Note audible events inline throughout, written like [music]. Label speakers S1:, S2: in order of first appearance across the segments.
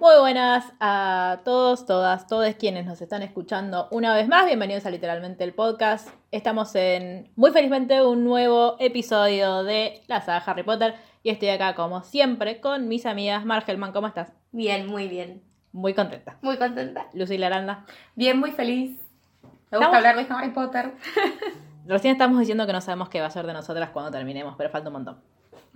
S1: Muy buenas a todos, todas, todos quienes nos están escuchando una vez más. Bienvenidos a literalmente el podcast. Estamos en, muy felizmente, un nuevo episodio de la saga Harry Potter. Y estoy acá, como siempre, con mis amigas. Margelman, ¿cómo estás?
S2: Bien, muy bien.
S1: Muy contenta.
S2: Muy contenta.
S1: Lucy Laranda.
S2: Bien, muy feliz. Me gusta
S1: Estamos-
S2: hablar de Harry Potter.
S1: Recién estamos diciendo que no sabemos qué va a ser de nosotras cuando terminemos, pero falta un montón.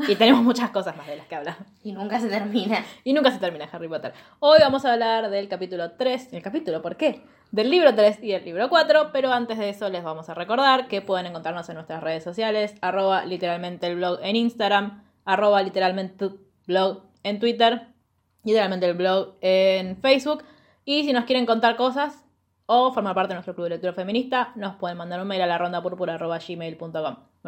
S1: Y tenemos muchas cosas más de las que hablar.
S2: Y nunca se termina.
S1: Y nunca se termina Harry Potter. Hoy vamos a hablar del capítulo 3. ¿El capítulo por qué? Del libro 3 y del libro 4. Pero antes de eso les vamos a recordar que pueden encontrarnos en nuestras redes sociales. Arroba literalmente el blog en Instagram. Arroba literalmente el blog en Twitter. Literalmente el blog en Facebook. Y si nos quieren contar cosas o formar parte de nuestro club de lectura feminista, nos pueden mandar un mail a la ronda ¿Me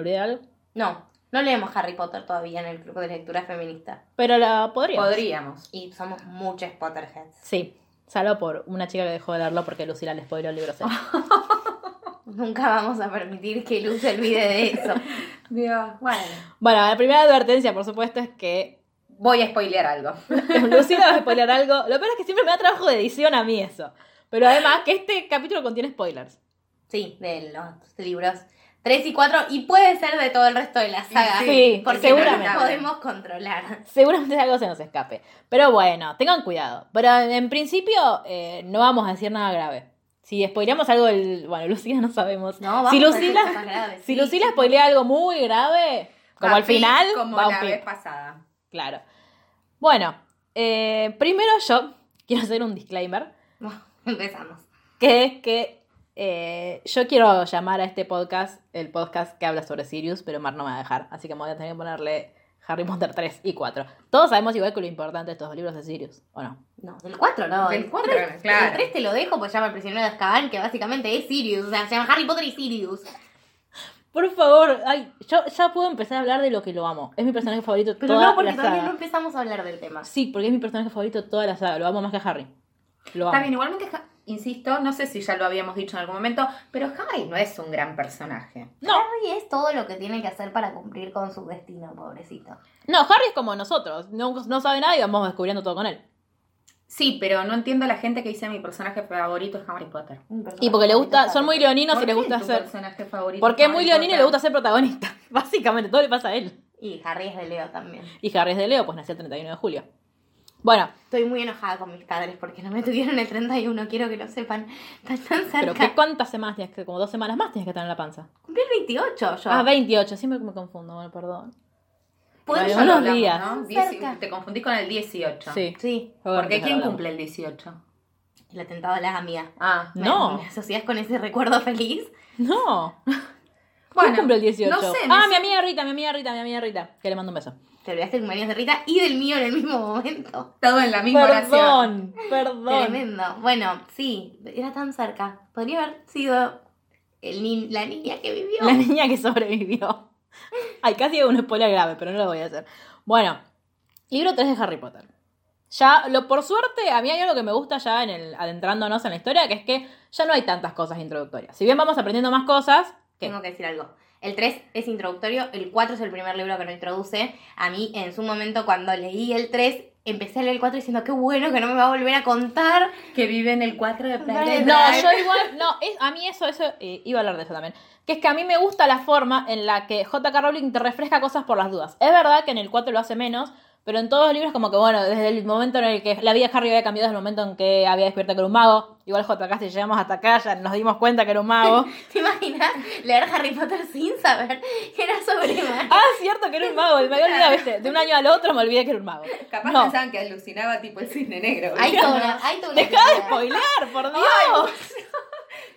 S1: olvidé de algo?
S2: No, no leemos Harry Potter todavía en el grupo de lectura feminista.
S1: Pero la podría.
S2: Podríamos. Y somos muchos Potterheads.
S1: Sí, salvo por una chica que dejó de leerlo porque Lucila le spoiló el libro cero.
S2: Ah. Nunca vamos a permitir que Luz se olvide de eso. [laughs] Dios, bueno.
S1: Bueno, la primera advertencia, por supuesto, es que
S2: Voy a spoilear algo.
S1: [laughs] Lucila va a
S2: [laughs]
S1: spoiler algo. Lo peor es que siempre me da trabajo de edición a mí eso. Pero además que este capítulo contiene spoilers.
S2: Sí, de los libros 3 y 4 y puede ser de todo el resto de la saga.
S1: Sí,
S2: porque
S1: seguramente.
S2: no lo podemos controlar.
S1: Seguramente algo se nos escape. Pero bueno, tengan cuidado. Pero en principio eh, no vamos a decir nada grave. Si spoileamos algo, del... bueno, Lucila no sabemos.
S2: No, vamos
S1: si
S2: a hacer
S1: Lucila,
S2: cosas graves,
S1: si
S2: sí.
S1: Lucila spoilea algo muy grave, como al final, va un pip.
S2: pasada.
S1: Claro. Bueno, eh, primero yo quiero hacer un disclaimer, [laughs]
S2: Empezamos.
S1: que es que eh, yo quiero llamar a este podcast el podcast que habla sobre Sirius, pero Mar no me va a dejar, así que me voy a tener que ponerle Harry Potter 3 y 4. Todos sabemos igual que lo importante de estos dos libros es Sirius, ¿o no?
S2: No, del 4 no.
S3: Del
S2: el
S3: cuatro,
S2: tres-
S3: claro.
S2: El 3 te lo dejo pues llama el prisionero de Azkaban, que básicamente es Sirius. O sea, se llama Harry Potter y Sirius.
S1: Por favor, ay, yo ya puedo empezar a hablar de lo que lo amo. Es mi personaje favorito
S2: Pero
S1: toda
S2: no, porque
S1: la
S2: todavía
S1: saga.
S2: no empezamos a hablar del tema.
S1: Sí, porque es mi personaje favorito toda la saga, lo amo más que a Harry. Lo
S3: Está
S1: amo.
S3: bien, igualmente, Ja- insisto, no sé si ya lo habíamos dicho en algún momento, pero Harry no es un gran personaje.
S2: Harry es todo lo que tiene que hacer para cumplir con su destino, pobrecito.
S1: No, Harry es como nosotros, no, no sabe nada y vamos descubriendo todo con él.
S3: Sí, pero no entiendo a la gente que dice mi personaje favorito es Harry Potter.
S1: Y porque le gusta, son muy leoninos y
S3: ¿Por
S1: le
S3: qué
S1: gusta
S3: tu
S1: ser.
S3: personaje favorito?
S1: Porque es
S3: es
S1: muy
S3: Harry
S1: leonino y
S3: Potter?
S1: le gusta ser protagonista. [laughs] Básicamente, todo le pasa a él.
S2: Y Harry es de Leo también.
S1: Y Harry es de Leo, pues nació el 31 de julio.
S3: [laughs]
S1: Bueno,
S2: Estoy muy enojada con mis padres porque no me tuvieron el 31, quiero que lo sepan. Están tan cerca.
S1: pero ¿qué, ¿cuántas semanas tienes que.? Como dos semanas más tienes que estar en la panza.
S2: Cumplí el 28 yo.
S1: Ah, 28, siempre me confundo, bueno, perdón.
S2: Pueden
S1: Bueno,
S3: Ya lo
S1: unos
S2: llamar-
S3: hablamos,
S1: días.
S3: ¿no?
S2: Tan
S3: Dieci-
S2: cerca.
S3: Te confundís con el 18.
S1: Sí.
S2: Sí,
S3: Porque ¿quién cumple el 18?
S2: el atentado a las amigas.
S3: Ah.
S1: No.
S2: ¿Me asocias con ese recuerdo feliz?
S3: [laughs]
S1: No. ¿Quién
S3: Bueno,
S1: cumple el 18?
S3: No sé.
S1: ah,
S3: no
S1: mi
S3: sé.
S1: amiga Rita, mi amiga Rita, mi amiga Rita. Que le mando un beso.
S2: Te olvidaste el cumpleaños de Rita y del mío en el mismo momento.
S3: Todo en la misma oración.
S1: perdón, perdón.
S2: Tremendo. Bueno, sí, era tan cerca. Podría haber sido el ni- la niña que
S1: [laughs]
S2: vivió.
S1: La niña que sobrevivió. Ay, casi hago un spoiler grave, pero no lo voy a hacer. Bueno, libro 3 de Harry Potter. Ya, lo, por suerte, a mí hay algo que me gusta ya en el, adentrándonos en la historia, que es que ya no hay tantas cosas introductorias. Si bien vamos aprendiendo más cosas, que
S2: Tengo que decir algo. El 3 es introductorio, el 4 es el primer libro que no introduce. A mí, en su momento, cuando leí el 3, empecé a leer el 4 diciendo, qué bueno que no me va a volver a contar. [laughs]
S3: Que vive en el 4 de Planet
S1: No,
S3: Drive.
S1: yo igual, no, es- a mí eso, eso, eh, iba a hablar de eso también. Que es que a mí me gusta la forma en la que J.K. Rowling te refresca cosas por las dudas. Es verdad que en el 4 lo hace menos, pero en todos los libros como que, bueno, desde el momento en el que la vida de Harry había cambiado, desde el momento en que había despierto que era un mago, igual J.K. si llegamos hasta acá ya nos dimos cuenta que era un
S3: [laughs]
S1: mago.
S2: ¿Te imaginas leer Harry Potter sin saber que era sobre Mar-
S1: ah, cierto que era un mago, me había olvidado, viste, de un año al otro me olvidé que era un mago.
S3: Capaz
S1: No.
S3: pensaban que [laughs] alucinaba tipo el cisne negro.
S2: Hay
S3: ¿viste?
S2: toda una- hay toda una
S1: Deja de
S2: teoría.
S1: spoiler, por Dios.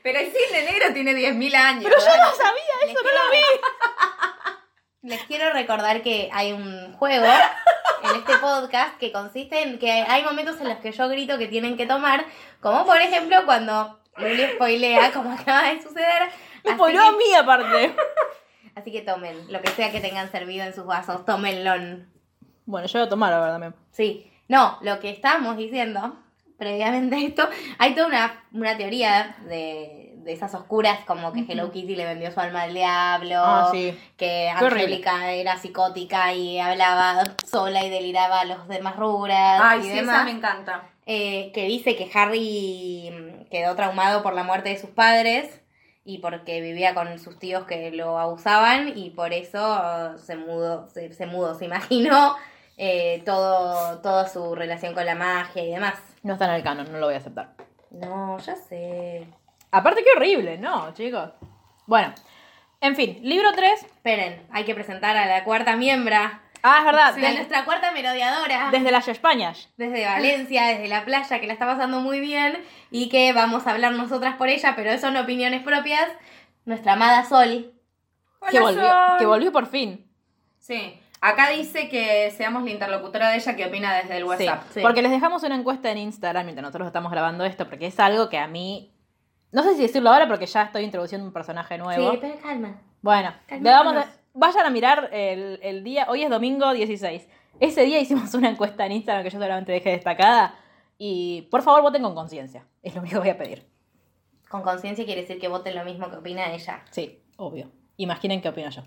S3: Pero el cine negro tiene 10.000 años.
S1: Pero yo no sabía
S2: Les
S1: eso, no
S2: quiero-
S1: lo vi.
S2: [laughs] Les quiero recordar que hay un juego en este podcast que consiste en que hay momentos en los que yo grito que tienen que tomar, como por ejemplo cuando Luli spoilea, como acaba de suceder.
S1: Me
S2: Así
S1: spoiló a mí aparte.
S2: que- Así que tomen, lo que sea que tengan servido en sus vasos, tómenlo.
S1: Bueno, yo voy a tomar ahora también.
S2: Sí, no, lo que estábamos diciendo previamente a esto, hay toda una, una teoría de, de esas oscuras, como que Hello Kitty le vendió su alma al diablo,
S1: Ah, sí.
S2: que
S1: horrible.
S2: Angélica era psicótica y hablaba sola y deliraba a los demás rubras
S3: Ay,
S2: y
S3: sí, esa
S2: demás,
S3: me encanta.
S2: Eh, que dice que Harry mm, quedó traumado por la muerte de sus padres y porque vivía con sus tíos que lo abusaban y por eso eh, se mudó, se, se mudó, se imaginó eh, todo, toda su relación con la magia y demás.
S1: No está en el canon, no lo voy a aceptar.
S2: No, ya sé.
S1: Aparte, qué horrible, no, chicos. Bueno, en fin, libro 3.
S2: Esperen, hay que presentar a la cuarta miembra,
S1: Ah, es verdad,
S2: a
S1: del-
S2: nuestra cuarta merodeadora.
S1: desde las Españas.
S2: desde
S1: [laughs]
S2: Valencia, desde la playa, que la está pasando muy bien y que vamos a hablar nosotras por ella, pero eso son opiniones propias. Nuestra amada Sol.
S1: Que
S3: Hola,
S1: volvió,
S3: Sol.
S1: que volvió por fin.
S3: Sí. Acá dice que seamos la interlocutora de ella que opina desde el WhatsApp.
S1: Sí, Porque les dejamos una encuesta en Instagram mientras nosotros estamos grabando esto, porque es algo que a mí. No sé si decirlo ahora porque ya estoy introduciendo un personaje nuevo.
S2: pero calma.
S1: Bueno,
S2: Calma,
S1: le vamos a-
S2: calma.
S1: vayan a mirar el, el día. Hoy es domingo 16. Ese día hicimos una encuesta en Instagram que yo solamente dejé destacada. Y por favor, voten con conciencia. Es lo único que voy a pedir.
S2: Con conciencia quiere decir que voten lo mismo que opina ella.
S1: Sí, obvio. Imaginen qué opino yo.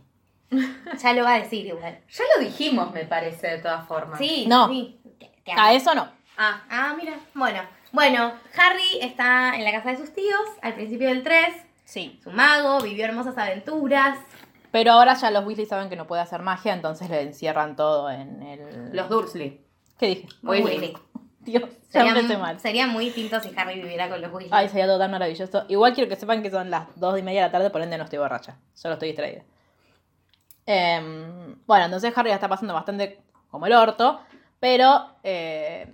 S2: Ya lo va a decir igual.
S3: Ya lo dijimos, me parece, de todas formas.
S2: Sí,
S1: No.
S2: sí. Te- te
S1: A
S2: amo.
S1: eso no.
S3: Ah,
S2: Ah, mira. Bueno. Bueno, Harry está en la casa de sus tíos al principio del 3.
S1: Sí.
S2: Su mago, vivió hermosas aventuras.
S1: Pero ahora ya los Weasley saben que no puede hacer magia, entonces le encierran todo en el.
S3: los Dursley.
S1: ¿Qué dije?
S3: Muy
S2: Weasley.
S3: bien.
S1: Dios, ya
S2: Sería,
S1: empecé mal.
S2: sería muy distinto si Harry viviera con los Weasley.
S1: Ay, sería todo tan maravilloso. Igual quiero que sepan que son las dos y media de la tarde, por ende no estoy borracha. Solo estoy distraída. Em, bueno, entonces Harry la está pasando bastante como el orto, pero eh,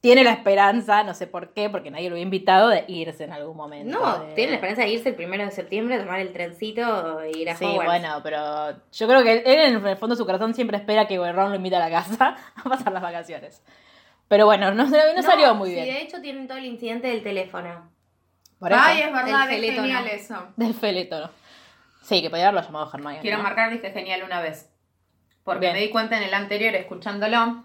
S1: tiene la esperanza, no sé por qué, porque nadie lo había invitado, de irse en algún momento.
S2: No,
S1: de-
S2: tiene la esperanza de irse el primero de septiembre, tomar el trencito e ir a
S1: Sí,
S2: Hogwarts.
S1: bueno, pero yo creo que él, él en el fondo de su corazón siempre espera que Ron lo invite a la casa [laughs] a pasar las vacaciones. Pero bueno, no, no salió muy
S2: sí,
S1: bien.
S2: de hecho tienen todo el incidente del teléfono.
S1: Por eso,
S3: Ay, es verdad,
S2: El
S3: es
S2: felétono.
S3: genial eso.
S1: Del felétono. Sí, que podía haberlo llamado Hermione.
S3: Quiero
S1: ¿no?
S3: marcar, dije genial una vez. Porque
S1: Bien.
S3: me di cuenta en el anterior, escuchándolo,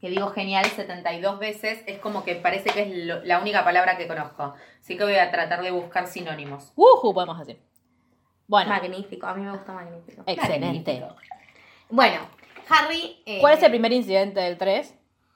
S3: que digo genial 72 veces. Es como que parece que es lo- la única palabra que conozco. Así que voy a tratar de buscar sinónimos.
S1: Wuhu, podemos decir. Bueno,
S2: Magnífico, a mí me gusta magnífico.
S1: excelente.
S2: Bueno, Harry. eh,
S1: ¿Cuál es el primer incidente del 3?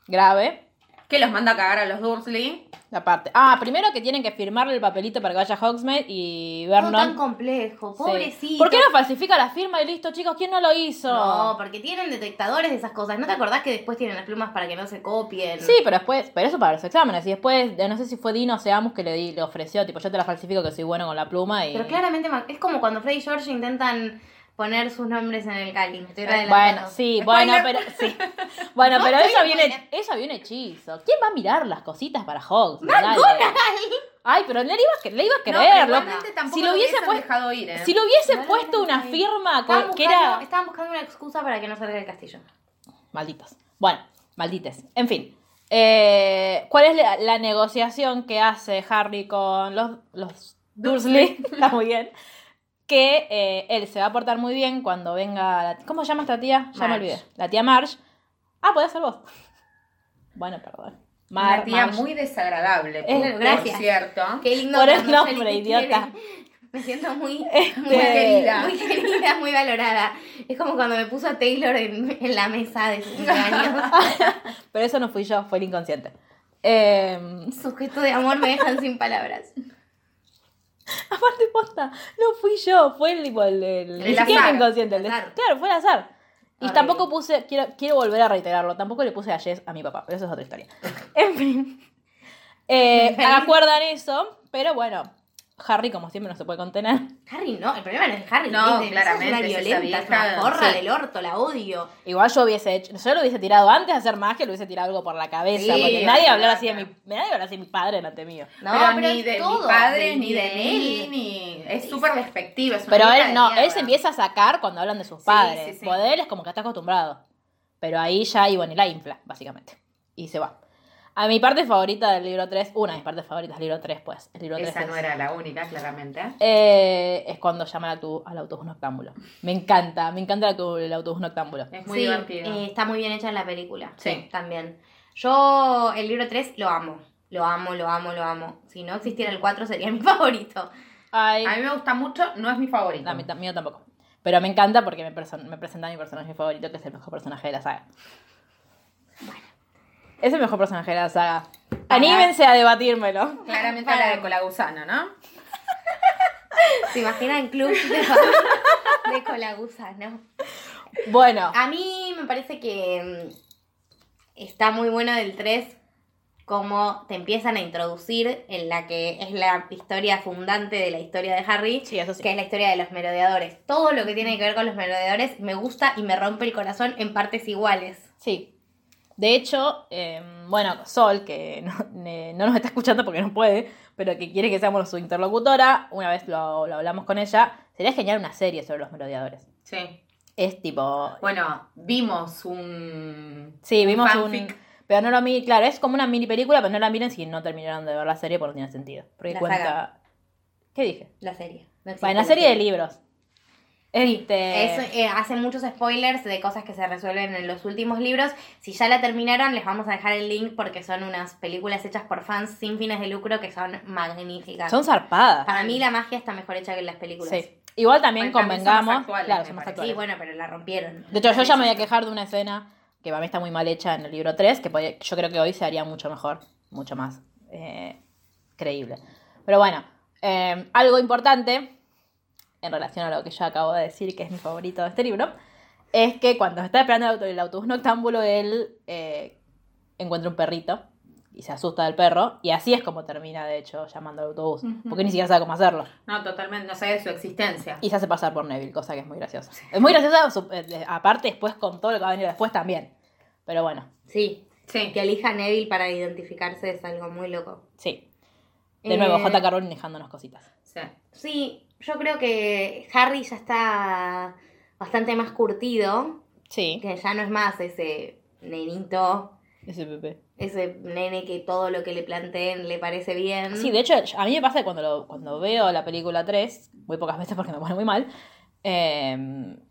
S1: Grave.
S3: Que los manda a cagar a los Dursley.
S1: La parte. Ah, primero que tienen que firmarle el papelito para que vaya a Hogsmeade y
S2: todo tan
S1: Vernon.
S2: complejo,
S1: Sí.
S2: pobrecito.
S1: ¿Por qué no falsifica la firma y listo, chicos? ¿Quién no lo hizo?
S2: No, porque tienen detectores de esas cosas. ¿No te acordás que después tienen las plumas para que no se copien?
S1: Sí, pero después, pero eso para los exámenes. Y después, eh, no sé si fue Dino o Seamus que le, di, le ofreció, tipo, yo te la falsifico que soy bueno con la pluma y.
S2: Pero claramente ma- es como cuando Freddy y George intentan poner sus nombres en el cáliz. Me estoy adelantando.
S1: Bueno, sí, bueno, pero sí. Bueno,
S2: No
S1: pero
S2: estoy
S1: ella
S2: spoiler.
S1: viene, ella viene hechizo. ¿Quién va a mirar las cositas para Hogsmeade? Dale. Ay, pero le iba a, cre- le iba a
S3: No,
S1: creer.
S3: pero
S1: lo-
S3: igualmente tampoco
S1: si lo hubiese
S3: hubiesen
S1: puesto,
S3: dejado ir, ¿eh?
S1: si lo hubiese
S2: No lo
S1: puesto
S2: hubiesen
S1: una
S2: dejado ir.
S1: firma acá,
S2: Estaban
S1: que
S2: buscando-
S1: era
S2: Estaban buscando una excusa para que no salga del castillo.
S1: malditos. Bueno, maldites. En fin. Eh, ¿Cuál es la, la negociación que hace Harry con los, los Dursley? [laughs] Está muy bien. Que eh, él se va a portar muy bien cuando venga. la- ¿Cómo se llama esta tía? Ya me
S2: Marge.
S1: olvidé. La tía Marge. Ah, podés ser vos. Bueno, perdón. Mar-
S3: una tía
S1: Marge.
S3: muy desagradable.
S1: Eh,
S3: por
S2: gracias.
S3: cierto.
S2: Qué lindo.
S1: Por el
S2: cuando se
S1: nombre,
S2: les
S1: idiota.
S2: quiere. [laughs] Me siento muy, muy
S3: Muy querida.
S2: Muy querida, muy valorada. Es como cuando me puso a Taylor en, en la mesa de su
S3: [laughs]
S2: cumpleaños.
S1: Pero eso no fui yo, fue el inconsciente. Eh,
S2: Sus gestos de amor me dejan sin palabras.
S1: [laughs] Aparte, posta, no fui yo, fue el, tipo, el, el-
S3: El
S1: ni siquiera
S3: azar,
S1: el inconsciente. el de-
S2: el azar.
S1: claro, fue el azar. Y
S2: Horrible.
S1: tampoco puse, quiero, quiero volver a reiterarlo, tampoco le puse a Jess a mi papá, pero eso es otra historia. En fin. Eh, acuerdan eso, pero bueno, Harry, como siempre, no se puede contener.
S2: Harry no, el problema no es Harry.
S3: No,
S2: es,
S3: claramente,
S2: Es una
S3: es esa
S2: violenta, es una
S3: vieja.
S2: porra
S3: Sí.
S2: del orto, la odio.
S1: Igual yo hubiese hecho, yo lo hubiese tirado antes de hacer magia, lo hubiese tirado algo por la cabeza,
S3: Sí,
S1: porque nadie
S3: claro,
S1: hablará así de mi,
S3: claro.
S1: nadie hablará así de mi padre delante mío.
S2: No,
S3: pero, ni
S2: es
S3: de
S2: todo,
S3: mi padre
S2: del
S3: ni de él. súper despectiva. es una
S1: Pero
S3: hija
S1: él
S3: de
S1: no, él
S3: mierda.
S1: se empieza a sacar cuando hablan de sus
S3: Sí,
S1: padres.
S3: sí, sí.
S1: Poder es como que está acostumbrado. Pero ahí ya y bueno, y la infla, básicamente. Y se va. A mi parte favorita del libro 3, una de mis partes favoritas del libro 3, pues. El libro 3
S3: Esa
S1: es,
S3: no era la única, claramente.
S1: eh, es cuando llaman a tu, al autobús noctámbulo. Me encanta, me encanta el, autobús- el autobús noctámbulo.
S3: Es muy
S2: Sí,
S3: divertido.
S2: eh, está muy bien hecha en la película.
S3: Sí.
S2: También. Yo el libro 3 lo amo. Lo amo, lo amo, lo amo. Si no existiera el 4 sería mi [laughs] favorito.
S1: Ay,
S3: A mí me gusta mucho, no es mi favorito.
S1: a mí, tam- mío tampoco. Pero me encanta porque me, perso- me presenta a mi personaje favorito, que es el mejor personaje de la saga. Es el mejor personaje de la saga. Anímense a debatírmelo.
S3: Claramente la de Colagusano, ¿no?
S2: ¿Se imaginan club de,
S3: [laughs]
S2: fan de Colagusano?
S1: Bueno.
S2: A mí me parece que mm, está muy bueno del 3 como te empiezan a introducir en la que es la historia fundante de la historia de Harry,
S1: Sí, eso sí.
S2: que es la historia de los merodeadores. Todo lo que tiene que ver con los merodeadores me gusta y me rompe el corazón en partes iguales.
S1: Sí. De hecho, eh, bueno, Sol, que [laughs] no, ne- no nos está escuchando porque no puede, pero que quiere que seamos su interlocutora, una vez lo, lo hablamos con ella, sería genial una serie sobre los merodeadores.
S3: Sí.
S1: Es tipo...
S3: Bueno, vimos un.
S1: Sí, vimos
S3: fanfic.
S1: un... Pero no lo miren, claro, es como una mini película, pero no la miren si no terminaron de ver la serie porque no tiene sentido. Porque
S2: La
S1: cuenta...
S2: saga.
S1: ¿Qué dije?
S2: La serie. No existe
S1: Bueno, la serie de
S2: serie.
S1: libros. Este...
S2: Es- eh, hace muchos spoilers de cosas que se resuelven en los últimos libros. Si ya la terminaron, les vamos a dejar el link porque son unas películas hechas por fans sin fines de lucro que son magníficas.
S1: Son zarpadas.
S2: Para mí la magia está mejor hecha que en las películas.
S1: Sí. Igual también
S3: Bueno, también son más
S1: convengamos...
S3: actuales,
S1: claro,
S3: me
S1: son más
S3: parece.
S1: actuales.
S2: Sí, bueno, pero la rompieron.
S1: De hecho, yo ya me voy a quejar de una escena que para mí está muy mal hecha en el libro 3, que podría- yo creo que hoy se haría mucho mejor, mucho más eh, creíble. Pero bueno, eh, algo importante en relación a lo que yo acabo de decir, que es mi favorito de este libro, es que cuando está esperando el, auto- el autobús noctámbulo, él eh, encuentra un perrito y se asusta del perro, y así es como termina, de hecho, llamando al autobús, porque ni siquiera sabe cómo hacerlo.
S3: No, totalmente, no sabía de su existencia.
S1: Y se hace pasar por Neville, cosa que es muy graciosa. Es muy graciosa, su- eh, de- aparte después con todo lo que va a venir después también. Pero bueno,
S2: Sí,
S3: Sí.
S2: que elija a Neville para identificarse es algo muy loco.
S1: sí. De nuevo,
S2: Eh,
S1: J. Rowling dejándonos cositas.
S3: sí.
S2: Sí, yo creo que Harry ya está bastante más curtido,
S1: Sí.
S2: que ya no es más ese nenito
S1: Ese Pepe.
S2: ese nene que todo lo que le planteen le parece bien.
S1: Sí, de hecho, a mí me pasa que cuando, lo- cuando veo la película 3, muy pocas veces porque me pone muy mal, eh,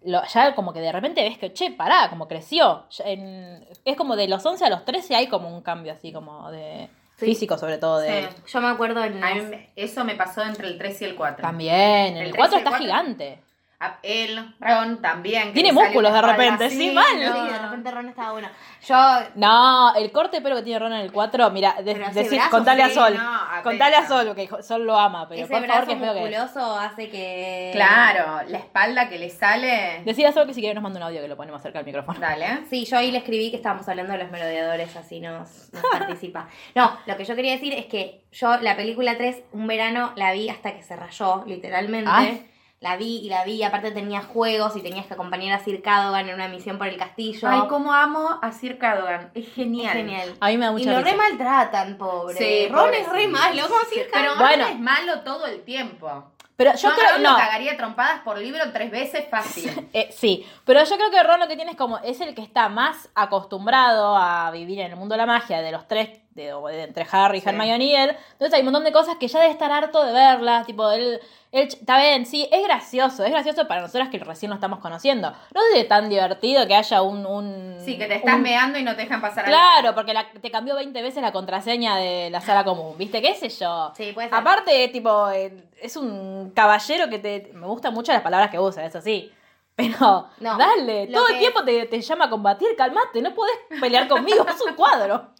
S1: lo- ya como que de repente ves que, che, pará, como creció. Ya en- es como de los 11 a los 13 hay como un cambio así como de...
S2: Sí.
S1: Físico sobre todo de...
S3: Sí.
S2: Yo me acuerdo en
S3: A mí
S2: las-
S3: me- eso me pasó entre el 3 y el 4.
S1: También,
S3: El
S1: el,
S3: tres y
S1: 4
S3: el
S1: está
S3: cuatro.
S1: gigante.
S3: A- Él, Ron, también. que
S1: Tiene
S3: le sale
S1: músculos
S3: una
S1: de
S3: espalda
S1: repente,
S3: así,
S1: sí, mal.
S2: [laughs] Sí,
S3: ¿no?
S2: de repente Ron estaba bueno. Yo,
S1: No, el corte de pelo que tiene Ron en el 4, mira, de-
S2: Pero ese
S1: decir-
S2: brazo,
S1: contale a
S3: sí,
S1: Sol.
S3: no, a
S1: contale a
S3: pecho.
S1: Sol, que Sol lo ama, pero
S2: ese
S1: por favor
S2: brazo
S1: que es feo que es.
S2: musculoso hace
S1: Eh,
S2: que...
S3: Claro, la espalda que le sale.
S1: Decir a Sol que si quiere nos manda un audio que lo ponemos cerca del micrófono.
S3: Dale.
S2: Sí, yo ahí le escribí que estábamos hablando de los merodeadores, así nos, nos participa. No, lo que yo quería decir es que yo la película 3, un verano, la vi hasta que se rayó, literalmente.
S1: Ay.
S2: La vi y la vi, y aparte tenía juegos y tenías que acompañar a Sir Cadogan en una misión por el castillo.
S3: Ay, cómo amo a Sir Cadogan. Es
S2: Es
S3: genial.
S2: genial.
S1: A mí me da
S2: Y
S1: mucha
S2: lo
S1: risa.
S2: re maltratan, pobre.
S3: Sí,
S2: Ron
S3: pobre,
S2: es
S3: sí.
S2: re malo, ¿cómo se
S3: Pero Ron
S1: Bueno.
S3: es malo todo el tiempo.
S1: Pero yo
S3: No,
S1: creo
S3: Ron
S1: no.
S3: lo cagaría a trompadas por libro tres veces [laughs] fácil.
S1: Eh, sí, pero yo creo que Ron lo que tiene es como es el que está más acostumbrado a vivir en el mundo de la magia de los tres, de, o de- entre Harry,
S3: Sí.
S1: Hermione y él. Entonces hay un montón de cosas que ya debe estar harto de verlas, tipo él, él ch- está bien, sí, es gracioso, es gracioso para nosotras que recién lo estamos conociendo. No sé si es tan divertido que haya un, un
S3: Sí, que te estás
S1: un-
S3: meando y no te dejan pasar al
S1: Claro, porque la- te cambió 20 veces la contraseña de la sala común, ¿viste? ¿Qué sé yo?
S2: Sí, puede ser.
S1: Aparte, tipo, eh, es un caballero que te. Me gustan mucho las palabras que usa, eso sí. Pero,
S2: No,
S1: dale,
S2: lo
S1: todo el
S2: que-
S1: tiempo te, te llama a combatir, calmate, no podés pelear conmigo, [laughs] es un cuadro.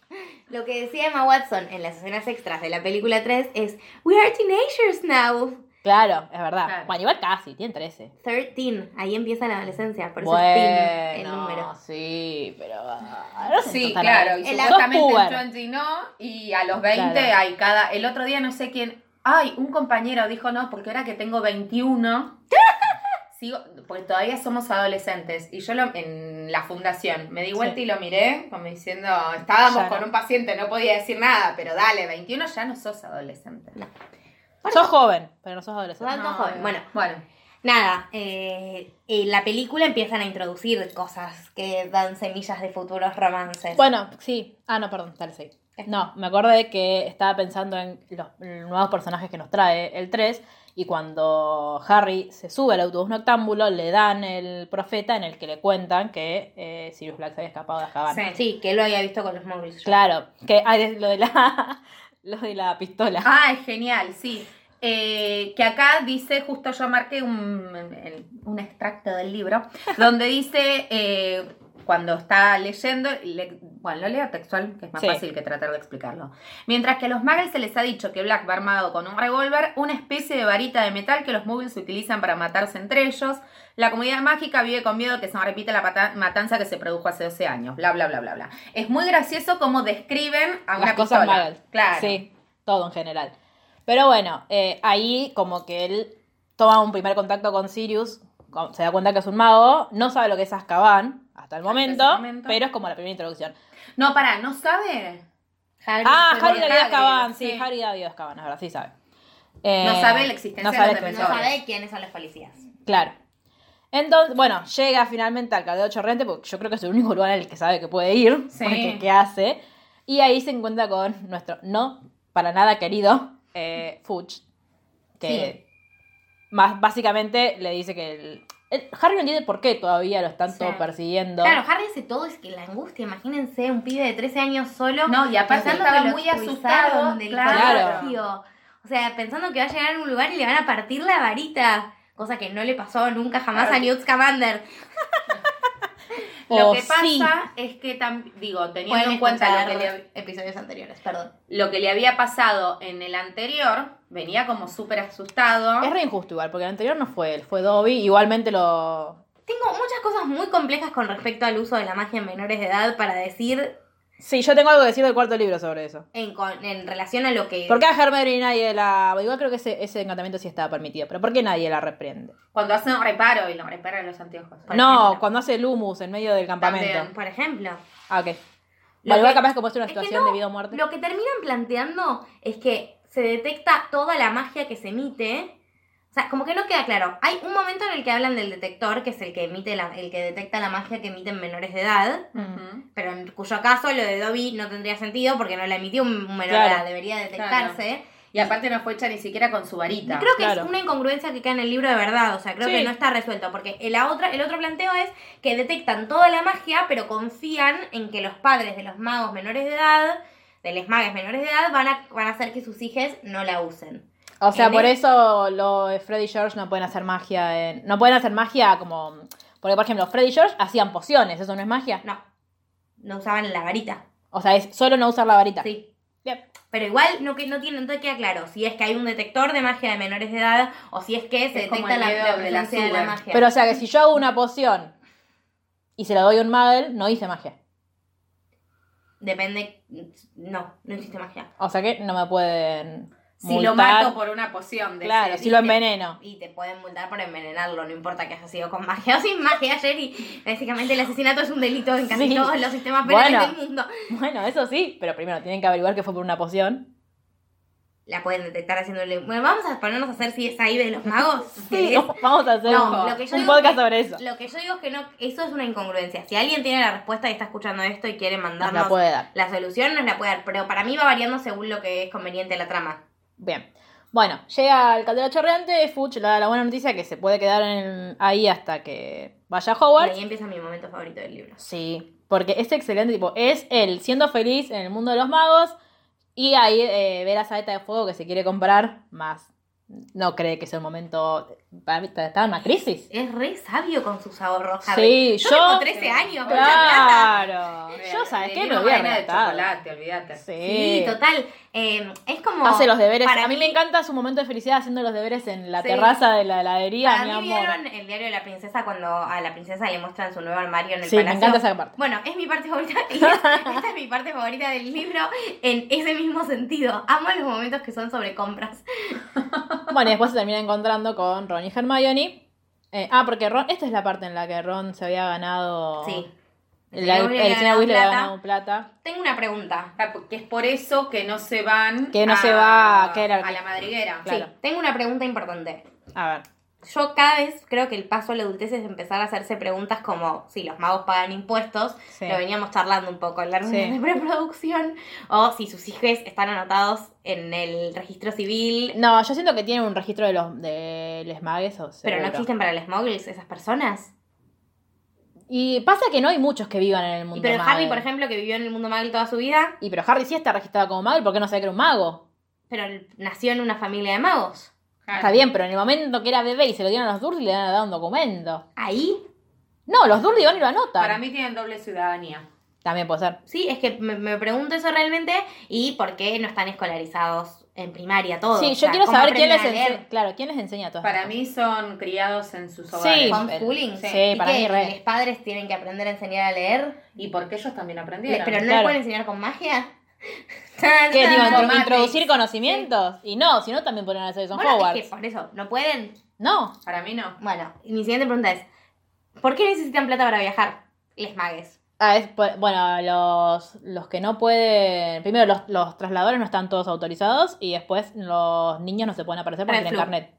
S2: Lo que decía Emma Watson en las escenas extras de la película 3 es We are teenagers now.
S1: Claro, es verdad.
S3: Claro.
S1: Bueno, igual casi, tiene 13.
S2: 13, ahí empieza la adolescencia, por eso es teen el número.
S1: Bueno, sí, pero. ah, no sé
S3: Sí,
S1: tan
S3: claro,
S1: ahí.
S3: y
S2: El-
S3: supuestamente
S1: Sos puber.
S3: en 20 no, y a los 20
S1: Claro.
S3: hay cada... El otro día no sé quién... Ay, un compañero dijo no, porque ahora que tengo 21... sigo, porque todavía somos adolescentes. Y yo lo- en la fundación me di vuelta
S1: Sí.
S3: y lo miré, como diciendo, estábamos
S1: Ya
S3: con
S1: no.
S3: un paciente, no podía decir nada, pero dale, 21 ya no sos adolescente. Ah,
S1: Sos joven, pero no sos adolescente.
S2: Igual no joven. Bueno,
S3: Bueno,
S2: Nada, eh, en la película empiezan a introducir cosas que dan semillas de futuros romances.
S1: Bueno, sí. Ah, no, perdón, tal, sí. No, me acordé que estaba pensando en los nuevos personajes que nos trae el 3 y cuando Harry se sube al autobús noctámbulo le dan el profeta en el que le cuentan que eh, Sirius Black se había escapado de Azkaban.
S3: Sí.
S2: Sí, que él lo había visto con los móviles.
S1: Claro, que ah, es lo de la [laughs] lo de la pistola.
S3: Ah, es genial, sí. Eh, que acá dice, justo yo marqué un, el- un extracto
S1: [laughs]
S3: del libro, donde dice, eh, cuando está leyendo, le- bueno, lo leo textual, que es más
S1: Sí.
S3: fácil que tratar de explicarlo. Mientras que a los muggles se les ha dicho que Black va armado con un revólver, una especie de varita de metal que los muggles utilizan para matarse entre ellos, la comunidad mágica vive con miedo que se repita la pata- matanza que se produjo hace 12 años, bla, bla, bla, bla, bla. Es muy gracioso cómo describen a una
S1: las cosas
S3: pistola.
S1: malas.
S3: Claro.
S1: Sí, todo en general. Pero bueno, eh, ahí como que él toma un primer contacto con Sirius, con- se da cuenta que es un mago, no sabe lo que es Azkaban hasta el momento,
S3: momento.
S1: pero es como la primera introducción.
S3: No, pará, ¿no sabe?
S2: Harry
S1: ah,
S2: fue
S1: Harry
S2: con
S1: David Azkaban,
S2: Hagrid,
S1: sí, Harry David Azkaban, ahora sí sabe. Eh,
S3: No sabe la existencia
S1: no sabe
S3: de
S1: la
S3: los
S2: No
S1: existencia.
S3: defensores.
S2: sabe quiénes son los policías.
S1: Claro. Entonces, bueno, llega finalmente al Caldeo Chorrente, porque yo creo que es el único lugar en el que sabe que puede ir, [laughs]
S3: Sí.
S1: porque qué hace. Y ahí se encuentra con nuestro no para nada querido eh, Fudge, que más básicamente le dice que el- el- Harry no entiende por qué todavía lo están
S2: Sí.
S1: todo persiguiendo.
S2: Claro, Harry hace todo, es que la angustia, imagínense, un pibe de 13 años solo.
S3: No, y aparte
S2: pensando
S3: estaba
S2: que lo
S3: muy
S2: expulsaron
S3: asustado,
S2: del
S3: claro.
S2: colegio. O sea, pensando que va a llegar a un lugar y le van a partir la varita. Cosa que no le pasó nunca jamás a Newt Scamander.
S3: Lo
S1: O
S3: que pasa
S1: sí.
S3: es que, tam- digo, teniendo
S2: Pueden
S3: en cuenta lo que,
S2: escuchar
S3: le,
S2: episodios anteriores, perdón.
S3: lo que le había pasado en el anterior, venía como súper asustado.
S1: Es re injusto igual, porque el anterior no fue él, fue Dobby. Igualmente lo...
S2: Tengo muchas cosas muy complejas con respecto al uso de la magia en menores de edad para decir
S1: Sí, yo tengo algo que decir del cuarto libro sobre eso.
S2: en, con- en relación a lo que...
S1: ¿Por qué a Hermione nadie la... Igual creo que ese, ese encantamiento sí estaba permitido, pero ¿por qué nadie la reprende?
S3: Cuando hacen un reparo y lo reparan los anteojos. por
S1: no,
S3: ejemplo.
S1: cuando hace el humus en medio del campamento.
S3: También.
S2: Por ejemplo,
S1: Ah, ok.
S2: Lo
S1: Vale, igual
S2: que-
S1: capaz como es una
S2: es que
S1: situación
S2: no,
S1: de vida o muerte.
S2: lo que terminan planteando es que se detecta toda la magia que se emite. O sea, como que no queda claro. Hay un momento en el que hablan del detector, que es el que emite la- el que detecta la magia que emiten menores de edad,
S1: Mm.
S3: Ujú.
S2: pero en cuyo caso lo de Dobby no tendría sentido porque no la emitió un menor de
S1: Claro.
S2: edad, debería detectarse.
S3: Y aparte no fue hecha ni siquiera con su varita.
S2: Creo que
S1: Claro.
S2: es una incongruencia que queda en el libro de verdad, o sea, creo
S1: Sí.
S2: que no está resuelto, porque el, la otra, el otro planteo es que detectan toda la magia, pero confían en que los padres de los magos menores de edad, de los magues menores de edad, van a, van a hacer que sus hijos no la usen.
S1: o sea,
S2: en
S1: por
S2: el-
S1: eso los Freddy y George no pueden hacer magia en... No pueden hacer magia como... Porque, por ejemplo, Freddy y George hacían pociones, ¿eso no es magia?
S2: No, no usaban la varita.
S1: O sea, es solo no usar la varita.
S2: Sí.
S1: Bien.
S2: Pero igual no, que- no tiene, no te queda claro si es que hay un detector de magia de menores de edad o si es que se
S3: Es como
S2: detecta
S3: el
S2: la,
S3: miedo
S2: la
S3: de la
S2: presencia de la
S3: Suber.
S2: magia.
S1: Pero, o sea, que si yo hago una poción y se la doy a un muggle, no hice magia.
S2: Depende, no, no existe magia.
S1: O sea que no me pueden
S3: Si
S1: multar.
S3: lo mato por una poción de
S1: Claro,
S3: ese-
S1: si lo
S2: ¿viste?
S1: enveneno. [laughs]
S2: Y te pueden multar por envenenarlo, no importa que haya sido con magia o sin magia, Jerry. Básicamente el asesinato es un delito en casi
S1: Sí.
S2: todos los sistemas penales
S1: Bueno.
S2: del mundo.
S1: Bueno, eso sí, pero primero tienen que averiguar que fue por una poción.
S2: La pueden detectar haciéndole... Bueno, vamos a ponernos a hacer si es ahí de los magos.
S1: Sí,
S2: ¿Querés?
S1: [laughs] vamos a hacer
S2: No,
S1: un,
S2: lo que yo
S1: un
S2: digo
S1: podcast
S2: que-
S1: sobre eso.
S2: Lo que yo digo es que no, eso es una incongruencia. Si alguien tiene la respuesta y está escuchando esto y quiere
S1: Nos
S2: mandarnos
S1: la puede dar.
S2: la solución, nos la puede dar. Pero para mí va variando según lo que es conveniente a la trama.
S1: Bien. Bueno, llega al caldero chorreante, Fuchs le da la buena noticia que se puede quedar en- ahí hasta que vaya a
S2: Y
S1: Hogwarts.
S2: ahí empieza mi momento favorito del libro.
S1: Sí, porque es excelente, tipo, es él siendo feliz en el mundo de los magos y ahí eh, ve la saeta de fuego que se quiere comprar, más no cree que sea un momento, para mí estaba en una crisis.
S2: Es re sabio con sus ahorros,
S1: Sí,
S2: Harry.
S1: yo-
S2: tengo 13 años, con la plata.
S1: Claro, yo sabes
S3: Le
S1: que
S3: di
S1: me
S3: una
S1: voy a
S3: vaina de
S1: reventar.
S3: chocolate, olvídate.
S2: Sí, total. Eh, es como.
S1: Hace los deberes.
S2: Para
S1: a mí,
S2: mí-
S1: me encanta su momento de felicidad haciendo los deberes en la
S2: Sí.
S1: terraza de la heladería,
S2: Para
S1: mi
S2: mí
S1: amor.
S2: vieron el diario de la princesa cuando a la princesa le muestran su nuevo armario en el
S1: Sí, me
S2: palacio.
S1: encanta esa parte.
S2: Bueno, es mi
S1: [laughs]
S2: parte favorita. [laughs] y es- esta es mi parte favorita del libro en ese mismo sentido. Amo los momentos que son sobre compras.
S1: Bueno, y después se termina encontrando con Ron y Hermione. Eh, ah, porque Ron, esta es la parte en la que Ron se había ganado
S2: Sí.
S1: La,
S2: señor Weasley
S1: el señor
S2: ganó
S1: Weasley le ha
S2: plata.
S1: ganado plata.
S2: Tengo una pregunta.
S3: Ah, Que es por eso que no se van.
S1: Que no se va, que era-
S3: a la madriguera.
S1: Claro.
S2: Sí, tengo una pregunta importante.
S1: A ver.
S2: Yo cada vez creo que el paso a la adultez es empezar a hacerse preguntas como si los magos pagan impuestos,
S1: Sí.
S2: lo veníamos charlando un poco en la reunión
S1: Sí.
S2: de preproducción, o si sus hijos están anotados en el registro civil,
S1: No, yo siento que tienen un registro de los, de les magues o
S2: pero no
S1: seguro.
S2: existen para los muggles esas personas.
S1: Y pasa que no hay muchos que vivan en el
S2: Y
S1: mundo
S2: pero
S1: muggle.
S2: Harry, por ejemplo, que vivió en el mundo muggle toda su vida,
S1: Y pero Harry sí está registrado como mago, ¿por qué no sabía que era un mago?
S2: pero él nació en una familia de magos.
S3: Claro.
S1: Está bien, pero en el momento que era bebé y se lo dieron a los Dursley le dan a dar un documento.
S2: Ahí
S1: No, los Dursley van y lo anotan.
S3: Para mí tienen doble ciudadanía.
S1: También puede ser.
S2: Sí, es que me, me pregunto eso realmente y por qué no están escolarizados en primaria todos.
S1: sí,
S2: O
S1: yo
S2: sea,
S1: quiero
S2: ¿cómo
S1: saber quién les,
S2: aprenden a
S1: enseña,
S2: leer?
S1: claro, quién les enseña todo
S3: Para mí son criados en sus
S1: Sí.
S3: hogares.
S2: Homeschooling.
S1: Sí,
S2: ¿Y
S1: para
S2: qué?
S1: mí re.
S2: Los padres tienen que aprender a enseñar a leer,
S3: Y porque ellos también
S2: Le-
S3: aprendieron.
S2: pero no
S1: Claro.
S2: les pueden enseñar con magia. [laughs]
S1: ¿Qué, digo,
S3: Como
S1: intro-
S3: Matrix.
S1: introducir conocimientos? Y no, si no también podrían hacer eso en
S2: Bueno,
S1: Hogwarts.
S2: es que por eso, ¿no pueden?
S1: No,
S3: Para mí no.
S2: Bueno, y mi siguiente pregunta es, ¿por qué necesitan plata para viajar? Les magues.
S1: Ah, es por- bueno, los, los que no pueden. Primero, los, los trasladadores no están todos autorizados y después los niños no se pueden aparecer porque
S2: Red
S1: tienen
S2: Flu.
S1: carnet.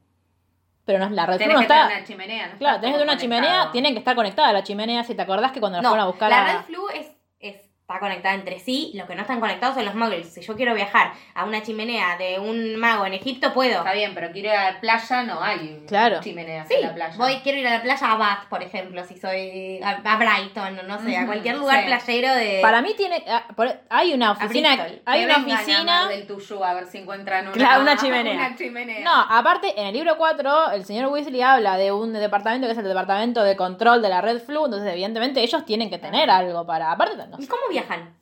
S1: Pero no, la red Flu
S3: Tenés
S1: no
S3: que
S1: está.
S3: tener una chimenea. no
S1: claro, tenés que
S3: está todo
S1: tener una chimenea,
S3: conectado.
S1: tienen que estar conectada a la chimenea. Si te acordás que cuando nos fueron a
S2: No,
S1: buscar
S2: la
S1: a-
S2: red flu es, es- está conectada entre sí, los que no están conectados son los muggles. Si yo quiero viajar a una chimenea de un mago en Egipto, puedo.
S3: Está bien, pero quiero ir a la playa, no hay
S1: Claro.
S3: chimeneas
S2: Sí,
S3: en la playa.
S2: voy, quiero ir a la playa a Bath, por ejemplo, si soy a, a Brighton, o no sé, a
S3: Ujú,
S2: cualquier lugar
S3: sí.
S2: playero de...
S1: Para mí tiene. ah, por- hay una oficina.
S2: Bristol.
S1: Hay
S3: Que
S1: una
S3: vengan a Mar
S1: oficina.
S3: del Tuyú a ver si encuentran una,
S1: Claro, una chimenea.
S3: [laughs] una chimenea.
S1: No, aparte, en el libro 4, el señor Weasley habla de un departamento que es el departamento de control de la red flu. Entonces, evidentemente, ellos tienen que tener
S2: Ah.
S1: algo para. Aparte, no
S2: ¿Y
S1: sé.
S2: cómo viajan?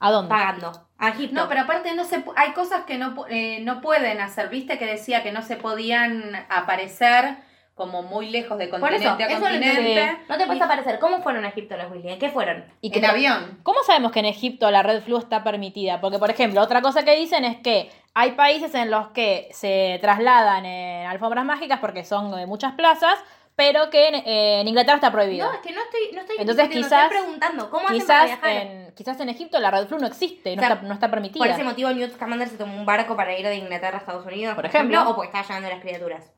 S1: ¿A dónde?
S2: Pagando. A Egipto.
S3: No, pero aparte no se pu- hay cosas que no, pu- eh, no pueden hacer. Viste que decía que no se podían aparecer como muy lejos de
S2: Por eso,
S3: continente a
S2: eso no
S3: continente.
S2: No te puedes aparecer. ¿Cómo fueron a Egipto los Willy? ¿En qué fueron?
S1: Y que
S3: En
S1: te-
S3: avión.
S1: ¿Cómo sabemos que en Egipto la red flu está permitida? Porque, por ejemplo, otra cosa que dicen es que hay países en los que se trasladan en alfombras mágicas porque son de muchas plazas, pero que en, eh, en Inglaterra está prohibido.
S2: No, es que no estoy, no estoy
S1: Entonces,
S2: discutiendo,
S1: quizás-
S2: estoy preguntando cómo hacen para
S1: quizás,
S2: viajar.
S1: en, quizás en Egipto la red flu no existe y no,
S2: O sea,
S1: está, no está permitida.
S2: Por ese motivo Newt Scamander se tomó un barco para ir de Inglaterra a Estados Unidos,
S1: Por
S2: por,
S1: ejemplo.
S2: ejemplo, o porque estaba llevando las criaturas.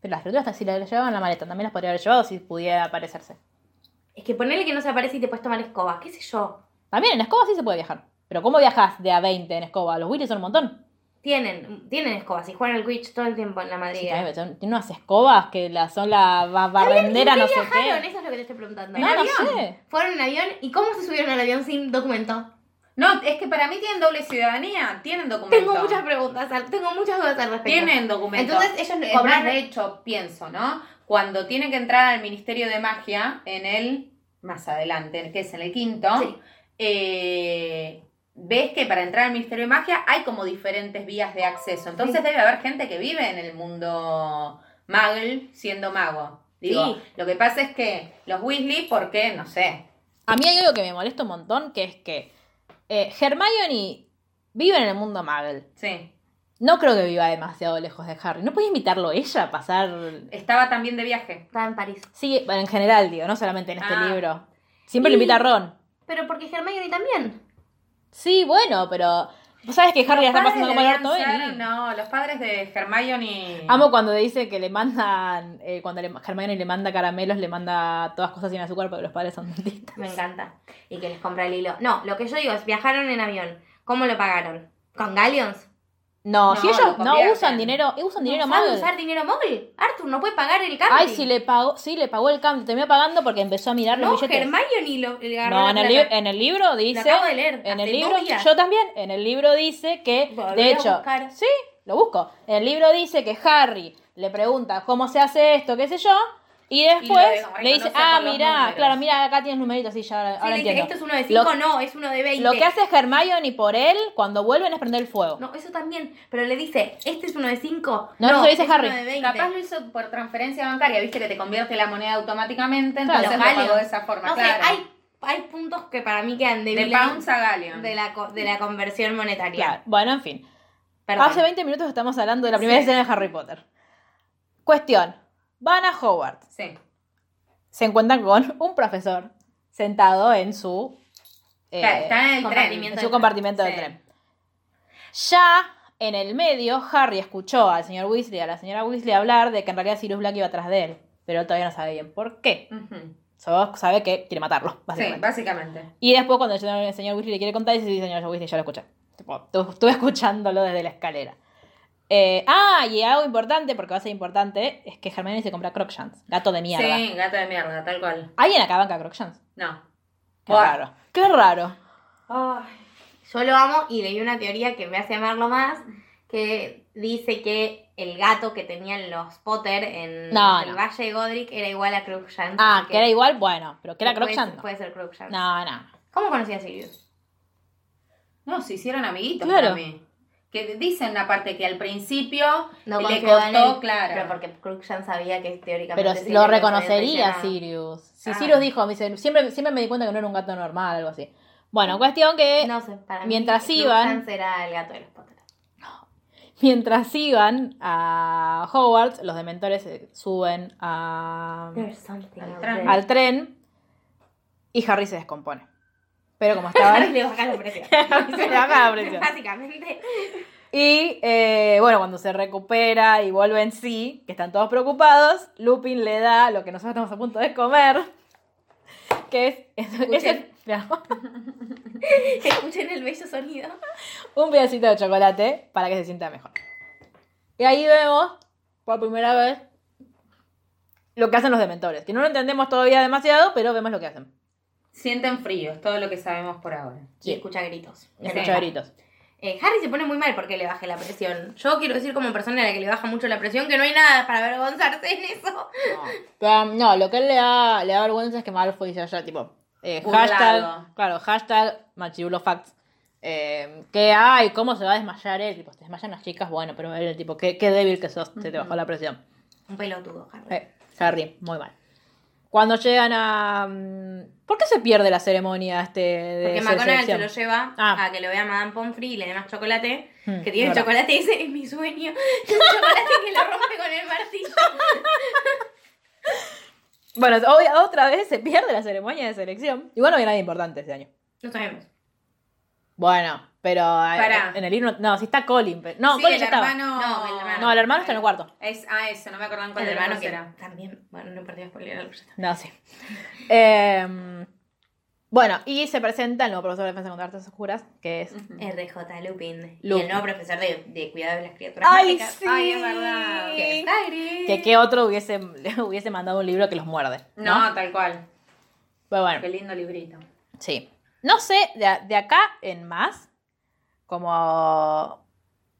S1: Pero las criaturas, si las llevaban en la maleta, también las podría haber llevado si pudiera aparecerse.
S2: Es que ponerle que no se aparece y te puedes tomar escoba, qué sé yo.
S1: También en escoba sí se puede viajar. Pero ¿cómo viajas de a 20 en escoba? Los Willy son un montón.
S2: Tienen, tienen escobas y juegan al Quidditch todo el tiempo en la
S1: Sí,
S2: Madrid.
S1: también, son- tiene unas escobas que la, son la ba- barrendera, no sé
S2: viajaron?
S1: qué.
S2: Eso es lo que te estoy preguntando.
S1: No, no sé.
S2: Fueron en avión y cómo se subieron al avión sin documento.
S3: No, es que para mí tienen doble ciudadanía, tienen documento.
S2: Tengo muchas preguntas, al- tengo muchas dudas al respecto.
S3: Tienen documento.
S2: Entonces ellos
S3: Es
S2: cobraron-
S3: más, de hecho, pienso, ¿no? Cuando tienen que entrar al Ministerio de Magia, en el, más adelante, que es en el quinto,
S2: Sí.
S3: eh, ves que para entrar al Ministerio de Magia hay como diferentes vías de acceso. Entonces debe haber gente que vive en el mundo muggle siendo mago. Digo,
S2: Sí.
S3: lo que pasa es que los Weasley, porque, no sé,
S1: A mí hay algo que me molesta un montón, que es que eh, Hermione vive en el mundo Muggle.
S3: sí.
S1: No creo que viva demasiado lejos de Harry. ¿No podía invitarlo ella a pasar...?
S3: Estaba también de viaje.
S2: Estaba en París.
S1: Sí, bueno, en general, digo, no solamente en este
S3: Ah.
S1: libro. Siempre lo invita a Ron.
S2: Pero porque Hermione también.
S1: Sí, bueno, pero... ¿Vos sabes que Harry la está
S3: Los padres
S1: pasando como el
S3: debían
S1: orto? eh?
S3: ser-
S1: Vení.
S3: No, los padres de Hermione...
S1: Amo cuando dice que le mandan... eh, cuando le, Hermione le manda caramelos, le manda todas cosas sin azúcar porque los padres son dentistas.
S2: Me encanta. Y que les compra el hilo. No, lo que yo digo es, viajaron en avión. ¿Cómo lo pagaron? ¿Con galleons?
S1: No,
S3: No,
S1: si
S3: lo
S1: ellos no
S3: convierten.
S1: usan dinero... eh, Usan dinero
S2: ¿No sabe
S1: Muggle.
S2: usar dinero móvil? Arthur no puede pagar el cambio.
S1: Ay, sí le pagó, sí, le pagó el cambio. Terminó pagando porque empezó a mirar los
S2: No,
S1: billetes.
S2: Hermione lo le agarró
S1: No,
S2: la
S1: en el,
S2: plata.
S1: li- en el libro dice.
S2: acabo de leer,
S1: En
S2: hace
S1: el
S2: dos
S1: libro.
S2: días.
S1: Yo también. En el libro dice que.
S2: Volveré
S1: de
S2: a
S1: hecho.
S2: buscar.
S1: Sí, lo busco. En el libro dice que Harry le pregunta cómo se hace esto, qué sé yo. Y después
S3: lo
S1: le dice,
S3: reconoce
S1: ah,
S3: por los
S1: mira,
S3: números.
S1: claro, mira, acá tienes numeritos, sí, ya ahora,
S2: Sí,
S1: ahora
S2: le dice,
S1: entiendo.
S2: esto es uno de
S1: Lo-
S2: cinco, no, es uno de veinte.
S1: Lo que hace Hermione por él cuando vuelven es prender el fuego.
S2: No, eso también. Pero le dice, este es uno de cinco.
S1: No, eso lo dice
S2: es
S1: Harry.
S2: uno de veinte.
S3: Capaz lo hizo por transferencia bancaria, viste que te convierte la moneda automáticamente,
S1: Claro,
S2: los
S3: entonces lo pagó de
S2: galleons.
S3: esa forma,
S2: No sé,
S3: claro.
S2: hay, hay puntos que para mí quedan de,
S3: de pounds a galleon.
S2: de la, co- de la conversión monetaria.
S1: Claro. Bueno, en fin.
S2: Perdón.
S1: Hace 20 minutos estamos hablando de la primera
S3: Sí.
S1: escena de Harry Potter. Cuestión. Van a Howard.
S3: Sí.
S1: se encuentran con un profesor sentado en su, eh,
S3: Claro, está en el tren.
S2: compartimiento.
S1: en su compartimento del
S3: Sí.
S1: tren. Ya en el medio, Harry escuchó al señor Weasley, a la señora Weasley hablar de que en realidad Sirius Black iba atrás de él, pero él todavía no sabe bien por qué.
S3: Ujú.
S1: Solo sabe que quiere matarlo,
S3: Sí,
S1: básicamente.
S3: básicamente.
S1: Y después cuando el señor- el señor Weasley le quiere contar, dice, sí, señor Weasley, ya lo escuché. Tipo, tu- estuve escuchándolo desde la escalera. Eh, ah, y algo importante, porque va a ser importante, es que Hermione se compra Crocshans, gato de mierda.
S3: Sí, gato de mierda, tal cual.
S1: ¿Alguien acá banca Crocshans?
S3: No.
S1: Qué raro. Qué raro.
S3: Ay.
S2: Yo lo amo y leí una teoría que me hace amarlo más, que dice que el gato que tenían los Potter en
S1: No,
S2: el
S1: no.
S2: Valle de Godric era igual a Cruikshank.
S1: Ah,
S2: así
S1: que era igual, bueno, pero que era
S2: puede-
S1: Crocshans.
S2: Puede ser Cruikshank.
S1: No, no.
S2: ¿Cómo conocía a Sirius?
S3: No, se hicieron amiguitos
S1: Claro.
S3: para mí. Que dicen aparte que al principio
S2: No
S3: le
S2: confiaba en
S3: costó,
S2: él,
S3: claro.
S2: Pero porque Cruikshank sabía que teóricamente
S1: Pero
S2: Sirius
S1: lo
S2: había
S1: reconocería
S2: traicionado.
S1: Sirius. Si
S3: Ah.
S1: Sirius dijo, me dice, siempre, siempre me di cuenta que no era un gato normal, algo así. Bueno, cuestión que
S2: No sé, para
S1: Eh, Mientras
S2: mí
S1: iban-
S2: Cruikshank era el gato de los Potter.
S1: mientras iban a Hogwarts, los dementores eh, suben a,
S2: There's something
S3: Al
S2: out
S3: tren.
S2: there.
S1: al tren y Harry se descompone. Pero como
S2: [laughs]
S1: estaban...
S2: le baja la presión.
S1: [laughs] Se le baja la presión.
S2: Básicamente.
S1: Y eh, bueno, cuando se recupera y vuelve en sí, que están todos preocupados, Lupin le da lo que nosotros estamos a punto de comer, que es, es- es-
S2: Escuchen.
S1: [laughs] Mirá,
S2: Escuchen el bello sonido.
S1: un pedacito de chocolate para que se sienta mejor. Y ahí vemos, por primera vez, lo que hacen los dementores, que no lo entendemos todavía demasiado, pero vemos lo que hacen.
S3: Sienten frío, es todo lo que sabemos por ahora.
S1: Sí.
S2: Y escucha gritos.
S1: Escucha gritos.
S2: Eh, Harry se pone muy mal porque le baje la presión. Yo quiero decir como persona a la que le baja mucho la presión que no hay nada para avergonzarse en eso. [laughs]
S1: No. Pero, um, no, lo que él le da, le da vergüenza es que Malfoy se haya, tipo, eh,
S3: Burlado.
S1: hashtag, claro, hashtag machirulo facts. Eh, que ay, cómo se va a desmayar él, tipo, se desmayan las chicas, bueno, pero él, tipo, qué, qué débil que sos, se te bajó la presión.
S2: Un pelotudo, Harry.
S1: Eh, Harry, muy mal. Cuando llegan a... mm, ¿Por qué se pierde la ceremonia este de
S2: Porque
S1: se-
S2: McGonagall se
S1: selección?
S2: lo lleva
S1: Ah.
S2: a que lo vea Madame Pomfrey y le dé más chocolate.
S1: Hmm,
S2: que
S1: es
S2: tiene
S1: verdad.
S2: chocolate, ese es mi sueño. [laughs] Es un chocolate que lo rompe con
S1: [laughs]
S2: el martillo.
S1: Bueno, hoy- otra vez se pierde la ceremonia de selección. Igual no había nadie importante este año.
S2: No sabemos.
S1: Bueno, pero eh,
S3: Pará.
S1: en el himno... No, si está Colin. pero- no,
S3: sí,
S1: Colin
S3: el
S1: ya estaba.
S3: hermano...
S2: No, el
S3: Ah,
S2: hermano.
S1: No, el hermano está en el cuarto.
S3: Es, ah, eso, no me acuerdo en cuál
S2: el hermano que
S3: era.
S2: también. Bueno, no perdí por leer algo. ya está.
S1: No, sí. Eh, bueno, y se presenta el nuevo profesor de defensa contra artes oscuras, que es.
S3: Hmm.
S2: RJ Lupin. Y
S1: Lupin.
S2: el nuevo profesor de, de cuidado de las criaturas. mágicas.
S3: Ay, es verdad.
S2: Que está gris.
S1: Que qué otro hubiese, [laughs] le hubiese mandado un libro que los muerde. No.
S3: No, tal cual.
S1: Pero
S3: Qué
S1: bueno,
S3: lindo librito.
S1: sí. No sé, de, a- de acá en más, como.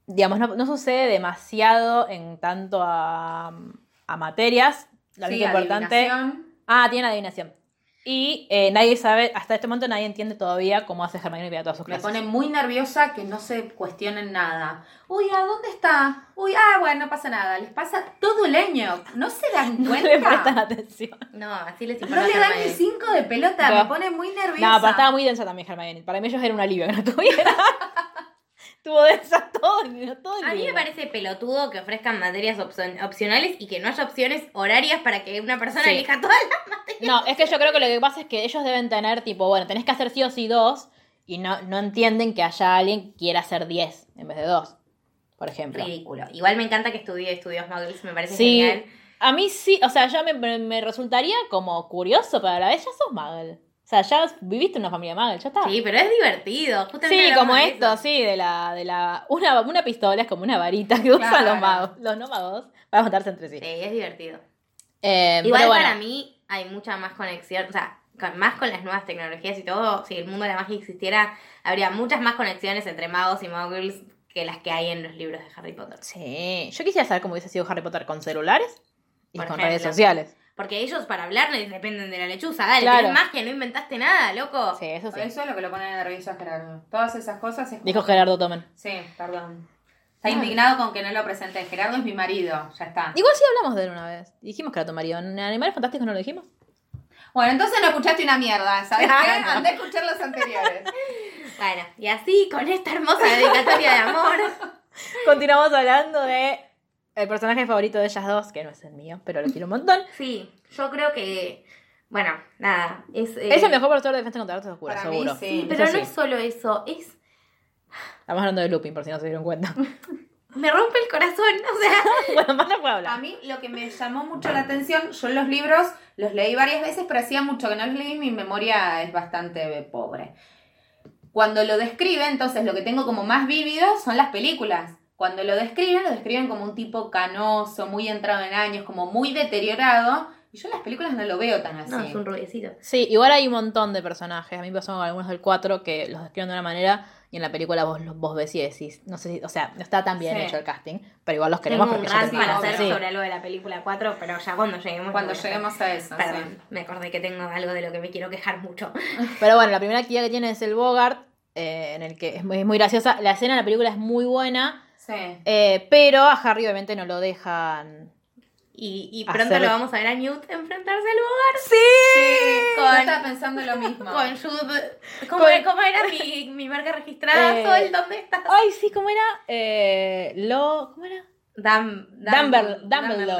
S1: Digamos, no, no sucede demasiado en tanto a, a materias. Lo
S3: Sí,
S1: único importante.
S3: adivinación.
S1: Ah, tiene adivinación. Y eh, nadie sabe, hasta este momento nadie entiende todavía cómo hace Germán y para todas sus
S3: Me
S1: clases.
S3: pone muy nerviosa que no se cuestionen nada. Uy, ¿a dónde está? Uy, ah, bueno, no pasa nada. Les pasa todo el año. ¿No se
S1: [laughs]
S3: dan
S1: No le
S3: cuenta?
S1: prestan atención.
S2: No, así les
S3: No
S2: importa.
S3: le dan
S2: Hermione.
S3: ni cinco de pelota,
S1: No.
S3: me pone muy nerviosa.
S1: No, pero estaba muy densa también Hermione. Para mí ellos era un alivio que no tuviera.
S2: [laughs]
S1: Estuvo densa todo, el- todo el
S2: A mí me
S1: libro.
S2: parece pelotudo que ofrezcan materias opcio- opcionales y que no haya opciones horarias para que una persona
S1: Sí.
S2: elija todas las.
S1: No, es que yo creo que lo que pasa es que ellos deben tener, tipo, bueno, tenés que hacer sí o sí dos y no, no entienden que haya alguien que quiera hacer diez en vez de dos, por ejemplo.
S2: Ridículo. Igual me encanta que estudie estudios muggles, me parece
S1: Sí.
S2: genial.
S1: A mí sí, o sea, ya me, me- me resultaría como curioso, pero a la vez ya sos Muggle. O sea, ya viviste en una familia Muggle, ya está.
S2: Sí, pero es divertido. Justamente
S1: Ah. Sí,
S2: hablamos
S1: como
S2: de
S1: esto,
S2: eso.
S1: sí, de la, de la. Una, una pistola es como una varita que usan
S3: Claro.
S1: los magos, los no magos, para matarse entre sí.
S2: Sí, es divertido.
S1: Eh,
S2: Igual
S1: pero bueno,
S2: para mí hay mucha más conexión, o sea, con- más con las nuevas tecnologías y todo. Si el mundo de la magia existiera, habría muchas más conexiones entre magos y muggles que las que hay en los libros de Harry Potter.
S1: Sí, yo quisiera saber cómo hubiese sido Harry Potter con celulares y
S2: Por
S1: con
S2: ejemplo.
S1: redes sociales.
S2: Porque ellos para hablar les dependen de la lechuza. Dale,
S1: Claro.
S2: tenés magia, no inventaste nada, loco.
S1: Sí, eso sí.
S3: Eso es lo que lo pone nervioso a Gerardo. Todas esas cosas es como-
S1: Dijo Gerardo Tomen.
S3: Sí, perdón. Está indignado con que no lo presente. Gerardo es mi marido, ya está.
S1: Igual sí hablamos de él una vez. Dijimos que era tu marido. En Animales Fantásticos no lo dijimos.
S3: Bueno, entonces no escuchaste una mierda, ¿sabes?
S1: [laughs]
S3: qué? Andá a escuchar los anteriores.
S2: Bueno, y así con esta hermosa dedicatoria de amor.
S1: Continuamos hablando de el personaje favorito de ellas dos, que no es el mío, pero lo quiero un montón.
S2: Sí, yo creo que Bueno, nada. Es, eh,
S1: Es el mejor profesor de defensa contra artes oscuras,
S3: para mí
S1: seguro.
S3: sí.
S2: Sí, pero
S1: Eso
S2: no es solo eso. Es
S1: Estamos hablando de Lupin, por si no se dieron cuenta. [laughs]
S2: me rompe el corazón, o sea,
S1: bueno, más no puedo
S3: A
S1: hablar.
S3: mí lo que me llamó mucho la atención, yo los libros los leí varias veces, pero hacía mucho que no los leí, mi memoria es bastante eh, pobre. Cuando lo describe, entonces lo que tengo como más vívido son las películas. Cuando lo describen, lo describen como un tipo canoso, muy entrado en años, como muy deteriorado. Y yo en las películas no lo veo tan así.
S2: no, es un rubiecito.
S1: Sí, igual hay un montón de personajes. A mí me pasó con algunos del 4 que los describen de una manera y en la película vos, los- vos ves y decís, no sé si, o sea, no está tan bien
S3: Sí.
S1: hecho el casting, pero igual los queremos
S2: Tengo un
S1: porque ya
S2: rant
S1: te
S2: para
S3: digo,
S2: hacer
S1: sí.
S2: sobre algo de la película 4, pero ya cuando lleguemos.
S3: Cuando
S2: lo voy a
S3: lleguemos a eso.
S2: hacer.
S3: sí.
S2: Perdón, me acordé que tengo algo de lo que me quiero quejar mucho.
S1: Pero bueno, la primera actividad que tiene es el Bogart, eh, en el que es muy, es muy graciosa. La escena de la película es muy buena,
S3: Sí.
S1: eh, pero a Harry obviamente no lo dejan.
S2: Y, y pronto
S1: Hacer-
S2: lo vamos a ver a Newt enfrentarse al
S3: Sí, yo
S2: Con-
S3: estaba pensando lo mismo.
S2: Bogart con Jude. ¿Cómo,
S1: Con-
S2: era- cómo era mi, mi marca registrada?
S1: [laughs] Eh,
S2: Sol, ¿dónde estás?
S1: Ay, sí, ¿cómo era? Eh, lo, ¿Cómo era?
S2: Dam,
S1: Dumbledore.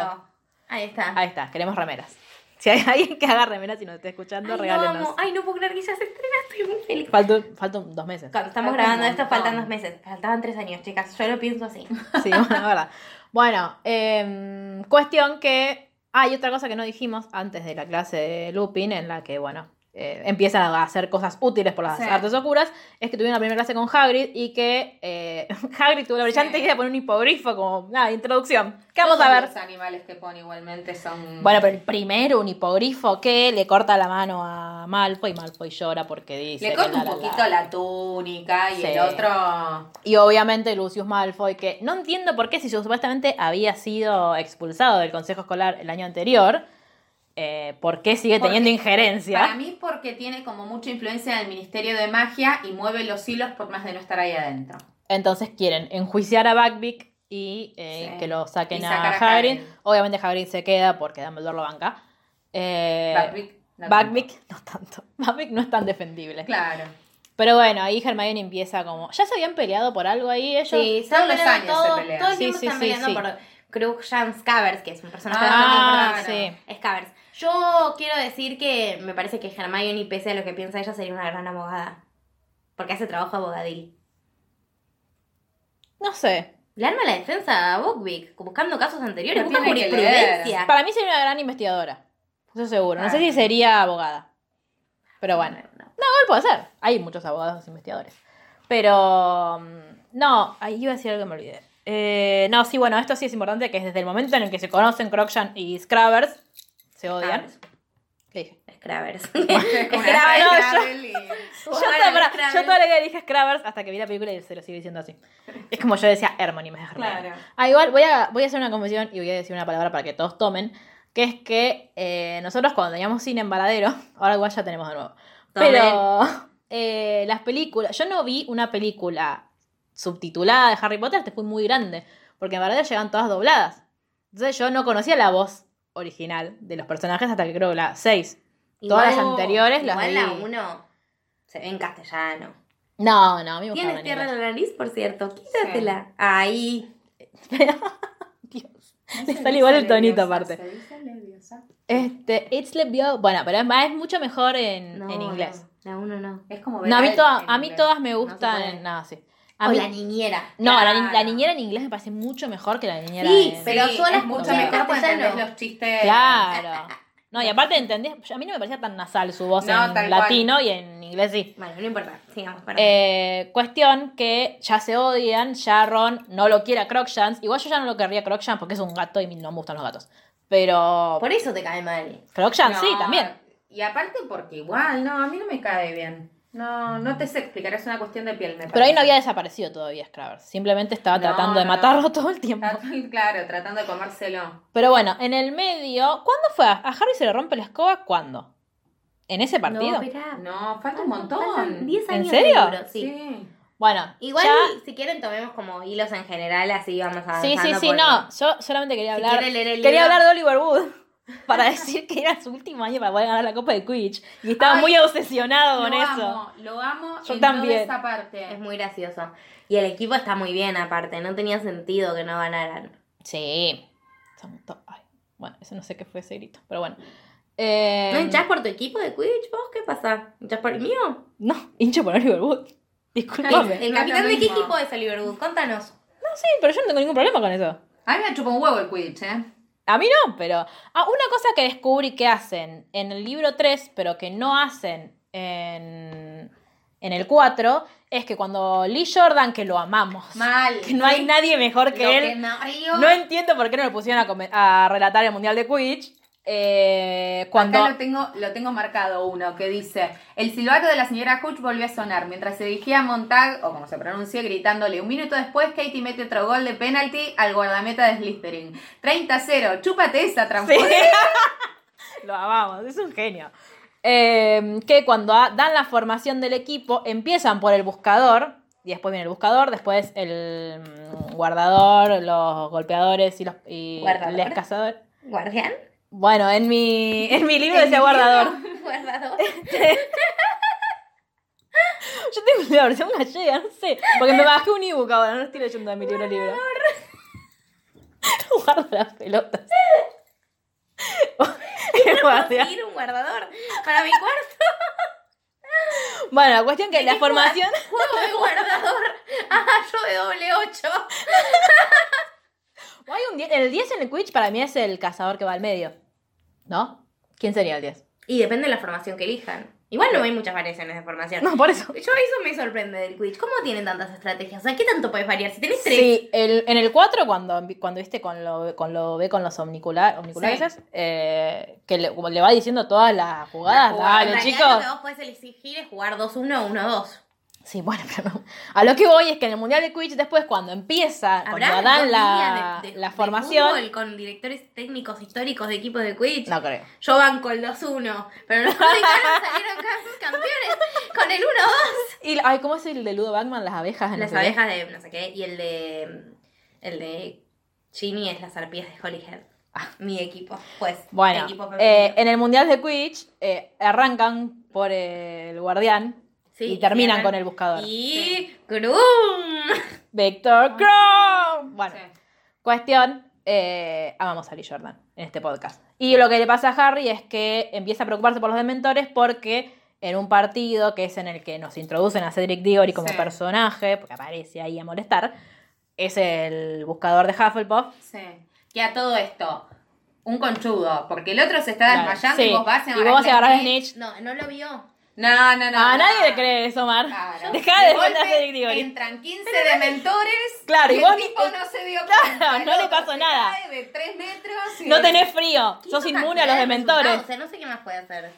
S2: Ahí está.
S1: Ahí está, queremos remeras. Si hay alguien que haga remeras y nos está escuchando,
S2: Ay, no,
S1: regálenos.
S2: amo. Ay, no puedo creer que ya se estrena, estoy muy feliz.
S1: Faltan faltan dos meses.
S2: Cuando estamos
S3: Falta
S2: grabando
S3: un
S2: esto
S3: montón.
S2: faltan dos meses, faltaban tres años, chicas, yo lo pienso así.
S1: Sí, [laughs] bueno, la verdad. Bueno, em, cuestión que. Hay otra cosa que no dijimos antes de la clase de Lupin, en la que, bueno, eh, empiezan a hacer cosas útiles por las
S3: Sí.
S1: artes oscuras, es que tuvieron la primera clase con Hagrid y que eh, [laughs] Hagrid tuvo la brillante
S3: Sí.
S1: idea de poner un hipogrifo como, nada, introducción. ¿Qué vamos a
S3: Todos
S1: ver?
S3: Los animales que pone igualmente son.
S1: Bueno, pero el primero, un hipogrifo que le corta la mano a Malfoy y Malfoy llora porque dice.
S3: le
S1: que
S3: corta
S1: la,
S3: un
S1: la, la.
S3: poquito la túnica y
S1: Sí.
S3: el otro.
S1: Y obviamente Lucius Malfoy, que no entiendo por qué, si supuestamente había sido expulsado del Consejo Escolar el año anterior, eh, ¿por qué sigue
S3: Porque
S1: teniendo injerencia?
S3: Para mí porque tiene como mucha influencia del Ministerio de Magia y mueve los hilos por más de no estar ahí adentro.
S1: Entonces quieren enjuiciar a Buckbeak y eh,
S3: Sí.
S1: que lo saquen
S3: Y
S1: a
S3: sacar a
S1: Hagrid.
S3: Hagrid.
S1: Obviamente Hagrid se queda porque Dumbledore lo banca. Eh,
S3: Buckbeak, no
S1: Buckbeak no tanto. [laughs] Buckbeak no es tan defendible.
S3: tanto. Claro.
S1: Pero bueno, ahí Hermione empieza como... ¿Ya se habían peleado por algo ahí ellos?
S2: Sí, están
S3: todos los
S2: peleando
S3: años se
S2: todo,
S3: pelean.
S2: Todo el
S1: Sí,
S2: tiempo
S1: sí,
S2: están
S1: sí,
S2: peleando
S1: sí.
S2: por Cruikshank Scabbers, que es un personaje
S1: Ah,
S2: bastante importante.
S1: sí.
S2: Scabbers. Yo quiero decir que me parece que Hermione, pese a lo que piensa ella, sería una gran abogada. Porque hace trabajo abogadil.
S1: No sé.
S2: Le arma la defensa a Buckbeak, buscando casos anteriores,
S3: No
S2: busca
S3: tiene que leer.
S2: jurisprudencia.
S1: Para mí sería una gran investigadora. Eso seguro. No sé
S3: Ah.
S1: si sería abogada. Pero bueno, igual puede ser. Hay muchos abogados investigadores. Pero. mm, No, ahí iba a decir algo que me olvidé. Eh, no, sí, bueno, esto sí es importante: que es desde el momento en el que se conocen Crocshan y Scrabbers, se odian.
S2: Scabbers.
S1: ¿Qué dije?
S2: Scrabbers. [laughs]
S3: Como
S2: Scrabbers.
S3: una
S1: no, yo-
S3: Scrabble y-
S1: Yo,
S2: Jugar
S1: toda,
S2: al
S1: pará,
S2: Scrabbers.
S1: yo toda la vida dije Scrabbers hasta que vi la película y se lo sigo diciendo así. Es como yo decía Hermione, me
S3: Claro.
S1: Ah, igual voy a, voy a hacer una confesión y voy a decir una palabra para que todos tomen, que es que eh, nosotros cuando teníamos cine en Varadero, [laughs] ahora igual ya tenemos de nuevo,
S2: Tomen.
S1: pero eh, las películas, yo no vi una película subtitulada de Harry Potter, te fui muy grande, porque en Varadero llegan todas dobladas. Entonces yo no conocía la voz original de los personajes hasta que creo que la 6. Todas las anteriores las
S2: igual
S1: vi.
S2: la 1 se ve en castellano.
S1: No, no, a mí me gustaba
S2: Tienes tierra en la nariz, por cierto. Quítatela.
S3: Quítatela.
S2: Ahí.
S1: Dios. Le sale igual el tonito
S3: Leviosa,
S1: aparte.
S3: se dice leviosa.
S1: Este, It's Leviosa. Bueno, pero es, es mucho mejor en, en inglés.
S2: la uno no.
S3: Es como
S1: No, a mí,
S3: Betel
S1: toda-
S3: en
S1: a mí
S3: inglés.
S1: todas me
S2: No
S1: gustan.
S2: se puede.
S1: nada, sí. A
S2: O
S1: mí-
S2: la niñera.
S1: no, la, ni- la
S3: claro.
S1: niñera en inglés me parece mucho mejor que la niñera
S2: Sí,
S1: en-
S2: pero yo la
S3: es mucho
S2: escuché en
S3: mejor cuando
S2: castellano.
S3: entendés los chistes.
S1: Claro. No, y aparte, ¿entendés? A mí no me parecía tan nasal su voz
S3: No,
S1: en
S3: tal
S1: latino y en inglés sí.
S2: Bueno, no importa. Sigamos. perdón.
S1: Eh, cuestión que ya se odian, ya Ron no lo quiere a Crookshanks. Igual yo ya no lo querría a Crookshanks porque es un gato y no me gustan los gatos. Pero...
S2: por eso te cae mal.
S1: Crookshanks sí,
S3: No,
S1: también.
S3: Y aparte porque igual, no, a mí no me cae bien. No, no te sé explicar, es una cuestión de piel, me
S1: Pero ahí no
S3: parece.
S1: había desaparecido todavía Scrabbers. Simplemente estaba
S3: No,
S1: tratando de
S3: no,
S1: matarlo
S3: no.
S1: todo el tiempo.
S3: Trat- Claro, tratando [laughs] de comérselo.
S1: Pero bueno, en el medio. ¿Cuándo fue? ¿A Harry se le rompe la escoba? ¿Cuándo? ¿En ese partido?
S2: No, esperá.
S3: No, falta un
S2: Faltan
S3: montón.
S2: 10
S1: ¿En
S2: años
S1: serio?
S2: de libro, sí.
S3: Sí.
S1: Bueno,
S2: Igual,
S1: ya-
S2: si quieren, tomemos como hilos en general, así vamos a
S1: Sí, sí, sí, no. Yo solamente quería
S2: Si
S1: hablar.
S2: quiere leer el
S1: quería
S2: libro.
S1: hablar de Oliver Wood.
S2: [laughs]
S1: Para decir que era su último año para poder ganar la Copa de Quidditch. Y estaba
S3: Ay,
S1: muy obsesionado con
S3: lo
S1: eso.
S3: amo, lo amo
S1: Yo
S3: en
S1: también.
S3: toda esa parte.
S2: Es muy gracioso. Y el equipo está muy bien, aparte. No tenía sentido que no ganaran.
S1: Sí. Son to- Ay, bueno, eso no sé qué fue ese grito. Pero bueno. Eh,
S2: ¿No hinchás por tu equipo de Quidditch vos? ¿Qué pasa? ¿Hinchás por el mío?
S1: No, hincho por Oliver Wood.
S2: ¿El,
S1: Disculpame.
S2: el
S3: no es
S2: capitán
S3: lo
S2: de qué
S3: mismo.
S2: equipo es Oliver Wood? Contanos.
S1: Sí, pero yo no tengo ningún problema con eso.
S3: A mí me chupa un huevo el Quidditch, ¿eh?
S1: A mí no, pero. Ah, una cosa que descubrí que hacen en el libro 3, pero que no hacen en, en el 4, es que cuando Lee Jordan, que lo amamos,
S3: Mal.
S1: que no hay nadie mejor que
S3: Lo
S1: él,
S3: que no río.
S1: no entiendo por qué no lo pusieron a, come- a relatar el Mundial de Quidditch. eh, cuando.
S3: Acá lo tengo, lo tengo marcado uno que dice: El silbato de la señora Hutch volvió a sonar mientras se dirigía a Montag, o como se pronuncie, gritándole. Un minuto después, Katie mete otro gol de penalti al guardameta de Slytherin. 30-0. Chúpate esa,
S1: Sí.
S3: tramposa.
S1: Lo amamos, es un genio. Eh, que cuando a- dan la formación del equipo, empiezan por el buscador, y después viene el buscador, después el mm, guardador, los golpeadores y los y
S2: ¿Guardador?
S1: les cazador.
S2: ¿Guardián?
S1: Bueno, en mi, [laughs] en mi libro decía guardador.
S2: [laughs] Guardador.
S1: Yo tengo la versión gallega, no sé. Porque me bajé un ebook ahora, no estoy leyendo de mi libro libro. [laughs] Guardo las pelotas. [laughs] El guardián.
S2: Ir un guardador para mi cuarto.
S1: Bueno, la cuestión que la
S2: qué
S1: formación.
S2: [laughs] Juego de guardador. [laughs] Ah, yo de doble ocho.
S1: O Hay un 10. El 10 en el Quidditch para mí es el cazador que va al medio. ¿No? ¿Quién sería el 10?
S2: [laughs] Y depende de la formación que elijan. Igual no hay muchas variaciones de formación.
S1: No, por eso.
S2: [laughs] Yo eso me sorprende del Quidditch. ¿Cómo tienen tantas estrategias? O sea, ¿qué tanto puedes variar? Si tenés tres.
S1: Sí, el- en el 4, cuando, cuando viste con lo, con lo ve con los omnicula- omniculares, eh, que le, como le va diciendo todas las jugadas,
S2: Jugar- en
S1: dale,
S2: realidad
S1: chicos.
S2: Lo que vos podés exigir es jugar 2-1, 1-2.
S1: Sí, bueno, [laughs] pero no. A lo que voy es que en el Mundial de Quidditch después, cuando empieza,
S2: ¿Habrá
S1: cuando dan
S2: dos
S1: la,
S2: líneas de- de-
S1: la
S2: de
S1: formación.
S2: fútbol con directores técnicos históricos de equipos de Quidditch?
S1: no creo.
S2: Yo banco el 2-1, pero los
S1: [laughs]
S2: mexicanos salieron ca- campeones con el 1-2.
S1: Y, ay, ¿cómo es el de Ludo Bagman? Las abejas. no
S2: Las
S1: sé qué?
S2: abejas de no sé qué y el de el de Chini es las arpías de Holyhead. mi equipo, pues.
S1: Ah. Bueno,
S2: equipo
S1: eh,
S2: femenino.
S1: en el Mundial de Quidditch eh, arrancan por el guardián
S2: Sí,
S1: y terminan
S2: cierran.
S1: con el buscador.
S2: Y ¡grum!
S1: Victor Krum. Bueno,
S3: Ah. Sí.
S1: cuestión, eh, amamos a Lee Jordan en este podcast. Y lo que le pasa a Harry es que empieza a preocuparse por los dementores porque en un partido que es en el que nos introducen a Cedric Diggory como
S3: Sí.
S1: personaje, porque aparece ahí a molestar, es el buscador de Hufflepuff.
S3: Sí. Que a todo esto, un conchudo, porque el otro se está
S1: Claro,
S3: desmayando
S1: sí.
S3: y vos vas a
S1: Y vos vas a agarrar a Snitch.
S2: No, no lo vio.
S3: No, no, no.
S1: A
S3: no.
S1: nadie le cree eso, Mar.
S3: Claro.
S1: Deja de
S3: golpe
S1: defender a Cedric Diggory.
S3: Entran 15 dementores.
S1: Claro,
S3: y,
S1: y vos-
S3: el tipo no se dio
S1: Claro,
S3: cuenta. El
S1: no le
S3: otro
S1: pasó
S3: se
S1: nada.
S3: cae de 3 metros. y-
S1: No tenés frío, sos
S2: Quiso
S1: inmune a los
S2: cancelar el
S1: dementores.
S2: resultado, O sea, no sé qué más puede hacer.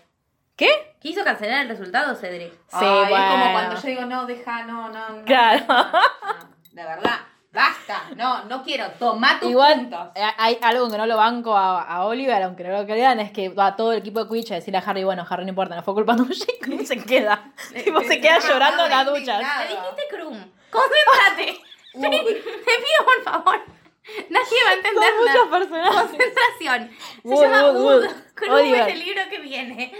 S1: ¿Qué?
S2: Quiso cancelar el resultado, Cedric.
S3: Ay, es como cuando yo digo, no, deja, no, no. no
S1: Claro.
S3: no, no, de verdad, basta. No, no quiero. Tomá tus
S1: Igual
S3: puntos.
S1: eh, hay algo que no lo banco a, a Oliver, aunque no lo crean, es que va todo el equipo de Quidditch a decirle a Harry, bueno, Harry no importa, no fue culpa [laughs] tuya, y Krum se queda. tipo, se queda
S3: se
S1: llorando en
S3: agarra
S1: la
S3: de
S1: ducha.
S3: indignado.
S2: Me dijiste Krum. Concéntrate. [laughs] Te pido, por favor. Nadie va a
S1: Son
S2: entender
S1: muchos
S2: nada.
S1: personajes.
S2: Concentración. Se
S1: Wood,
S2: llama
S1: Wood,
S2: Wood.
S1: Wood.
S2: Krum
S1: Oliver.
S2: es el libro que viene.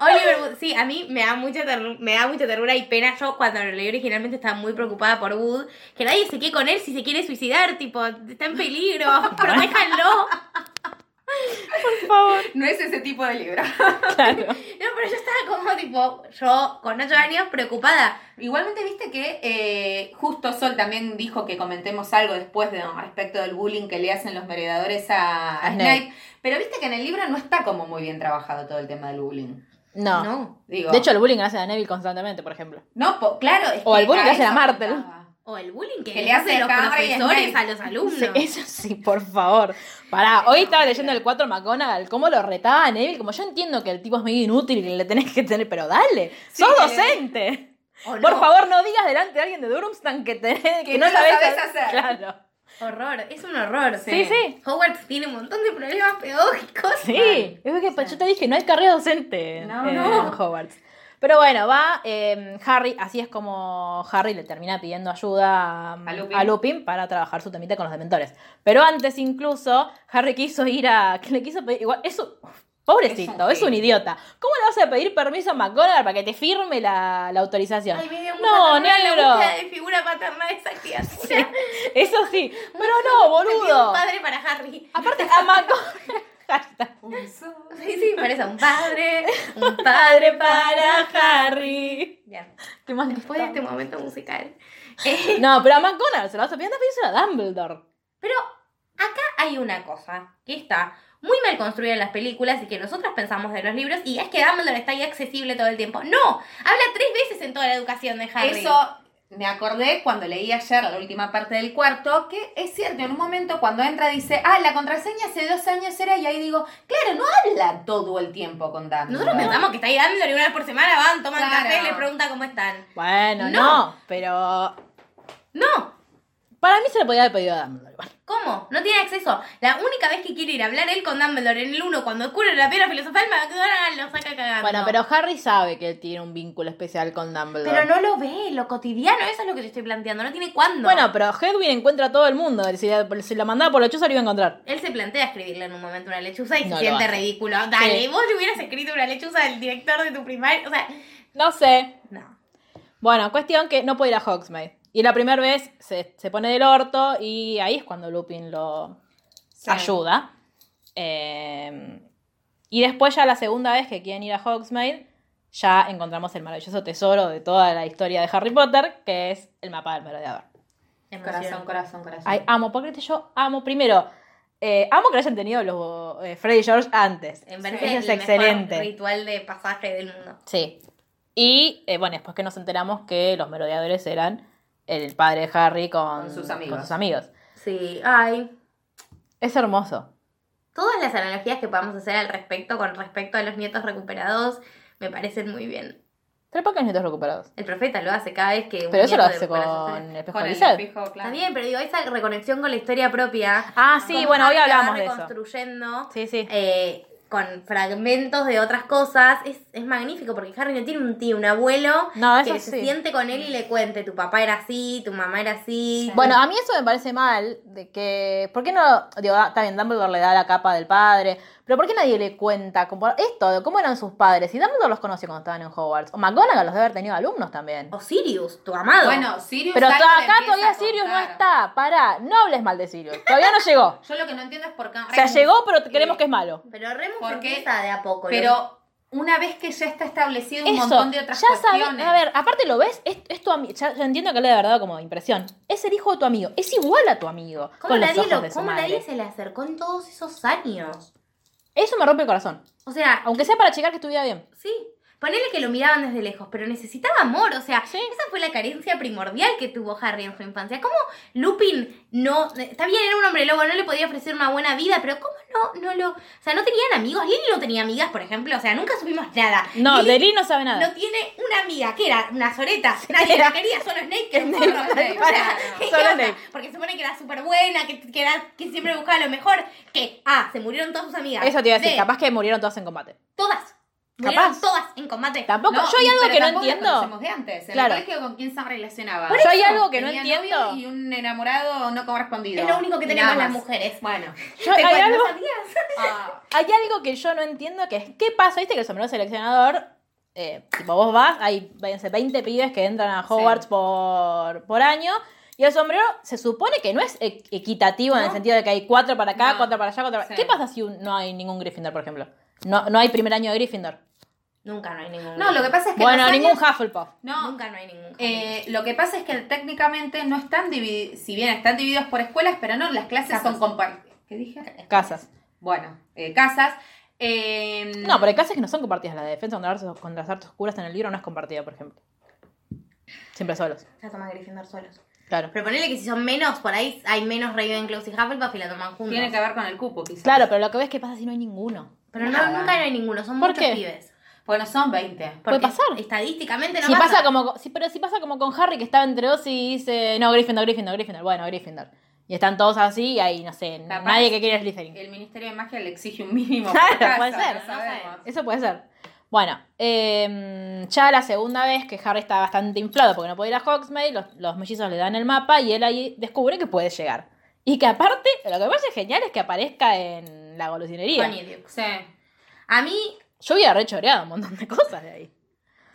S2: Oliver Wood. Sí, a mí me da mucha terru- me da mucha ternura y pena. Yo cuando lo leí originalmente estaba muy preocupada por Wood. Que nadie se quede con él si se quiere suicidar, tipo, está en peligro. Protéjanlo.
S1: Por
S2: [laughs]
S1: favor.
S3: No es ese tipo de libro.
S1: Claro.
S2: No, pero yo estaba como tipo, yo con ocho años preocupada.
S3: Igualmente viste que eh, justo Sol también dijo que comentemos algo después de, respecto del bullying que le hacen los meredadores a, a
S1: A Snape.
S3: Snape. Pero viste que en el libro no está como muy bien trabajado todo el tema del bullying.
S1: No.
S3: Digo,
S1: De hecho, el bullying hace a Neville constantemente, por ejemplo.
S3: no, po- claro. es
S1: o el bullying
S3: a
S1: que hacen a
S3: eso
S1: Martel.
S3: apuntaba.
S2: O "Oh, el bullying que,
S3: Que
S2: le
S3: le hace
S2: hacen los
S3: Carrie
S2: profesores
S3: Snape.
S2: a los alumnos.
S1: Sí, eso sí, por favor. Pará, hoy estaba leyendo el 4 McGonagall, cómo lo retaba a Neville, como yo entiendo que el tipo es medio inútil y que le tenés que tener, pero dale,
S3: Sí,
S1: sos
S3: que-
S1: docente.
S2: ¿O no?
S1: Por favor, no digas delante de alguien de Durmstrang que, te, que,
S3: Que
S1: no
S3: no lo
S1: sabes
S3: sabes hacer.
S1: Claro.
S2: Horror, es un horror.
S1: Sí, sí.
S2: Hogwarts tiene un montón de problemas pedagógicos.
S1: Sí, es que yo te dije, no hay carrera docente en-
S3: No,
S1: en,
S3: no.
S1: Hogwarts. Pero bueno, va eh, Harry, así es como Harry le termina pidiendo ayuda a,
S3: A Lupin.
S1: a Lupin para trabajar su temita con los dementores. Pero antes incluso, Harry quiso ir a... que le quiso pedir? Igual, es un- Pobrecito, es un,
S3: Es un
S1: idiota. ¿Cómo le vas a pedir permiso a McGonagall para que te firme la, la autorización?
S2: Ay, me dio mucha
S1: no,
S2: ternura la
S1: negro.
S2: búsqueda de figura paterna de esa criatura.
S1: Eso sí. Pero no,
S2: Sentí un
S1: boludo.
S2: padre para Harry.
S1: Aparte, a McGonagall. [laughs] Hashtag.
S3: Un
S2: Sí, sí, parece un padre, un padre para
S1: Harry.
S2: Bien,
S1: Qué mal que
S2: después de
S1: está.
S2: este momento musical. Eh,
S1: No, pero a McGonagall se la vas a pedir a Dumbledore.
S2: pero acá hay una cosa que está muy mal construida en las películas y que nosotros pensamos de los libros y es que Dumbledore está ahí accesible todo el tiempo. ¡No! Habla tres veces en toda la educación de Harry.
S3: Eso me acordé cuando leí ayer la última parte del cuarto, que es cierto, en un momento cuando entra dice, ah, la contraseña hace dos años era, y ahí digo, claro, no habla todo el tiempo con Dumbledore.
S2: Nosotros pensamos que está ahí Dumbledore y una vez por semana van, toman
S3: Claro.
S2: café y le preguntan cómo están.
S1: Bueno, no,
S2: No.
S1: pero
S2: ¡No!
S1: para mí se la podía haber pedido a Dumbledore. igual.
S2: ¿Cómo? No tiene acceso. La única vez que quiere ir a hablar él con Dumbledore en el 1 cuando ocurre la piedra filosofal, McDonald's ah, lo saca cagando.
S1: Bueno, pero Harry sabe que él tiene un vínculo especial con Dumbledore.
S2: Pero no lo ve, lo cotidiano, eso es lo que te estoy planteando, no tiene cuándo.
S1: Bueno, pero Hedwig encuentra a todo el mundo. Si la, si la mandaba por la chuza, lo iba a encontrar.
S2: él se plantea escribirle en un momento una lechuza y
S1: No lo
S2: se siente
S1: hace.
S2: ridículo. Dale,
S1: Sí.
S2: vos le hubieras escrito una lechuza al director de tu primaria, o sea,
S1: No sé.
S2: no.
S1: Bueno, cuestión que no puede ir a Hogsmeade. Y la primera vez se, se pone del orto y ahí es cuando Lupin lo ayuda. Eh, y después ya la segunda vez que quieren ir a Hogsmeade, ya encontramos el maravilloso tesoro de toda la historia de Harry Potter, que es el mapa del merodeador.
S3: Corazón, corazón, corazón.
S1: Ay, amo, porque este yo amo primero. eh, amo que lo hayan tenido los eh, Freddy y George antes.
S2: En
S1: Eso
S2: verdad
S1: es
S2: el
S1: excelente.
S2: mejor ritual de pasaje del mundo.
S1: Sí. Y eh, bueno, después que nos enteramos que los merodeadores eran el padre de Harry con,
S3: Con sus amigos.
S1: con sus amigos.
S2: Sí, ay,
S1: Es hermoso.
S2: todas las analogías que podamos hacer al respecto con respecto a los nietos recuperados me parecen muy bien.
S1: Pero ¿por qué los nietos recuperados?
S2: El profeta lo hace cada vez que un
S1: Pero eso lo
S2: nieto
S1: hace con el
S2: recupera sus-
S1: espejo
S3: Con
S1: de
S3: el
S1: Lizard.
S3: espejo, claro.
S2: Está bien, pero digo, esa reconexión con la historia propia.
S1: Ah, sí,
S2: cómo
S1: bueno, hoy
S2: Harry la va
S1: hablamos de eso.
S2: reconstruyendo,
S1: Sí, sí.
S2: eh, con fragmentos de otras cosas. Es, es magnífico porque Harry no tiene un tío, un abuelo
S1: No, eso
S2: que se
S1: sí.
S2: siente con él y le cuente: tu papá era así, tu mamá era así.
S1: Bueno, a mí eso me parece mal, de que, ¿por qué no, digo, ah, está bien, Dumbledore le da la capa del padre, pero ¿por qué nadie le cuenta como- esto, de cómo eran sus padres? Y Dumbledore los conoció cuando estaban en Hogwarts, o McGonagall los debe haber tenido alumnos también.
S2: o Sirius, tu amado.
S3: Bueno, Sirius
S1: Pero
S3: Black
S1: to-
S3: le
S1: acá
S3: empieza
S1: todavía
S3: a
S1: Sirius no
S3: contar.
S1: está, pará, no hables mal de Sirius, todavía no llegó.
S3: Yo lo que no entiendo es por qué...
S1: O sea, llegó, pero queremos que es malo.
S2: pero Remus
S3: Porque-
S2: empieza de a poco. ¿no?
S3: Pero una vez que ya está establecido un
S1: Eso,
S3: montón de otras
S1: ya sabe-
S3: cuestiones.
S1: a ver, aparte lo ves, es, es tu ami- ya, ya entiendo que le he dado como impresión, es el hijo de tu amigo, es igual a tu amigo,
S2: ¿Cómo,
S1: con los
S2: nadie,
S1: ojos
S2: lo-
S1: de su
S2: cómo
S1: madre.
S2: nadie se le acercó en todos esos años?
S1: Eso me rompe el corazón,
S2: O sea,
S1: aunque sea para checar que estuviera bien.
S2: Sí, ponele que lo miraban desde lejos, pero necesitaba amor, o sea,
S1: Sí.
S2: esa fue la carencia primordial que tuvo Harry en su infancia. ¿Cómo Lupin no, está bien, era un hombre lobo, no le podía ofrecer una buena vida, pero cómo no, no lo, o sea, no tenían amigos, Lily no tenía amigas, por ejemplo, o sea, nunca supimos nada.
S1: No,
S2: Lily
S1: de Lee no sabe nada.
S2: no tiene una amiga, que era una soreta, nadie la
S1: [laughs]
S2: quería, solo Snape, que era un forro. O sea, ¿qué
S1: Solo
S2: onda?
S1: Snape.
S2: Porque se supone que era súper buena, que, que era, que siempre buscaba lo mejor, que, ah, se murieron todas sus amigas.
S1: Eso te iba a decir,
S2: B,
S1: capaz que murieron todas en combate.
S2: Todas. Murieron
S1: Capaz.
S2: todas en combate.
S1: Tampoco, yo hay algo
S3: pero
S1: que no
S3: tampoco las
S1: entiendo.
S3: conocemos de antes. En
S1: Claro.
S3: el colegio con quién se relacionaba.
S1: Yo hay algo que no
S3: Tenía
S1: entiendo.
S3: novio Y un enamorado no correspondido.
S2: Es lo único que
S3: Y
S2: tenemos
S3: nada
S2: las
S3: más.
S2: mujeres.
S3: Bueno.
S1: Yo- [laughs] hay,
S2: cuento,
S1: algo,
S2: ¿sabías?
S3: Ah,
S1: hay algo que yo no entiendo que es ¿qué pasa? Viste que el sombrero seleccionador, eh, tipo vos vas, hay váyanse, 20 pibes que entran a Hogwarts por, por año. Y el sombrero se supone que no es e- equitativo en el sentido de que hay cuatro para acá,
S3: No.
S1: cuatro para allá, cuatro para...
S3: Sí.
S1: ¿Qué pasa si un- no hay ningún Gryffindor, por ejemplo? No, no hay primer año de Gryffindor.
S2: Nunca no hay ningún.
S3: No, lo que pasa es que.
S1: Bueno,
S3: los
S1: ningún
S3: años-
S1: Hufflepuff.
S3: No,
S2: Nunca no hay ningún.
S3: eh, lo que pasa es que técnicamente no están divididos. Si bien están divididos por escuelas, pero no, las clases son compartidas. ¿Qué dije?
S1: Casas.
S3: Bueno, eh, casas. Eh,
S1: No, pero hay casas que no son compartidas. La de defensa contra las artes, contra las artes oscuras en el libro no es compartida, por ejemplo. Siempre solos.
S2: Ya toman Gryffindor solos.
S1: Claro.
S2: Pero ponele que si son menos, por ahí hay menos Ravenclaws y Hufflepuff y la toman juntos.
S3: Tiene que ver con el cupo, quizás.
S1: Claro, pero lo que ves que pasa si no hay ninguno.
S2: Pero no,
S3: Nada.
S2: nunca no hay ninguno, son
S1: ¿Por
S2: muchos
S1: qué?
S2: pibes.
S3: Bueno, son 20.
S1: Puede
S2: Porque
S1: pasar.
S2: Estadísticamente no
S1: si pasa, como si- pero si pasa como con Harry que estaba entre dos y dice, no, Gryffindor, Gryffindor, Gryffindor, bueno, Gryffindor. Y están todos así y ahí, no sé,
S3: Capaz.
S1: nadie que quiera Slytherin.
S3: El Ministerio de Magia le exige un mínimo.
S1: Claro,
S3: por casa,
S1: puede ser.
S3: no sabemos.
S1: Eso puede ser. Bueno, eh, ya la segunda vez que Harry está bastante inflado porque no puede ir a Hogsmeade, los, los mellizos le dan el mapa y él ahí descubre que puede llegar. Y que aparte, lo que me parece genial es que aparezca en la golosinería.
S2: Con Idiox.
S3: Sí.
S2: A mí,
S1: Yo hubiera rechoreado un montón de cosas de ahí.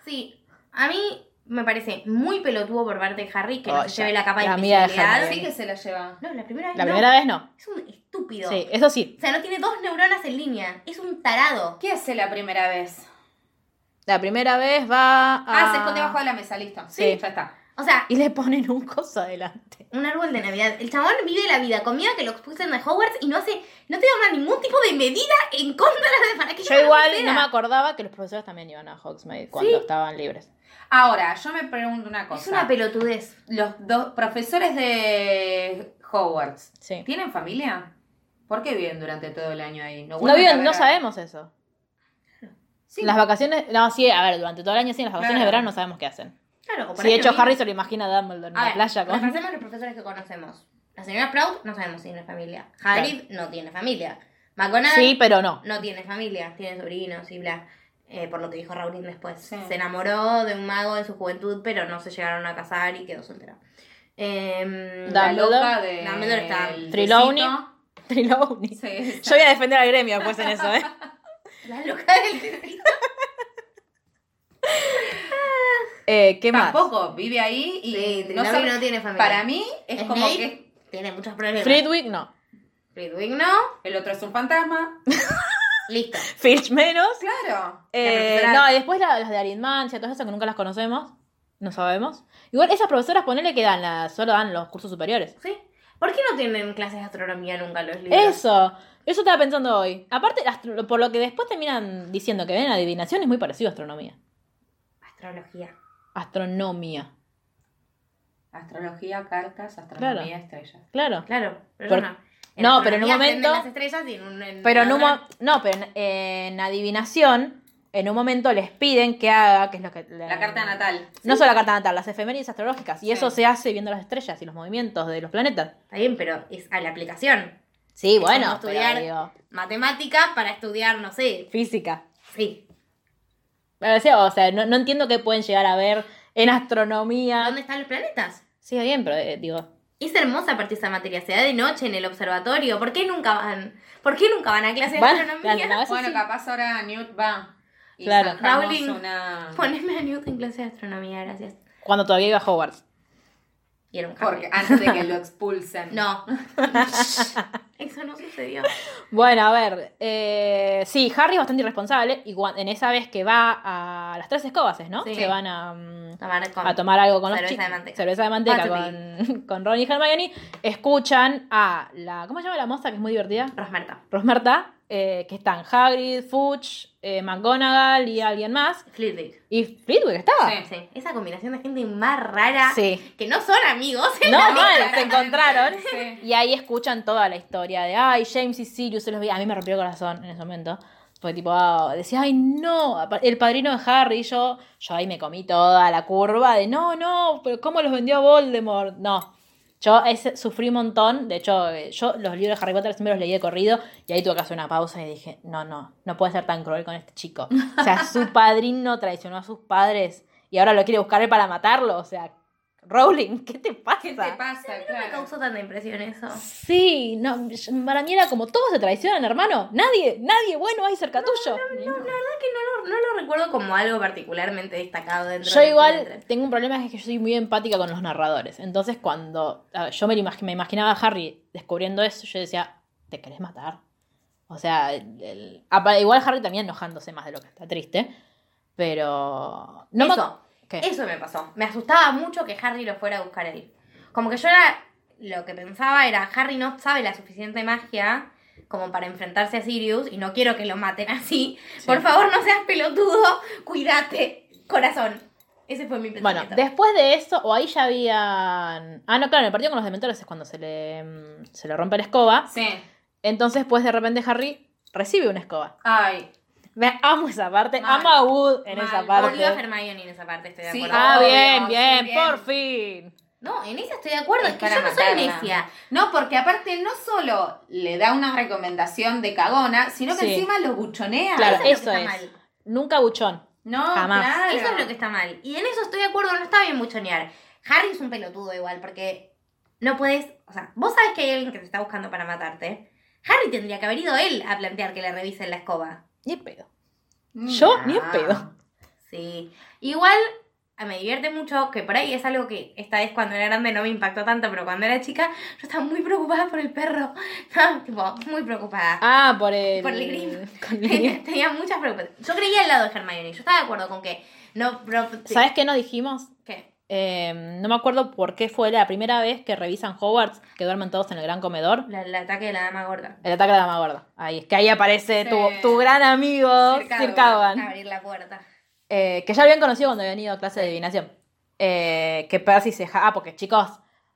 S2: sí. A mí Me parece muy pelotudo por parte de Harry que
S1: Oh,
S2: no se
S1: ya.
S2: lleve la capa
S1: La
S2: de
S1: amiga de
S2: invisibilidad.
S1: Hermione.
S3: Sí que se la lleva.
S2: No, la primera vez
S1: La
S2: no.
S1: primera vez no.
S2: Es un estúpido.
S1: Sí, eso sí.
S2: O sea, no tiene dos neuronas en línea. Es un tarado.
S3: ¿Qué hace la primera vez?
S1: La primera vez va a...
S3: Ah, se esconde bajo de la mesa, listo.
S1: Sí.
S3: Ya está.
S2: O sea,
S1: Y le ponen un coso adelante.
S2: un árbol de Navidad. El chabón vive la vida con miedo a que lo expulsen de Hogwarts y no hace, no toma ningún tipo de medida en contra de para que
S1: Yo igual no me acordaba que los profesores también iban a Hogsmeade cuando
S2: Sí.
S1: estaban libres.
S3: Ahora, yo me pregunto una cosa.
S2: Es una pelotudez.
S3: Los dos profesores de Hogwarts,
S1: Sí.
S3: ¿tienen familia? ¿Por qué viven durante todo el año ahí?
S1: No,
S3: vuelven a
S1: bien,
S3: ver
S1: no
S3: a-
S1: sabemos eso.
S3: Sí.
S1: Las vacaciones, no, sí, a ver, durante todo el año sí, en las vacaciones de
S3: Claro.
S1: verano no sabemos qué hacen.
S2: Claro, como
S1: Sí, de hecho Harry se lo imagina a Dumbledore en
S2: a
S1: la
S2: ver,
S1: playa con...
S2: repasemos los profesores que conocemos. La señora Proud no sabemos si tiene familia. Hagrid no tiene familia.
S1: [laughs]
S2: McGonagall
S1: Sí, pero
S2: [laughs]
S1: no.
S2: no tiene familia, tiene sobrinos y bla. Eh, por lo que dijo Raúl después.
S3: Sí.
S2: Se enamoró de un mago en su juventud, pero no se llegaron a casar y quedó soltera. Em, [laughs]
S3: La
S1: Dumbledore.
S3: loca de...
S2: Dumbledore está-
S3: el
S1: Trelawney.
S3: tecito.
S1: Trelawney.
S3: Sí, está.
S1: Yo voy a defender al gremio después en eso, ¿eh?
S2: [laughs] la loca del tecito.
S1: Eh, ¿Qué más?
S3: Tampoco vive ahí y
S2: Sí,
S3: no
S2: Trelawney
S3: sabe-
S2: no tiene familia.
S3: Para mí es como
S2: Snape
S3: que
S2: tiene muchos problemas.
S1: Fridwick no.
S2: Fridwig no.
S3: el otro es un fantasma.
S2: Listo.
S1: Filch menos.
S3: Claro.
S1: Eh,
S3: La
S1: no,
S3: profesora-
S1: y después la- las de Aritmancia, todas esas que nunca las conocemos, no sabemos. Igual esas profesoras, ponele que dan, las, solo dan los cursos superiores.
S2: Sí. ¿Por qué no tienen clases de astronomía nunca los libros?
S1: Eso, eso estaba pensando hoy. Aparte, la astro- por lo que después terminan diciendo que ven adivinación, es muy parecido a astronomía.
S2: Astrología.
S1: Astronomía,
S3: Astrología, cartas, astronomía,
S1: Claro.
S3: estrellas.
S1: claro.
S2: Claro, pero
S1: Por-
S2: no.
S1: No, pero en un
S2: astronomía aprenden
S1: momento-
S2: las estrellas y en un- en-
S1: Pero en un
S2: otra-
S1: mo- no, pero en, en adivinación, en un momento les piden que haga, que es lo que...
S3: La carta natal.
S1: No solo la carta natal, las efemérides astrológicas. Y
S3: Sí.
S1: eso se hace viendo las estrellas y los movimientos de los planetas.
S2: Está bien, pero es a la aplicación.
S1: Sí,
S2: Es
S1: bueno,
S2: como
S1: pero
S2: estudiar
S1: digo,
S2: matemática para estudiar, no sé.
S1: física.
S2: Sí.
S1: Pero, sí, O sea, no, no entiendo qué pueden llegar a ver en astronomía.
S2: ¿Dónde están los planetas?
S1: Sí, bien, pero eh, digo,
S2: Es hermosa parte esa materia. Se da de noche en el observatorio. ¿Por qué nunca van? ¿Por qué nunca van a clases de
S1: Van-
S2: astronomía?
S1: no, eso
S3: bueno,
S1: sí.
S3: capaz ahora Newt va. Y
S1: Claro.
S3: zanjamos
S2: Rowling.
S3: Una...
S2: [laughs] Poneme a Newton en clase de astronomía, gracias.
S1: cuando todavía iba a Hogwarts.
S2: Y era un Harry.
S3: Porque ah. antes de que lo expulsen.
S1: [laughs]
S2: No. Eso no sucedió.
S1: Bueno, a ver, eh, sí, Harry es bastante irresponsable y cuan- en esa vez que va a las tres escobas, ¿es, ¿no?
S2: Sí.
S1: Que van a, mm,
S2: Tomar con-
S1: a tomar algo con los
S2: cerveza
S1: chicos.
S2: de manteca. Ah,
S1: Cerveza de manteca
S2: Bartleby.
S1: con, [laughs] con Ron y Hermione. Escuchan a la, ¿cómo se llama la moza que es muy divertida?
S2: Rosmerta.
S1: Rosmerta, eh, que están Hagrid, Fudge, eh, McGonagall y alguien más.
S2: Flitwick.
S1: Y Flitwick estaba.
S3: Sí.
S2: Sí. Esa combinación de gente más rara.
S1: Sí.
S2: Que no son amigos. [laughs] en
S1: No,
S2: la vida.
S1: mal, se encontraron.
S3: Sí.
S1: Y ahí escuchan toda la historia de, ay, James y Sirius se los vi. A mí me rompió el corazón en ese momento. Fue tipo, ah, decía, ay, no, apa- el padrino de Harry, yo, yo ahí me comí toda la curva de, no, no, pero ¿cómo los vendió Voldemort? No. Yo ese, sufrí un montón, de hecho, eh, yo los libros de Harry Potter siempre los leí de corrido y ahí tuve que hacer una pausa y dije, no, no, no puede ser tan cruel con este chico. O sea, su padrino traicionó a sus padres y ahora lo quiere buscar él para matarlo. O sea, Rowling, ¿qué te pasa?
S3: ¿Qué te pasa?
S2: No me
S3: Claro.
S2: causó tanta impresión eso.
S1: Sí, no, yo- para mí era como todos se traicionan, hermano. Nadie, nadie bueno hay cerca tuyo.
S2: Es que no lo, no lo recuerdo como algo particularmente destacado dentro
S1: Yo
S2: de-
S1: igual
S2: dentro-
S1: tengo un problema es que yo soy muy empática con los narradores. Entonces cuando a ver, yo me, lo imag- me imaginaba a Harry descubriendo eso, yo decía, ¿te querés matar? O sea, el- el- apa- igual Harry también enojándose más de lo que está triste. Pero... No me-
S2: Eso.
S1: ¿Qué?
S2: Eso me pasó. Me asustaba mucho que Harry lo fuera a buscar él. Como que yo era. Lo que pensaba era: Harry no sabe la suficiente magia como para enfrentarse a Sirius y no quiero que lo maten así. Por favor, no seas pelotudo. Cuídate, corazón. Ese fue mi
S1: Bueno,
S2: pensamiento.
S1: después de eso, o ahí ya habían... Ah, no, claro, en el partido con los dementores es cuando se le, mm, se le rompe la escoba.
S3: Sí.
S1: Entonces, pues de repente Harry recibe una escoba.
S3: Ay.
S1: Me amo esa parte,
S3: Mal.
S1: amo a Wood en
S3: Mal.
S1: esa
S2: Volvió a
S1: parte.
S2: Hermione en esa parte, estoy de
S3: Sí.
S2: acuerdo.
S1: Ah, bien,
S3: Obvio,
S1: bien,
S3: sí,
S1: por fin.
S2: No, en esa estoy de acuerdo. Es,
S3: Es
S2: que
S3: para
S2: yo no soy
S3: matarla.
S2: necia.
S3: No, porque aparte no solo le da una recomendación de cagona, sino que
S1: Sí.
S3: encima lo buchonea.
S1: Claro,
S2: es
S1: eso
S2: lo que
S1: es.
S2: está mal.
S1: Nunca buchón.
S3: No,
S1: Jamás.
S3: claro.
S2: Eso es lo que está mal. Y en eso estoy de acuerdo, no está bien muchonear. Harry es un pelotudo igual, porque no puedes. O sea, vos sabes que hay alguien que te está buscando para matarte. Harry tendría que haber ido él a plantear que le revisen la escoba.
S1: Ni en pedo.
S3: Mm.
S1: Yo ni en pedo.
S2: Sí. Igual, me divierte mucho, que por ahí es algo que esta vez cuando era grande no me impactó tanto, pero cuando era chica yo estaba muy preocupada por el perro. [laughs] Estaba, tipo, muy preocupada.
S1: Ah, por el.
S2: Por el Grimm.
S1: [laughs] con el
S2: Tenía, [laughs]
S1: Grimm.
S2: tenía muchas preocupaciones. Yo creía al lado de Hermione. Yo estaba de acuerdo con que no... pro-
S1: ¿Sabes qué nos dijimos?
S2: ¿Qué?
S1: Eh, no me acuerdo por qué fue la primera vez que revisan Hogwarts, que duermen todos en el gran comedor.
S2: La- el ataque de la dama gorda.
S1: El ataque de la dama gorda. Ahí es que ahí aparece
S3: Sí.
S1: tu, tu gran amigo,
S2: Circa
S1: Sir
S2: Gawain,
S1: Gawain,
S2: Abrir la puerta.
S1: eh, que ya habían conocido cuando habían ido a clase de adivinación. Eh, que Percy se... ja- Ah, porque chicos,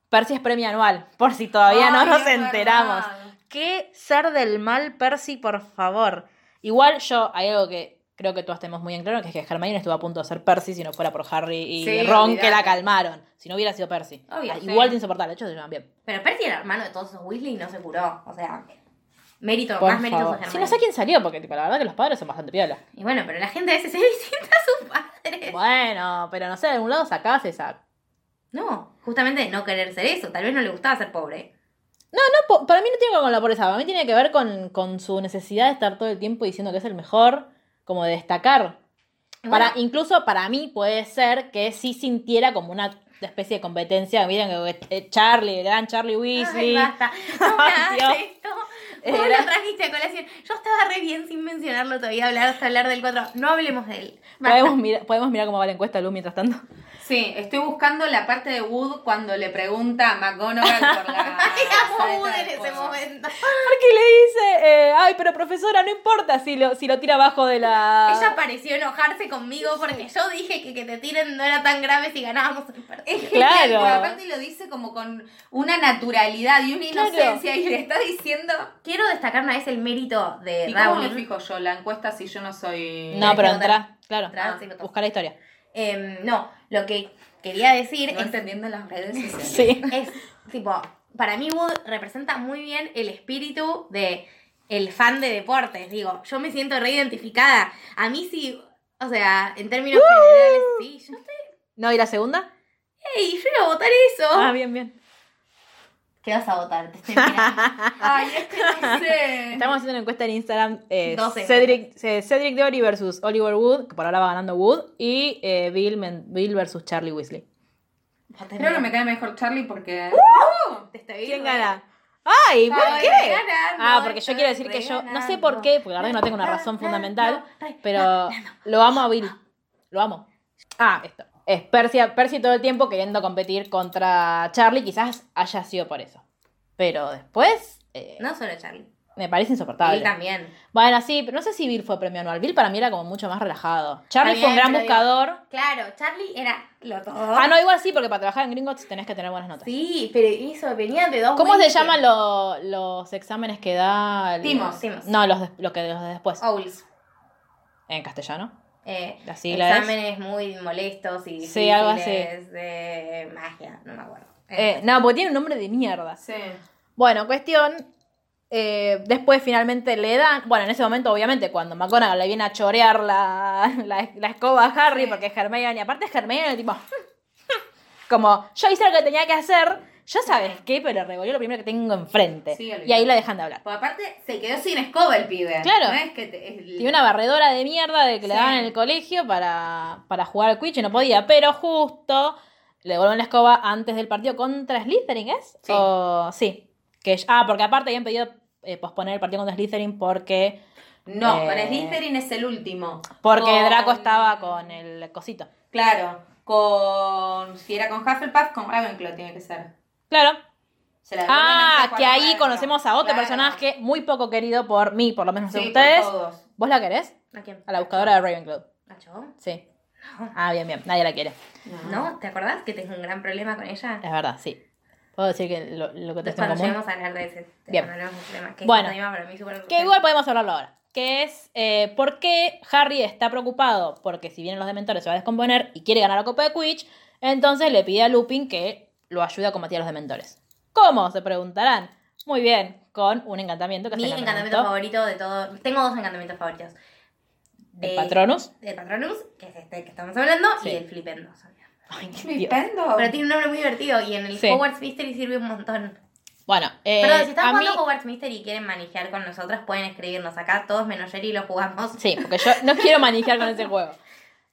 S1: Percy es premio anual, por si todavía no
S2: Ay,
S1: nos
S2: es verdad.
S1: enteramos. ¿Qué ser del mal, Percy, por favor? Igual yo, hay algo que creo que todos tenemos muy en claro, que es que Hermione estuvo a punto de ser Percy si no fuera por Harry y
S3: Sí,
S1: Ron
S3: olvidate.
S1: que la calmaron. Si no hubiera sido Percy.
S2: Obvio,
S1: Ah,
S2: sí.
S1: Igual de insoportable, de hecho se llevan bien.
S2: Pero Percy era hermano de todos esos Weasley y no se curó. O sea, mérito,
S1: Por
S2: más mérito
S1: favor.
S2: de
S1: Sí, no sé quién salió, porque tipo, la verdad que los padres son bastante piola.
S2: Y bueno, pero la gente a veces [laughs] se visita a sus padres.
S1: Bueno, pero no sé, de algún lado sacás esa.
S2: No, justamente no querer ser eso. Tal vez no le gustaba ser pobre.
S1: No, po- para mí no tiene que ver con la pobreza, para mí tiene que ver con, con su necesidad de estar todo el tiempo diciendo que es el mejor, como de destacar.
S2: Bueno.
S1: Para, incluso para mí puede ser que sí sintiera como una especie de competencia. Miren que eh, Charlie, el gran Charlie
S2: Ay,
S1: Weasley. [laughs]
S2: basta. No me hagas
S1: Dios.
S2: esto. ¿Cómo
S1: Era-
S2: lo trajiste a colación? Yo estaba re bien sin mencionarlo todavía, hablar hasta hablar del 4. No hablemos de él. Basta.
S1: podemos, mirar, podemos mirar cómo va la encuesta, Lu, mientras tanto. [laughs]
S3: Sí, estoy buscando la parte de Wood cuando le pregunta a McGonagall por
S2: [laughs]
S3: la.
S2: Ay, amo a Wood
S3: saleta de
S2: en ese
S3: fuego.
S2: momento.
S1: Porque le dice, eh, ay, pero profesora, no importa si lo, si lo tira abajo de la...
S3: Ah.
S2: Ella pareció enojarse conmigo porque yo dije que que te tiren no era tan grave si ganábamos el partido.
S3: Es
S1: Claro.
S3: genial, porque aparte lo dice como con una naturalidad y una
S1: Claro.
S3: inocencia y le está diciendo.
S2: [laughs] Quiero destacar una vez el mérito de
S3: ¿Y cómo me
S2: Rowling.
S3: fijo yo la encuesta si yo no soy.
S1: No, pero
S2: que votar.
S1: entra, claro.
S2: Entrá, sí, votó.
S1: Buscar la historia.
S2: Em, no, lo que quería decir
S3: No
S2: es
S3: entendiendo las redes sociales.
S1: Sí. [laughs]
S2: es tipo, para mí Wood representa muy bien el espíritu de el fan de deportes. Digo, yo me siento reidentificada. A mí sí, o sea, en términos generales, sí, yo estoy.
S1: ¿No? ¿Y la segunda?
S2: ¡Ey! Yo iba a votar eso.
S1: Ah, bien, bien.
S2: ¿Qué vas a votar? Te estoy mirando.
S3: [laughs] Ay, es que no sé.
S1: Estamos haciendo una encuesta en Instagram. eh,
S2: 12.
S1: Cedric, eh, Cedric Diggory versus Oliver Wood, que por ahora va ganando Wood, y eh, Bill, Men- Bill versus Charlie Weasley.
S3: Creo que me cae mejor Charlie porque.
S1: Uh.
S2: Te estoy
S1: ¿Quién
S2: viendo.
S1: gana? ¡Ay! ¿Por
S2: Estoy
S1: qué?
S2: ganando,
S1: Ah, porque yo
S2: estoy
S1: quiero decir que yo no sé
S2: ganando.
S1: por qué, porque la verdad que no tengo una razón
S2: No,
S1: fundamental,
S2: no, no,
S1: pero lo amo a Bill. Lo amo. Ah, esto. Es Percy, Percy todo el tiempo queriendo competir contra Charlie, quizás haya sido por eso. Pero después, eh,
S2: No solo Charlie.
S1: me parece insoportable.
S2: Él también.
S1: Bueno, sí, pero no sé si Bill fue premio anual. Bill para mí era como mucho más relajado. Charlie
S2: Está
S1: fue un
S2: bien,
S1: gran
S2: pero digo-
S1: buscador.
S2: Claro, Charlie era lo todo.
S1: Ah, no, igual sí, porque para trabajar en Gringotts tenés que tener buenas notas.
S2: Sí, pero hizo, venían de dos.
S1: ¿Cómo se
S2: Wednesday.
S1: llaman lo- los exámenes que da? el-
S2: Timos, timos. Oh.
S1: No, los, de- lo que, los de después.
S2: Owls.
S1: En castellano.
S2: Eh,
S1: La sigla es-
S2: exámenes muy molestos y
S1: Sí, algo así.
S2: difíciles de magia, no me acuerdo.
S1: Eh, no, porque tiene un nombre de mierda.
S3: Sí.
S1: Bueno, cuestión. eh, después finalmente le dan. Bueno, en ese momento, obviamente, cuando McGonagall le viene a chorear la, [laughs] la- la escoba a Harry, porque Hermione, aparte Hermione, tipo. [laughs] Como, yo hice lo que tenía que hacer, ya sabes qué, pero revolvió lo primero que tengo enfrente.
S3: Sí, olvidé.
S1: y ahí la dejan de hablar.
S3: Porque aparte se quedó sin escoba el pibe.
S1: Claro.
S3: No es que te- es-
S1: Tiene una barredora de mierda de que le
S3: Sí.
S1: daban en el colegio para, para jugar al Quidditch y no podía, pero justo le devuelven la escoba antes del partido contra Slytherin, ¿es?
S3: Sí.
S1: O- sí. Que, ah, porque aparte habían pedido eh, posponer el partido contra Slytherin porque,
S3: No,
S1: Eh.
S3: pero Slytherin es el último.
S1: porque
S3: Con-
S1: Draco estaba con el cosito.
S3: Claro. Con. Si era con Hufflepuff, con Ravenclaw tiene que ser.
S1: Claro.
S3: Se la devuelven antes
S1: Ah,
S3: cuando
S1: que ahí
S3: Ravenclaw.
S1: conocemos a otro
S3: Claro.
S1: personaje muy poco querido por mí, por lo menos
S3: Sí,
S1: de
S3: por
S1: ustedes.
S3: todos.
S1: ¿Vos la querés?
S2: ¿A quién?
S1: A la buscadora de Ravenclaw.
S2: ¿A Cho?
S1: Sí. Ah, bien, bien. Nadie la quiere.
S2: ¿No? ¿Te acordás que tengo un gran problema con ella?
S1: Es verdad, sí. Puedo decir que lo, Eh, lo que te
S2: Después
S1: tengo en
S2: cuando
S1: común.
S2: lleguemos a hablar de ese
S1: Bien.
S2: tema, no hablemos del tema, que
S1: Bueno.
S2: es un tema para mí súper
S1: Que
S2: urgente.
S1: igual podemos hablarlo ahora. Que es eh, por qué Harry está preocupado porque si vienen los dementores se va a descomponer y quiere ganar la Copa de Quidditch, entonces le pide a Lupin que lo ayude a combatir a los dementores. ¿Cómo? Se preguntarán. Muy bien, con un encantamiento que
S2: Mi
S1: se le
S2: encantamiento
S1: presentó,
S2: favorito de todo. Tengo dos encantamientos favoritos. Eh,
S1: El
S2: De-
S1: Patronus.
S2: Del Patronus, que es este que estamos hablando,
S1: Sí.
S2: y el Flipendo.
S1: Ay, Dios.
S3: Flipendo.
S2: Pero tiene un nombre muy divertido y en el
S1: Sí.
S2: Hogwarts Mystery sirve un montón.
S1: Bueno, eh,
S2: Pero si están
S1: a mí...
S2: jugando Hogwarts Mystery y quieren manejar con nosotras, pueden escribirnos acá. Todos menos Jerry lo jugamos.
S1: Sí, porque yo no quiero manejar con ese juego.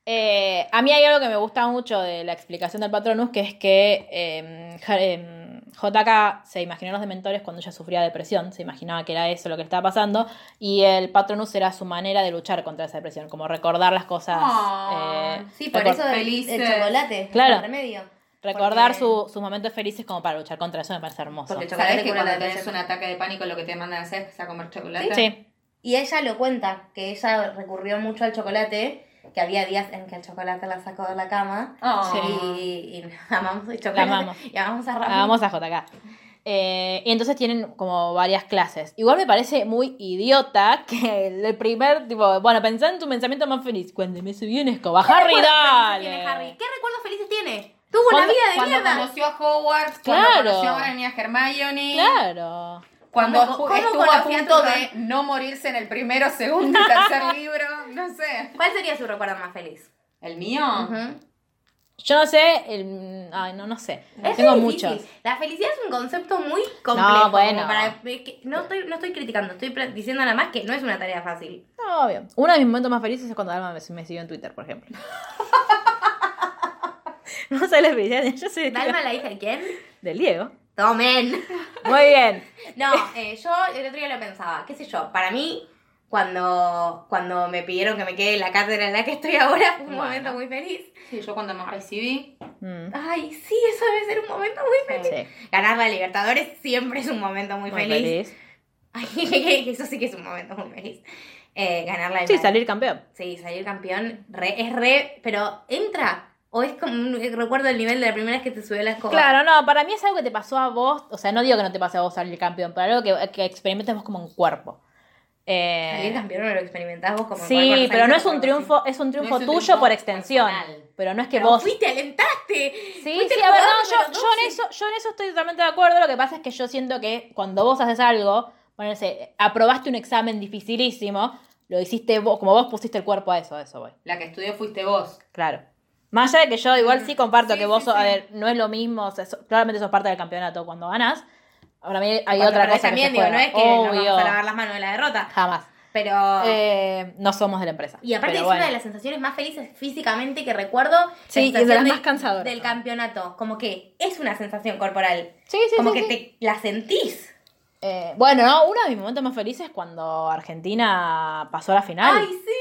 S1: Eh, a mí hay algo que me gusta mucho de la explicación del Patronus, que es que eh, Ja- em, JK se imaginó a los dementores cuando ella sufría depresión, se imaginaba que era eso lo que le estaba pasando, y el Patronus era su manera de luchar contra esa depresión, como recordar las cosas.
S3: Aw,
S1: eh,
S2: Ah, Sí, por
S1: recor-
S2: eso del,
S3: Felices.
S2: el chocolate.
S1: Claro.
S2: El remedio.
S1: Recordar
S2: porque-
S1: su- sus momentos felices como para luchar contra eso me parece hermoso.
S3: Porque el
S2: ¿Sabés
S3: chocolate
S2: que
S3: que cuando
S2: cuando
S3: tenés
S2: te-
S3: un ataque de pánico lo que te mandan a hacer es a comer chocolate?
S1: Sí.
S2: Y ella lo cuenta, que ella recurrió mucho al chocolate, que había días en que el chocolate la sacó de la cama.
S3: Oh.
S2: Y, [laughs] y amamos el chocolate.
S1: La amamos.
S2: Y amamos a Ramón.
S1: Vamos a JK. Eh, y entonces tienen como varias clases. Igual me parece muy idiota que el primer, tipo, bueno, pensá en tu pensamiento más feliz. Cuando me subí un escoba, Harry, dale.
S2: Tiene Harry. ¿Qué recuerdos felices tiene? Tuvo una
S1: Cuando-
S2: vida de
S3: Cuando
S2: mierda.
S3: conoció a Howard,
S1: Claro.
S3: cuando conoció a Hermione, Hermione
S1: Claro.
S3: cuando
S2: ¿Cómo-
S3: estu-
S2: cómo
S3: estuvo a
S2: conocí a
S3: punto
S2: tu
S3: de no morirse en el primero, segundo y [laughs] tercer libro, no sé.
S2: ¿Cuál sería su recuerdo más feliz?
S3: ¿El mío?
S2: Ujú.
S1: Yo no sé, el- ay, no, no sé.
S2: Es
S1: Tengo
S2: difícil.
S1: muchos.
S2: La felicidad es un concepto muy complejo.
S1: No, bueno.
S2: como para- es que no, estoy, no estoy criticando, estoy pre- diciendo nada más que no es una tarea fácil.
S1: No, obvio. Uno de mis momentos más felices es cuando Alma me, me siguió en Twitter, por
S2: [laughs]
S1: ejemplo. no sé la felicidad, yo sé
S2: ¿Dalma la hija de quién?
S1: del Diego. [laughs]
S2: Tomen.
S1: Muy bien.
S2: No, eh, yo el otro día lo pensaba, qué sé yo, para mí, cuando, cuando me pidieron que me quede en la cátedra en la que estoy ahora, fue un
S3: Bueno.
S2: momento muy feliz.
S3: Sí, yo cuando me recibí.
S1: Mm,
S2: Ay, sí, eso debe ser un momento muy feliz.
S1: sí,
S2: Ganar la Libertadores siempre es un momento muy,
S1: muy
S2: feliz.
S1: feliz.
S2: [laughs] Ay, [laughs] eso sí que es un momento muy feliz. Eh, ganar la
S1: Sí,
S2: Libertadores.
S1: salir campeón.
S2: Sí, salir campeón re- es re, pero entra. O es como un eh, recuerdo el nivel de la primera vez que te subió la escoba.
S1: Claro, no, para mí es algo que te pasó a vos, o sea, no digo que no te pase a vos salir campeón, pero algo que, que experimentes vos como un cuerpo. Eh,
S2: Salir campeón no lo experimentás vos como cuerpo,
S1: sí,
S2: salís
S1: pero no
S2: como
S1: es un
S2: cuerpo,
S1: triunfo, es un triunfo
S3: un
S1: tuyo
S3: triunfo
S1: por extensión,
S3: personal.
S1: pero no es que
S2: Pero
S1: vos...
S2: fuiste, alentaste.
S1: Sí, sí,
S2: fuiste el
S1: a ver,
S2: jugador
S1: no, yo,
S2: número
S1: yo en
S2: 12.
S1: eso, yo en eso estoy totalmente de acuerdo, lo que pasa es que yo siento que cuando vos haces algo, bueno, no sé, aprobaste un examen dificilísimo, lo hiciste vos, como vos pusiste el cuerpo a eso, a eso voy.
S3: La que estudió fuiste vos.
S1: Claro. Más allá de que yo igual sí comparto
S3: Sí,
S1: que vos,
S3: sí,
S1: sos- a
S3: sí.
S1: ver, no es lo mismo, o sea, so- claramente sos parte del campeonato cuando ganás. Ahora mí hay
S2: Cuando
S1: otra
S2: perdés
S1: cosa
S2: también,
S1: que se
S2: digo, no es
S1: juega.
S2: que nos
S1: Obvio.
S2: vamos a lavar las manos de la derrota,
S1: Jamás.
S2: pero...
S1: Eh, no somos de la empresa.
S2: y aparte
S1: Pero
S2: es
S1: bueno.
S2: una de las sensaciones más felices físicamente que recuerdo.
S1: Sí, y de
S2: sensación
S1: las más cansadoras.
S2: Del campeonato. Como que es una sensación corporal.
S1: Sí, sí,
S2: como
S1: sí,
S2: que
S1: sí.
S2: te la sentís.
S1: Eh, bueno, no, uno de mis momentos más felices es cuando Argentina pasó a la final.
S2: ¡Ay, sí!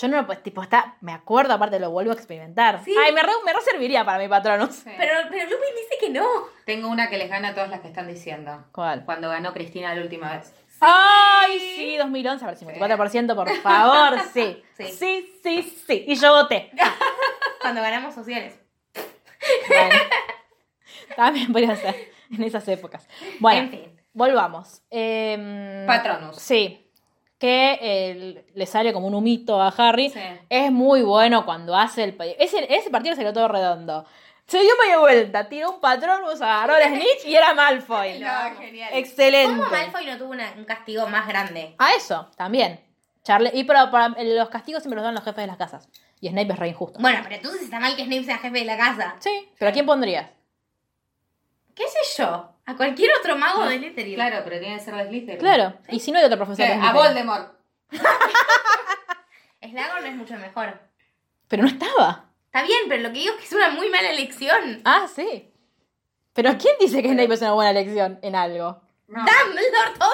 S1: Yo no lo pues, tipo, está, me acuerdo, aparte lo vuelvo a experimentar.
S2: Sí.
S1: Ay, me re, me re serviría para mi patronus.
S2: Pero, pero Lupin dice que no. [laughs]
S3: Tengo una que les gana a todas las que están diciendo.
S1: ¿Cuál?
S2: Pues,
S3: Cuando ganó Cristina la última vez.
S1: Ay, sí, 2011, a ver, 54%, por favor, sí.
S2: Sí.
S1: Sí, sí, sí. Y yo voté.
S2: Cuando ganamos sociales.
S1: Bueno, también podría ser en esas épocas. Bueno,
S2: En fin.
S1: volvamos.
S3: Mm.
S1: Em,
S3: Patronus.
S1: Sí. Que eh, le sale como un humito a Harry.
S3: Sí.
S1: Es muy bueno cuando hace el. pa- Ese, ese partido salió todo redondo. Se dio media vuelta, tiró un Patronus, agarró a Snitch y era Malfoy.
S3: No, genial.
S1: Excelente.
S2: ¿Cómo Malfoy no tuvo una- un castigo más grande?
S1: A eso, también. Charlie, y pero para, los castigos siempre los dan los jefes de las casas. Y Snape es re injusto.
S2: Bueno, pero entonces está mal que Snape sea jefe de la casa.
S1: Sí, pero ¿a quién pondrías?
S2: ¿Qué sé yo? A cualquier otro mago de Slytherin.
S3: Claro, pero tiene que ser de Slytherin.
S1: Claro. Y si no hay otro
S3: Sí,
S1: profesor. que es
S3: a
S1: Snape.
S3: Voldemort.
S2: Slughorn es mucho mejor.
S1: Pero no estaba.
S2: Está bien, pero lo que digo es que es una muy mala elección.
S1: Ah, sí. Pero ¿quién dice que Snape es una buena elección en algo?
S3: No.
S2: Dumbledore oh. todo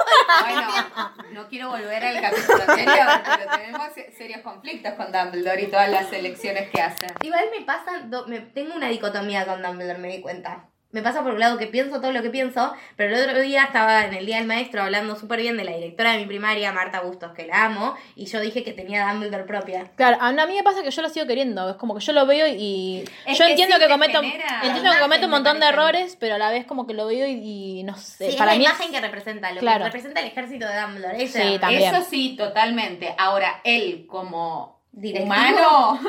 S2: el
S3: Bueno, no quiero volver al capítulo anterior, pero tenemos se- serios conflictos con Dumbledore y todas las elecciones que hace.
S2: Igual me pasa, do- me- tengo una dicotomía con Dumbledore, me di cuenta. Me pasa por un lado que pienso todo lo que pienso, pero el otro día estaba en el Día del Maestro hablando súper bien de la directora de mi primaria, Marta Bustos, que la amo, y yo dije que tenía Dumbledore propia.
S1: Claro, a a mí me pasa que yo lo sigo queriendo. Es como que yo lo veo y.
S3: Es
S1: yo
S3: que
S1: entiendo
S3: sí,
S1: que
S3: te
S1: cometo.
S3: genera
S1: Entiendo que
S2: imagen,
S1: cometo un
S2: me
S1: montón de
S2: parece.
S1: errores, pero a la vez como que lo veo y, y no sé.
S2: Sí,
S1: para
S2: Eh, es
S1: mí
S2: la
S1: es-
S2: imagen que representa, lo
S1: Claro.
S2: que representa el ejército de Dumbledore. ¿eh? ese
S1: Sí,
S2: Dumbledore.
S1: También.
S3: Eso sí, totalmente. Ahora, él como
S1: [laughs]
S2: Directivo.
S3: humano,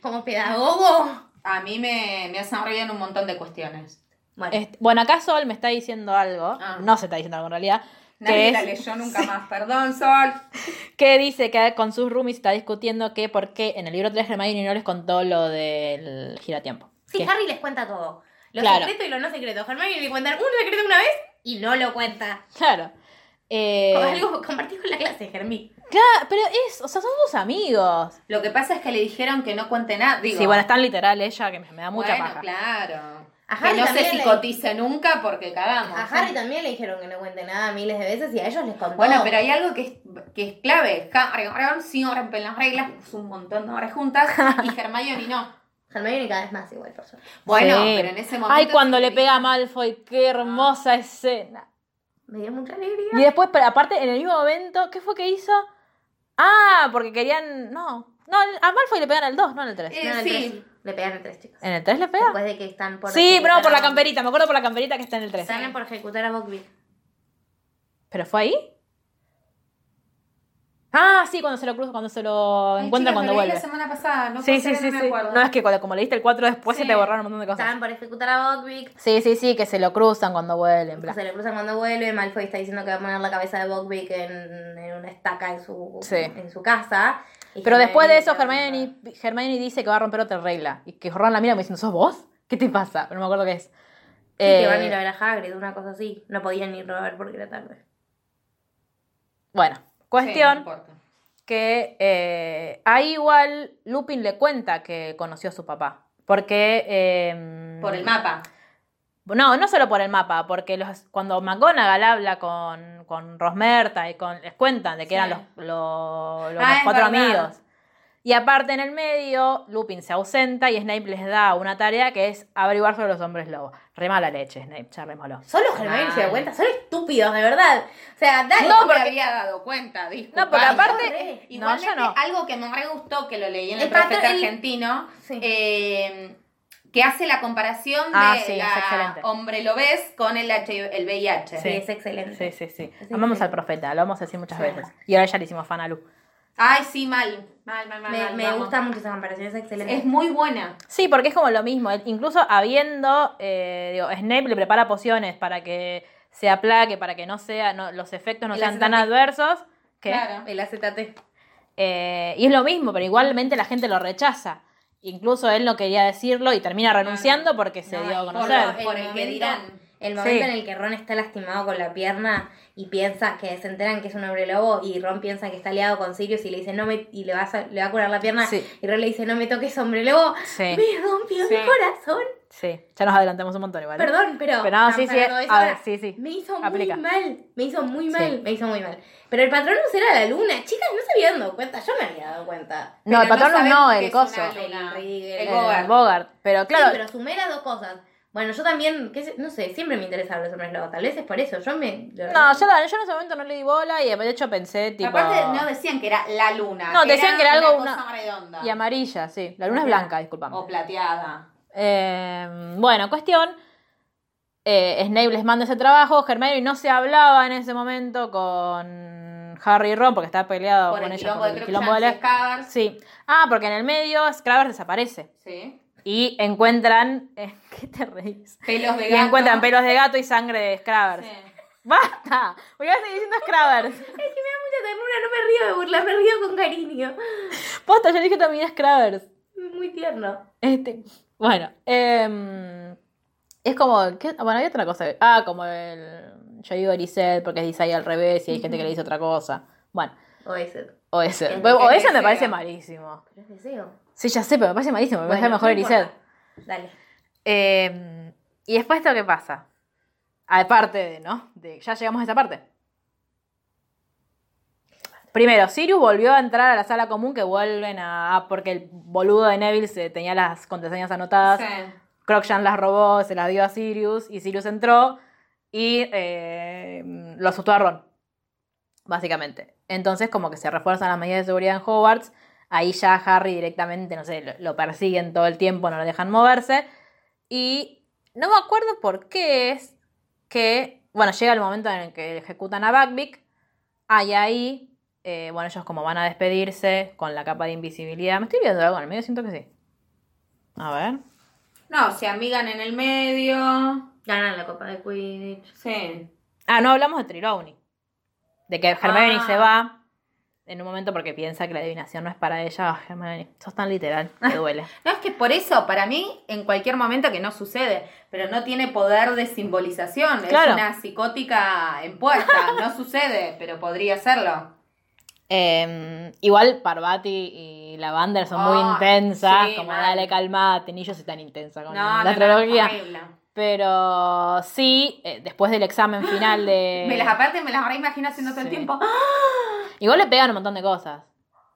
S2: Como pedagogo.
S3: a mí me, me hacen reír en un montón de cuestiones.
S2: Bueno,
S1: Este, bueno, acá Sol me está diciendo algo.
S3: Ah.
S1: No se está diciendo algo en realidad. Que,
S3: Nadie la
S1: es- [laughs]
S3: leyó nunca más. Perdón, Sol.
S1: que dice que con sus roomies está discutiendo que por qué en el libro 3 Hermione no les contó lo del giratiempo.
S2: sí,
S1: Que-
S2: Harry les cuenta todo. Lo
S1: Claro.
S2: secreto y lo no secreto. Hermione le cuentan un secreto una vez y no lo cuenta.
S1: Claro. Eh,
S2: [laughs] Como algo compartís con la clase, Germí.
S1: Claro, pero es, o sea, son sus amigos.
S3: Lo que pasa es que le dijeron que no cuente nada. Digo,
S1: sí, bueno, es tan literal ella que me, me da mucha
S3: bueno,
S1: paja.
S3: claro.
S2: A
S3: Que
S2: Harry
S3: no sé
S2: también
S3: si
S2: le-
S3: cotiza nunca porque cagamos.
S2: A Harry también le dijeron que no cuente nada miles de veces y a ellos les contó.
S3: Bueno, pero hay algo que es, que es clave. Harry Ron sí rompen las reglas, puso un montón de horas juntas,
S1: [laughs]
S3: y Hermione no.
S2: Hermione cada vez más igual, por suerte.
S3: Bueno,
S1: Sí.
S3: pero en ese momento...
S1: Ay, cuando
S3: sí
S1: le
S3: que-
S1: pega a Malfoy, qué hermosa escena.
S2: Me dio mucha alegría.
S1: Y después, pero aparte, en el mismo momento, ¿qué fue que hizo? Ah, porque querían. No. No, a Malfoy le pegan al 2, no en el 3.
S3: Eh,
S2: No, en el
S3: sí.
S2: tres. Le pegaron a tres chicos.
S1: ¿En el 3 le pega?
S2: Después de que están por.
S1: Eh, Sí, pero no, por la
S2: ejecutar a-
S1: camperita. Me acuerdo por la camperita que está en el 3.
S2: Salen por ejecutar a Buckbeak.
S1: ¿Pero fue ahí? Ah, sí, cuando se lo cruza, cuando se lo
S3: Ay,
S1: encuentra
S3: chicas,
S1: cuando
S3: lo leí la
S1: vuelve.
S3: semana pasada, no
S1: sí,
S3: puede
S1: sí,
S3: ser
S1: sí,
S3: que no
S1: sí.
S3: me acuerdo.
S1: No, es que cuando- como leíste el 4 después
S3: Sí.
S1: se te borraron un montón de cosas.
S2: Estaban por ejecutar a Buckbeak.
S1: Sí, sí, sí, que se lo cruzan cuando vuelven. bla.
S2: Se le cruzan cuando vuelve. Malfoy está diciendo que va a poner la cabeza de Buckbeak en, en una estaca en su,
S1: Sí.
S2: en su casa. Y
S1: Pero
S2: Hermione
S1: después de eso,
S2: dice,
S1: Hermione, Hermione dice que va a romper otra regla. Y que Ron la mira como diciendo, ¿sos vos? ¿Qué te pasa? Pero no me acuerdo qué es.
S2: Sí,
S1: Eh,
S2: que van a ir a ver a Hagrid, una cosa así. No podían irlo a ver porque era tarde.
S1: Bueno, cuestión
S3: Sí, no importa.
S1: que eh, ahí igual Lupin le cuenta que conoció a su papá. Porque... eh,
S3: Por el mapa.
S1: No, no solo por el mapa, porque los, cuando McGonagall habla con, con Rosmerta y con, les cuentan de que
S3: Sí.
S1: eran los, lo- los
S3: Ah, es
S1: cuatro
S3: verdad.
S1: amigos. Y aparte en el medio, Lupin se ausenta y Snape les da una tarea que es averiguar sobre los hombres lobos. Re mala leche, Snape, charlémoslo.
S2: Solo Hermione se da
S3: Mal.
S2: cuenta, son estúpidos, de verdad. O sea, dale.
S3: No, porque había dado cuenta, disculpa.
S1: No, porque
S3: Ay,
S1: aparte-
S3: yo-
S1: no, yo
S3: igualmente,
S1: no.
S3: algo que me re gustó, que lo leí en el,
S2: El pato-
S3: profeta
S2: el-
S3: argentino,
S2: Sí.
S3: eh, que hace la comparación de
S1: Ah, sí, es
S3: la
S1: excelente.
S3: hombre lo ves con el, H- el VIH.
S2: Sí, es excelente.
S1: Sí, sí, sí.
S2: Sí,
S1: Amamos
S2: sí.
S1: al profeta, lo vamos a decir muchas
S2: Sí.
S1: veces. Y ahora ya le hicimos fan a Lu.
S3: Ay, sí, mal. Mal, mal, mal.
S2: Me,
S3: mal,
S2: me
S3: vamos.
S2: gusta mucho esa comparación, es excelente.
S3: Es muy buena.
S1: Sí, porque es como lo mismo. Él- Incluso habiendo, eh, digo, Snape le prepara pociones para que se aplaque, para que no sea, no- los efectos no
S2: El
S1: sean tan
S2: acetate-
S1: adversos. Que,
S3: Claro.
S2: el acetate.
S1: eh, y es lo mismo, pero igualmente la gente lo rechaza. Incluso él no quería decirlo y termina renunciando porque se
S2: No,
S1: dio a
S2: y por
S3: Por,
S1: conocer.
S3: lo- por el que dirán.
S2: El momento
S1: Sí.
S2: en el que Ron está lastimado con la pierna y piensa que se enteran que es un hombre lobo y Ron piensa que está aliado con Sirius y le dice no me y le va a, sa- le va a curar la pierna
S1: Sí.
S2: y Ron le dice no me toques hombre lobo.
S1: Sí.
S2: Me rompió
S1: Sí.
S2: el corazón.
S1: Sí, ya nos adelantamos un montón igual. ¿eh?
S2: Perdón, pero,
S1: Pero no, sí, sí,
S2: Estamos hablando de eso
S1: a ver,
S2: ahora.
S1: sí, sí.
S2: Me hizo
S1: Aplica.
S2: muy mal, me hizo muy
S1: Sí.
S2: mal, me hizo muy mal. Pero el patronus era la luna, chicas, no se habían dado cuenta, yo me había dado cuenta.
S1: No, el
S3: Pero
S1: patrón no,
S3: sabemos que
S1: el
S3: es una
S1: coso.
S3: luna.
S2: El-
S3: El
S2: el-
S3: Bogart.
S1: El Eh, Bogart. Pero claro,
S2: Sí, pero sumé las dos cosas. Bueno, yo también, qué sé- no sé, siempre me interesaron los hombres lobos, tal vez es por eso, yo me... la
S1: no,
S2: verdad-
S1: yo, la- yo en ese momento no le di bola y de hecho pensé tipo...
S3: Aparte, no decían que era la luna.
S1: No, decían que era algo
S3: Una cosa
S1: una-
S3: redonda.
S1: y amarilla, sí. La luna es blanca, disculpame.
S3: O plateada.
S1: Eh, bueno, cuestión. eh, Snape les manda ese trabajo. Hermione no se hablaba en ese momento con Harry y Ron porque estaba peleado
S3: Por
S1: con
S3: el
S1: ellos
S3: quilombo
S1: por
S3: de
S1: el quilombo de
S3: Cruxans y
S1: la-
S3: Scavars.
S1: Sí. Ah, porque en el medio Scrabbers desaparece.
S3: Sí.
S1: Y encuentran. [laughs] eh, ¿Qué te reís?
S3: Pelos de
S1: Y
S3: gato.
S1: encuentran pelos de gato y sangre de Scrabbers.
S3: Sí.
S1: ¡Basta! Porque voy a seguir diciendo Scrabbers.
S2: Mucha ternura, no me río de burla, me río con cariño.
S1: Posta, yo dije también Scrabbers.
S2: Muy tierno.
S1: Este, bueno, em, es como, ¿qué? bueno, había otra cosa. Ah, como el, yo digo Erised porque es Isai al revés y hay gente que le dice otra cosa. Bueno,
S2: O ese.
S1: o ese.
S2: El
S1: O ese me
S3: deseo.
S1: parece malísimo.
S2: Pero es deseo.
S1: Sí, ya sé, pero me parece malísimo, me parece
S2: Bueno,
S1: mejor
S2: no importa.
S1: Erised.
S2: Dale.
S1: Em, y después esto qué pasa. Aparte de, ¿no? De, ya llegamos a esa parte. Primero, Sirius volvió a entrar a la sala común que vuelven a... ah, porque el boludo de Neville se tenía las contraseñas anotadas.
S3: Sí.
S1: Crocshan las robó, se las dio a Sirius y Sirius entró y eh, lo asustó a Ron, básicamente. Entonces como que se refuerzan las medidas de seguridad en Hogwarts, ahí ya Harry directamente, no sé, lo, lo persiguen todo el tiempo, no lo dejan moverse y no me acuerdo por qué es que, bueno, llega el momento en el que ejecutan a Buckbeak, ah, y ahí, eh, bueno, ellos como van a despedirse con la capa de invisibilidad, me estoy viendo algo en el medio, siento que sí. A ver.
S3: No, se amigan en el medio.
S2: Ganan la copa de Quidditch.
S3: Sí.
S1: Ah, no hablamos de Trelawney. De que Hermione
S3: Ah.
S1: se va en un momento porque piensa que la adivinación no es para ella. Ah, Hermione, sos tan literal,
S3: [laughs]
S1: me duele.
S3: No, es que por eso, para mí, en cualquier momento que no sucede, pero no tiene poder de simbolización.
S1: Claro. [laughs]
S3: Es una psicótica en puerta. No sucede, pero podría serlo.
S1: Eh, igual Parvati y Lavander son muy
S3: Ay,
S1: intensas,
S3: Ah, sí,
S1: como
S3: mal.
S1: dale calmate, ni yo soy tan intensa con
S3: No,
S1: la
S3: no, no,
S1: trilogía.
S3: horrible.
S1: Pero sí, eh, después del examen final de...
S3: [laughs] Me las aparte me las reimagino haciendo todo el
S1: Eh, Sí.
S3: tiempo.
S1: Igual le pegan un montón de cosas.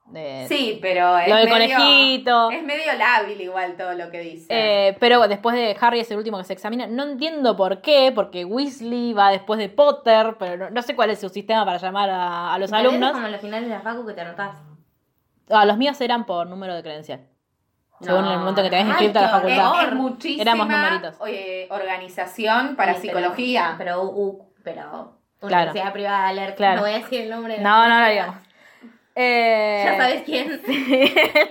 S1: De-
S3: Sí, pero es
S1: Lo del
S3: medio-
S1: conejito.
S3: Es medio lábil igual todo lo que dice.
S1: Eh, pero después de Harry es el último que se examina. No entiendo por qué, porque Weasley va después de Potter, pero no, no sé cuál es su sistema para llamar a, a los
S2: Tal vez es
S1: alumnos.
S2: como en los finales de la facu que te anotás.
S1: Ah, los míos eran por número de credencial. Según
S2: No.
S1: el momento que te habías
S3: Ay,
S1: inscrito a la
S3: qué
S1: facultad.
S3: horror. Es muchísima
S1: Éramos numeritos.
S3: eh, organización para
S2: Sí, pero-
S3: psicología.
S2: Pero, u- pero
S1: Claro.
S2: universidad privada de alerta.
S1: Claro.
S2: No voy a decir el nombre. de la
S1: No, no lo
S2: universidad.
S1: digamos. Eh,
S2: Ya sabes quién.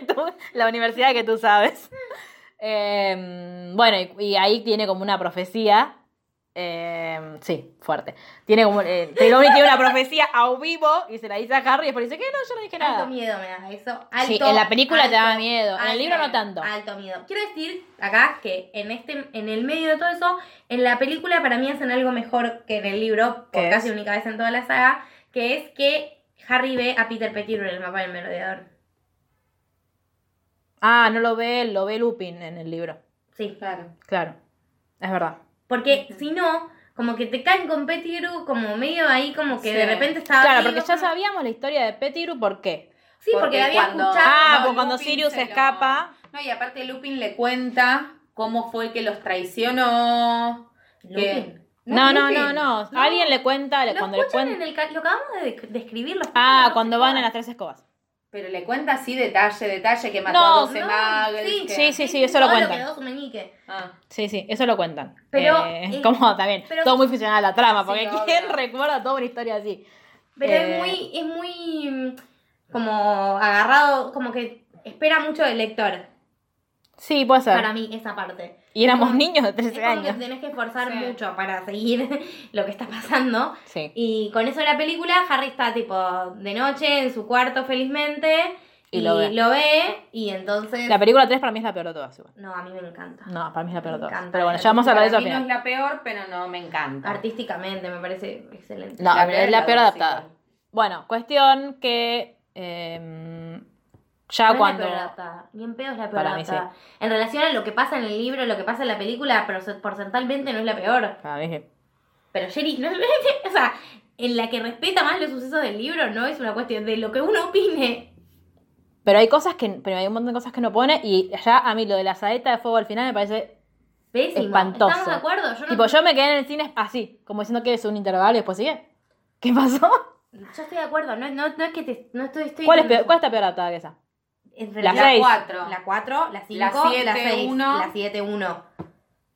S1: [laughs] Tú, la universidad que tú sabes. Eh, bueno, y, y ahí tiene como una profecía. eh, sí, fuerte. Tiene como. Eh, Trelawney tiene una profecía a vivo y se la dice a Harry y después dice que no, yo no dije
S2: Alto
S1: nada.
S2: miedo me da eso. Alto,
S1: Sí, en la película te
S2: alto,
S1: daba miedo, en el libro no tanto.
S2: Alto miedo. Quiero decir acá que en este, en el medio de todo eso, en la película para mí hacen algo mejor que en el libro, por
S1: ¿Qué
S2: casi
S1: es?
S2: única vez en toda la saga, que es que Harry ve a Peter Pettigrew en el mapa del merodeador.
S1: Ah, no lo ve él, lo ve Lupin en el libro.
S2: Sí, claro.
S1: Claro, es verdad.
S2: Porque si no, como que te caen con Pettigrew como medio ahí, como que de repente estaba.
S1: Claro,
S2: vivo,
S1: porque ya
S2: como-
S1: sabíamos la historia de Pettigrew, ¿por qué?
S2: Sí, porque, la había
S3: cuando-
S2: escuchado.
S1: Ah,
S3: cuando
S1: porque cuando
S3: Lupin
S1: Sirius
S3: se lo-
S1: escapa.
S3: No, y aparte Lupin le cuenta cómo fue que los traicionó. que-
S2: Lupin.
S1: No, no,
S3: Lupin.
S1: no, no. Alguien le cuenta, le-
S2: Lo
S1: cuando le
S2: escuchan
S1: cuenta.
S2: en el ca- Lo acabamos de desc- describir. lo escuchan en
S1: Ah,
S2: los
S1: cuando van a
S2: escuadras.
S1: las tres escobas.
S3: Pero le cuenta así detalle, detalle que mató
S1: No,
S3: a 12
S2: no,
S3: muggles,
S2: sí,
S3: que-
S1: sí, sí, sí, eso lo
S2: Todo
S1: cuentan.
S2: que quedó su meñique.
S3: Ah.
S1: Sí, sí, eso lo cuentan.
S2: Pero,
S1: Eh,
S2: eh,
S1: como también,
S2: pero-
S1: todo muy funcional la trama, porque
S3: Sí, obvio.
S1: ¿quién recuerda toda una historia así?
S2: Pero
S1: Eh.
S2: es muy, es muy mm, como agarrado, como que espera mucho del lector.
S1: Sí, puede ser.
S2: Para mí, esa parte.
S1: y éramos
S2: como-
S1: niños de
S2: Es
S1: 13
S2: como que
S1: años.
S2: tenés que esforzar mucho para seguir [laughs] lo que está pasando.
S1: Sí.
S2: Y con eso de la película, Harry está tipo de noche en su cuarto felizmente.
S1: Y
S2: Y,
S1: lo
S2: lo,
S1: ve.
S2: ve. Y entonces...
S1: La película 3 para mí es la peor de todas. igual.
S2: No, a mí me encanta.
S1: No, para mí es la peor de
S2: Me
S1: todas.
S2: encanta
S1: Pero bueno,
S2: la
S1: ya vamos a hablar de eso
S3: Para
S1: al
S3: mí no es
S1: final.
S3: la peor, pero no me encanta.
S2: Artísticamente me parece excelente.
S1: No,
S3: la
S1: pero es
S3: peor
S1: la
S3: de
S1: peor
S3: todas,
S1: adaptada.
S3: sí.
S1: Bueno, cuestión que eh, ya
S2: No es
S1: cuando...
S2: la peor adaptada. Ni en pedo es la peor
S1: Para mí,
S2: adaptada. En relación a lo que pasa en el libro, lo que pasa en la película, pero porcentualmente no es la peor.
S1: Para mí sí.
S2: Pero Jerry, no, [laughs] o sea, en la que respeta más los sucesos del libro no es una cuestión de lo que uno opine.
S1: Pero hay cosas que... Pero hay un montón de cosas que no pone y ya a mí lo de la saeta de fuego al final me parece
S2: Pésimo.
S1: Espantoso.
S2: ¿Estamos de acuerdo? Yo no-
S1: Tipo, yo me quedé en el cine así, como diciendo que es un intervalo y después sigue. ¿Qué pasó?
S2: Yo estoy de acuerdo, no, no, no es que te, no estoy... estoy
S1: ¿Cuál es, peor- cuál es la peor adaptada que esa?
S2: En
S1: La
S2: realidad,
S1: seis.
S3: cuatro.
S2: La 4, la 5,
S3: La
S2: la
S3: siete,
S2: 6,
S3: uno.
S2: la 7, 1.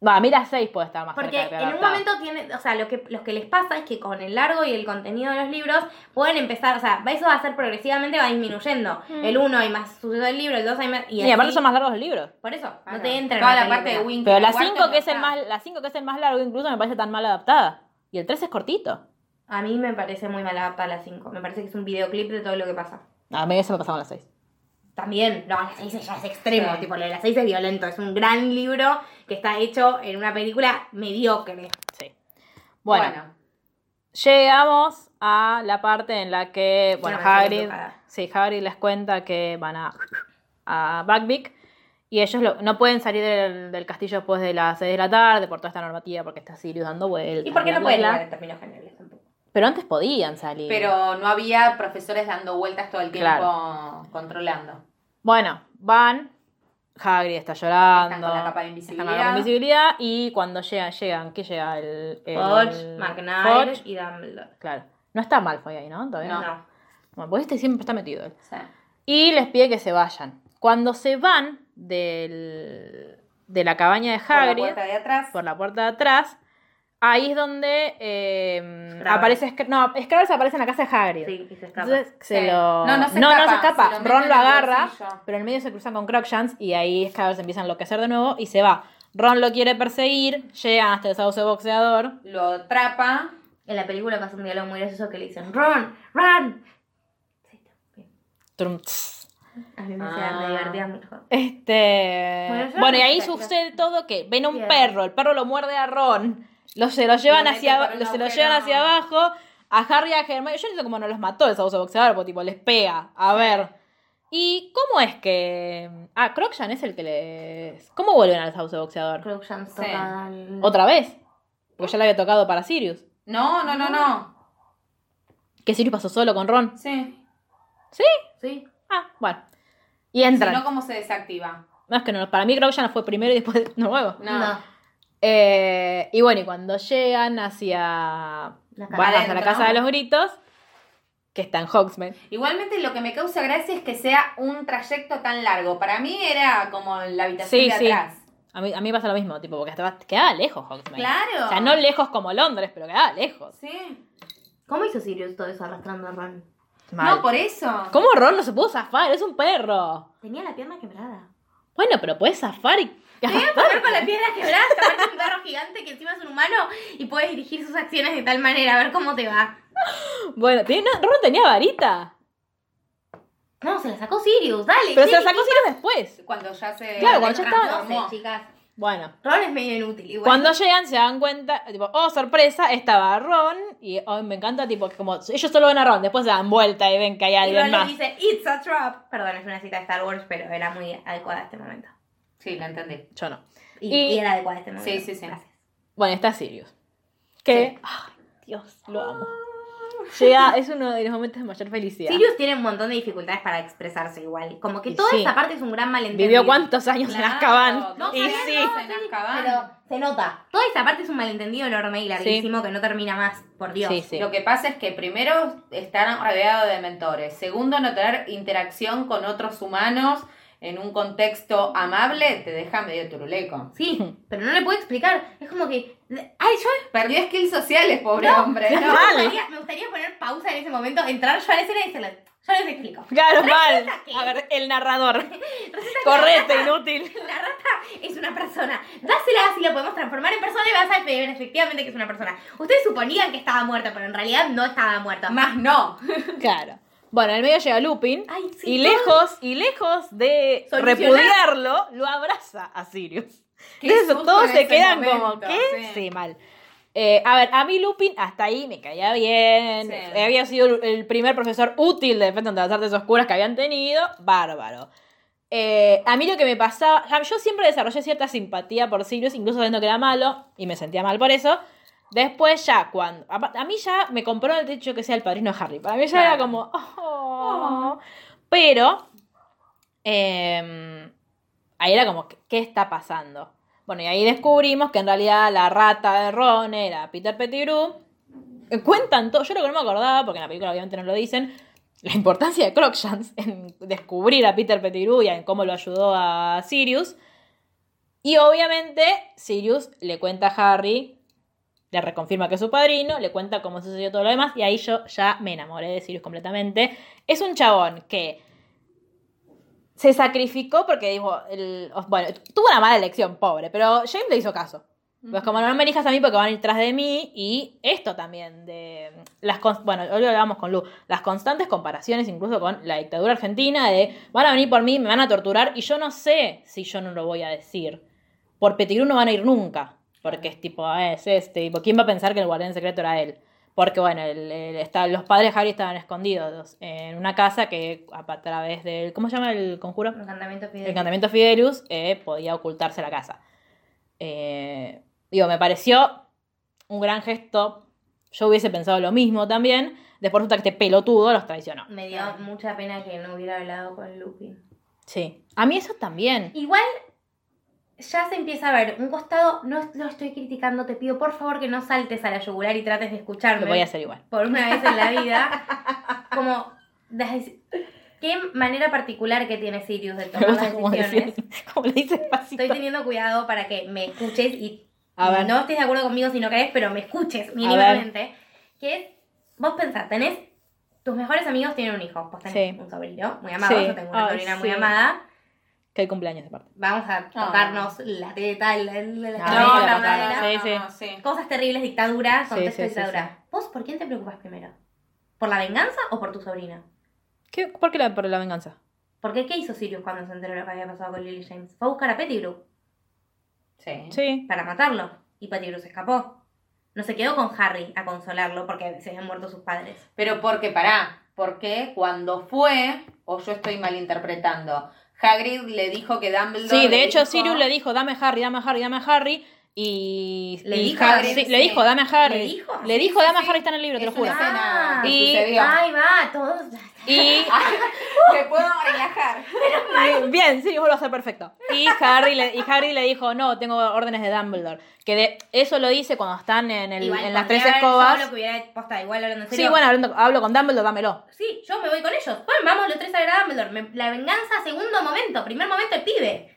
S1: Va, a mí la 6 puede estar más
S2: Porque
S1: cerca de peor
S2: en un
S1: adaptada.
S2: momento tiene, o sea, lo que, lo que les pasa es que con el largo y el contenido de los libros pueden empezar, o sea, eso va a ser progresivamente, va disminuyendo. El 1 hay más suceso del libro, el 2 hay más... Y,
S1: Y,
S2: así.
S1: aparte son más largos los libros.
S2: Por eso,
S3: Claro.
S2: no te entra en
S3: Toda
S2: una
S3: la parte de
S2: película.
S3: Winky.
S1: Pero la
S3: Cuarto
S1: 5 que es el
S3: está.
S1: más la 5 que es el más largo incluso me parece tan mal adaptada. Y el 3 es cortito.
S2: A mí me parece muy mala para la 5. Me parece que es un videoclip de todo lo que pasa.
S1: A mí eso me pasaba con la 6.
S2: También, no, la 6 ya es extremo.
S3: Sí.
S2: Tipo, lo de la 6 es violento. Es un gran libro que está hecho en una película mediocre.
S1: Sí. Bueno, llegamos a la parte en la que bueno,
S2: me siento
S1: Hagrid,
S2: tocada.
S1: sí, Hagrid les cuenta que van a a Buckbeak y ellos lo- no pueden salir del, del castillo después de las 6 de la tarde por toda esta normativa porque está Sirius dando vueltas.
S2: ¿Y por qué
S1: bla,
S2: no
S1: bla,
S2: pueden
S1: bla.
S2: hablar en términos generales tampoco?
S1: Pero antes podían salir.
S3: Pero no había profesores dando vueltas todo el tiempo controlando.
S1: Bueno, van. Hagrid está llorando.
S3: Están con la capa de
S1: Están con la capa de invisibilidad. Y cuando llegan, llegan, ¿qué llega? El, el-
S2: Hodge, McNair
S1: Fudge.
S2: y Dumbledore.
S1: Claro. No está Malfoy ahí, ¿no? Todavía.
S3: No.
S1: Bueno, porque este siempre está metido. él.
S3: Sí.
S1: Y les pide que se vayan. Cuando se van del, de la cabaña de
S3: Por la
S1: Hagrid,
S3: puerta de atrás.
S1: por la puerta de atrás, ahí es donde eh,
S2: Scrabbers.
S1: aparece... Sc- No, Scrabbers aparece en la casa de Hagrid.
S2: Sí, y se escapa.
S1: Entonces se
S3: Sí.
S1: lo.
S3: No, no se
S1: no
S3: escapa,
S1: escapa.
S3: se lo mete
S1: Ron
S3: en
S1: lo
S3: el
S1: agarra,
S3: bolsillo.
S1: pero en medio se cruzan con Crookshanks y ahí es cada vez empieza a enloquecer de nuevo y se va. Ron lo quiere perseguir, llega hasta el sauce boxeador.
S3: Lo atrapa.
S2: En la película pasa un diálogo muy gracioso que le dicen, Ron, run.
S1: Trum, tss.
S2: A mí me,
S3: Ah.
S2: hacía- me divertía mucho.
S1: Este.
S2: Bueno,
S1: Bueno,
S2: yo
S1: y
S2: no
S1: ahí
S2: sé, claro.
S1: sucede todo que ven a un
S2: Bien.
S1: perro, el perro lo muerde a Ron, lo, se lo llevan
S3: Lo meten
S1: hacia
S3: por un
S1: lo- se lo
S3: agujero.
S1: llevan hacia abajo. a Harry y a Hermione. Yo entiendo cómo no los mató el sabueso boxeador, porque tipo, les pega. A ver. ¿Y cómo es que...? Ah, Crocshan es el que les... ¿Cómo vuelven al sabueso boxeador?
S2: Creo que ya nos
S3: Sí.
S2: toca al-
S1: ¿Otra vez? Porque ya le había tocado para Sirius.
S3: No, no, no, no.
S1: Que Sirius pasó solo con Ron.
S3: Sí.
S2: Sí.
S1: Ah, bueno. Y
S3: Si
S1: entran.
S3: no, ¿cómo se desactiva?
S1: No, es que no, para mí Crocshan fue primero y después no luego.
S3: No.
S2: No.
S1: Eh, y bueno, y cuando llegan hacia,
S2: La
S1: van hacia la
S3: adentro.
S1: casa de los gritos, que está en Hogsmeade.
S3: Igualmente lo que me causa gracia es que sea un trayecto tan largo. Para mí era como la habitación
S1: Sí,
S3: de
S1: sí.
S3: atrás.
S1: A mí, a mí me pasa lo mismo, tipo, porque hasta quedaba lejos Hogsmeade.
S3: Claro.
S1: O sea, no lejos como Londres, pero quedaba lejos.
S3: Sí.
S2: ¿Cómo hizo Sirius todo eso arrastrando a Ron?
S1: Mal.
S3: No,
S2: pues,
S3: por eso.
S1: ¿Cómo Ron no se pudo zafar? Es un perro.
S2: Tenía la pierna quebrada.
S1: Bueno, pero puedes zafar y...
S2: Poder con la pierna quebrada, aparte es un perro gigante que encima es un humano y puedes dirigir sus acciones de tal manera, a ver cómo te va.
S1: bueno, tiene- no, Ron tenía varita.
S2: No, se la sacó Sirius, dale.
S1: Pero se la
S2: Sirius.
S1: sacó Sirius después.
S3: Cuando ya se.
S1: Claro, cuando ya estaba-
S2: No sé,
S3: transformó.
S2: chicas.
S1: Bueno.
S2: Ron es medio inútil. Igual.
S1: Cuando llegan se dan cuenta, tipo, oh, sorpresa, estaba Ron y oh, me encanta, tipo, que como ellos solo ven a Ron, después se dan vuelta y ven que hay
S2: Y
S1: alguien
S2: Ron le
S1: más.
S2: dice, it's a trap. Perdón, es una cita de Star Wars, pero era muy adecuada a este momento.
S3: Sí, la entendí.
S1: Yo no.
S2: Y,
S1: Y-
S2: y era adecuada a este momento.
S3: Sí, sí, sí.
S2: Gracias.
S1: Bueno, está Sirius. Que, ay, Dios, lo amo. Llega, es uno de los momentos de mayor felicidad.
S2: Sirius tiene un montón de dificultades para expresarse igual. Como que
S1: Y
S2: toda
S1: sí.
S2: esa parte es un gran malentendido.
S1: Vivió cuántos años en
S3: Claro,
S1: Azkaban.
S3: no
S1: y
S3: sabía,
S1: sí.
S3: no. en Azkaban.
S2: Pero se nota. Toda esa parte es un malentendido enorme y larguísimo que no termina más, por Dios.
S1: Sí, sí.
S3: Lo que pasa es que primero estar rodeado de mentores, segundo no tener interacción con otros humanos en un contexto amable te deja medio turuleco.
S2: Sí, pero no le puedo explicar. Es como que. Ay, yo
S3: Perdió skills sociales, pobre hombre.
S2: No,
S3: ¿no?
S1: Mal.
S2: me, gustaría, me gustaría poner pausa en ese momento, entrar yo a la escena y decirles, yo les explico.
S1: Claro, mal.
S2: que-
S1: A ver, el narrador. Correte, inútil.
S2: La rata es una persona. Dásela así la podemos transformar en persona y vas a ver efectivamente que es una persona. Ustedes suponían que estaba muerta, pero en realidad no estaba muerta.
S3: Más
S2: [laughs]
S3: no. [laughs]
S1: Claro. Bueno, en el medio llega Lupin.
S2: Ay, sí,
S1: y
S2: todo.
S1: lejos, y lejos de
S2: Solucionar.
S1: repudiarlo, lo abraza a Sirius.
S3: Qué
S1: Entonces
S3: susto
S1: todos
S3: en
S1: se
S3: ese
S1: quedan como,
S3: momento,
S1: ¿qué? Sí,
S3: sí.
S1: mal. Eh, a ver, a mí Lupin hasta ahí me caía bien. Eh,
S3: Sí.
S1: Había sido el primer profesor útil de Defensa de las Artes Oscuras que habían tenido. Bárbaro. Eh, a mí lo que me pasaba, a- yo siempre desarrollé cierta simpatía por Sirius, incluso sabiendo que era malo, y me sentía mal por eso. Después ya, cuando... A, a mí ya me compró el techo que sea el padrino de Harry. Para mí ya
S3: Claro.
S1: era como... "Oh". Pero... eh, ahí era como, ¿qué está pasando? Bueno, y ahí descubrimos que en realidad la rata de Ron era Peter Pettigrew. Eh, Cuentan todo, yo lo que no me acordaba, porque en la película obviamente no lo dicen, la importancia de Crookshanks en descubrir a Peter Pettigrew y en cómo lo ayudó a Sirius. Y obviamente Sirius le cuenta a Harry, le reconfirma que es su padrino, le cuenta cómo sucedió todo lo demás y ahí yo ya me enamoré de Sirius completamente. Es un chabón que se sacrificó porque dijo, el- bueno, tuvo una mala elección, pobre, pero James le hizo caso. Pues como no me elijas a mí porque van a ir tras de mí y esto también de mm, las cons- bueno, hoy lo hablábamos con Lu, las constantes comparaciones incluso con la dictadura argentina de van a venir por mí, me van a torturar y yo no sé si yo no lo voy a decir. Por Pettigrew no van a ir nunca, porque es tipo, ah, es este, tipo, ¿quién va a pensar que el guardián secreto era él? Porque bueno, el- el- está- los padres de Harry estaban escondidos en una casa que a a través del, ¿cómo se llama el conjuro?
S2: Encantamiento
S1: el encantamiento Fidelus eh, podía ocultarse la casa. Eh, digo, me pareció un gran gesto. Yo hubiese pensado lo mismo también. Después resulta que este pelotudo los traicionó.
S2: Me dio mucha pena que no hubiera hablado con Lupin.
S1: Sí. A mí eso también.
S2: Igual ya se empieza a ver un costado, no lo estoy criticando, te pido por favor que no saltes a la yugular y trates de escucharme.
S1: Lo voy a hacer igual.
S2: por una vez en la vida.
S1: [laughs]
S2: Como, des- qué manera particular que tiene Sirius de
S1: Me
S2: tomar
S1: gusta
S2: las
S1: [laughs] como,
S2: decisiones.
S1: decía- [laughs] como le dice pasito.
S2: Estoy teniendo cuidado para que me escuches y
S1: A ver.
S2: no estés de acuerdo conmigo si no crees, pero me escuches mínimamente. Que es, vos pensás, tenés, tus mejores amigos tienen un hijo, vos tenés
S1: Sí.
S2: un sobrino muy amado,
S1: Sí.
S2: yo tengo una
S1: Ay,
S2: sobrina muy
S1: sí.
S2: amada.
S1: Que hay cumpleaños aparte.
S2: Vamos a tocarnos la teta, la, la,
S1: No,
S2: la, la
S1: Ah,
S3: No,
S1: sí,
S2: cadera,
S3: no,
S1: la
S2: la
S3: no,
S1: patada,
S2: cadera.
S3: no,
S1: sí,
S3: no, sí.
S2: Cosas terribles, dictadura,
S1: Sí,
S2: contexto
S1: sí, sí,
S2: dictadura.
S1: sí.
S2: ¿Vos por quién te preocupas primero? ¿Por la venganza o por tu sobrina?
S1: ¿Qué, ¿Por qué la, por la venganza?
S2: Porque ¿qué hizo Sirius cuando se enteró de lo que había pasado con Lily James? Fue a buscar a Pettigrew
S3: Sí.
S1: Sí.
S2: para matarlo y Pettigrew se escapó. No se quedó con Harry a consolarlo porque se habían muerto sus padres.
S3: Pero porque, pará, porque cuando fue, o yo estoy malinterpretando, Hagrid le dijo que Dumbledore...
S1: Sí, de hecho,
S3: dijo-
S1: Sirius le dijo, dame a Harry, dame a Harry, dame a Harry. Y
S2: Le
S1: y
S2: dijo
S1: Harry-
S2: a Harry,
S1: sí,
S2: sí.
S1: le dijo, dame a Harry.
S2: ¿Le dijo?
S1: Le
S2: Sí,
S1: dijo,
S2: sí,
S1: dame
S2: sí.
S1: a Harry, está en el libro, te lo
S3: Es una
S1: juro.
S3: escena que
S1: Y-
S3: sucedió.
S2: va, todos.
S1: Y
S3: [laughs] Me puedo relajar.
S1: Bien, sí, vos lo haces perfecto. Y Harry, le, y Harry le dijo, no, tengo órdenes de Dumbledore. Que de, eso lo dice cuando están en, el- en las tres
S2: Lo
S1: escobas.
S2: que hubiera, posta, igual hablando en serio.
S1: Sí, bueno, hablando- hablo con Dumbledore, dámelo.
S2: Sí, yo me voy con ellos. Bueno, vamos los tres a ver a Dumbledore. Me- la venganza, segundo momento. Primer momento, el pibe.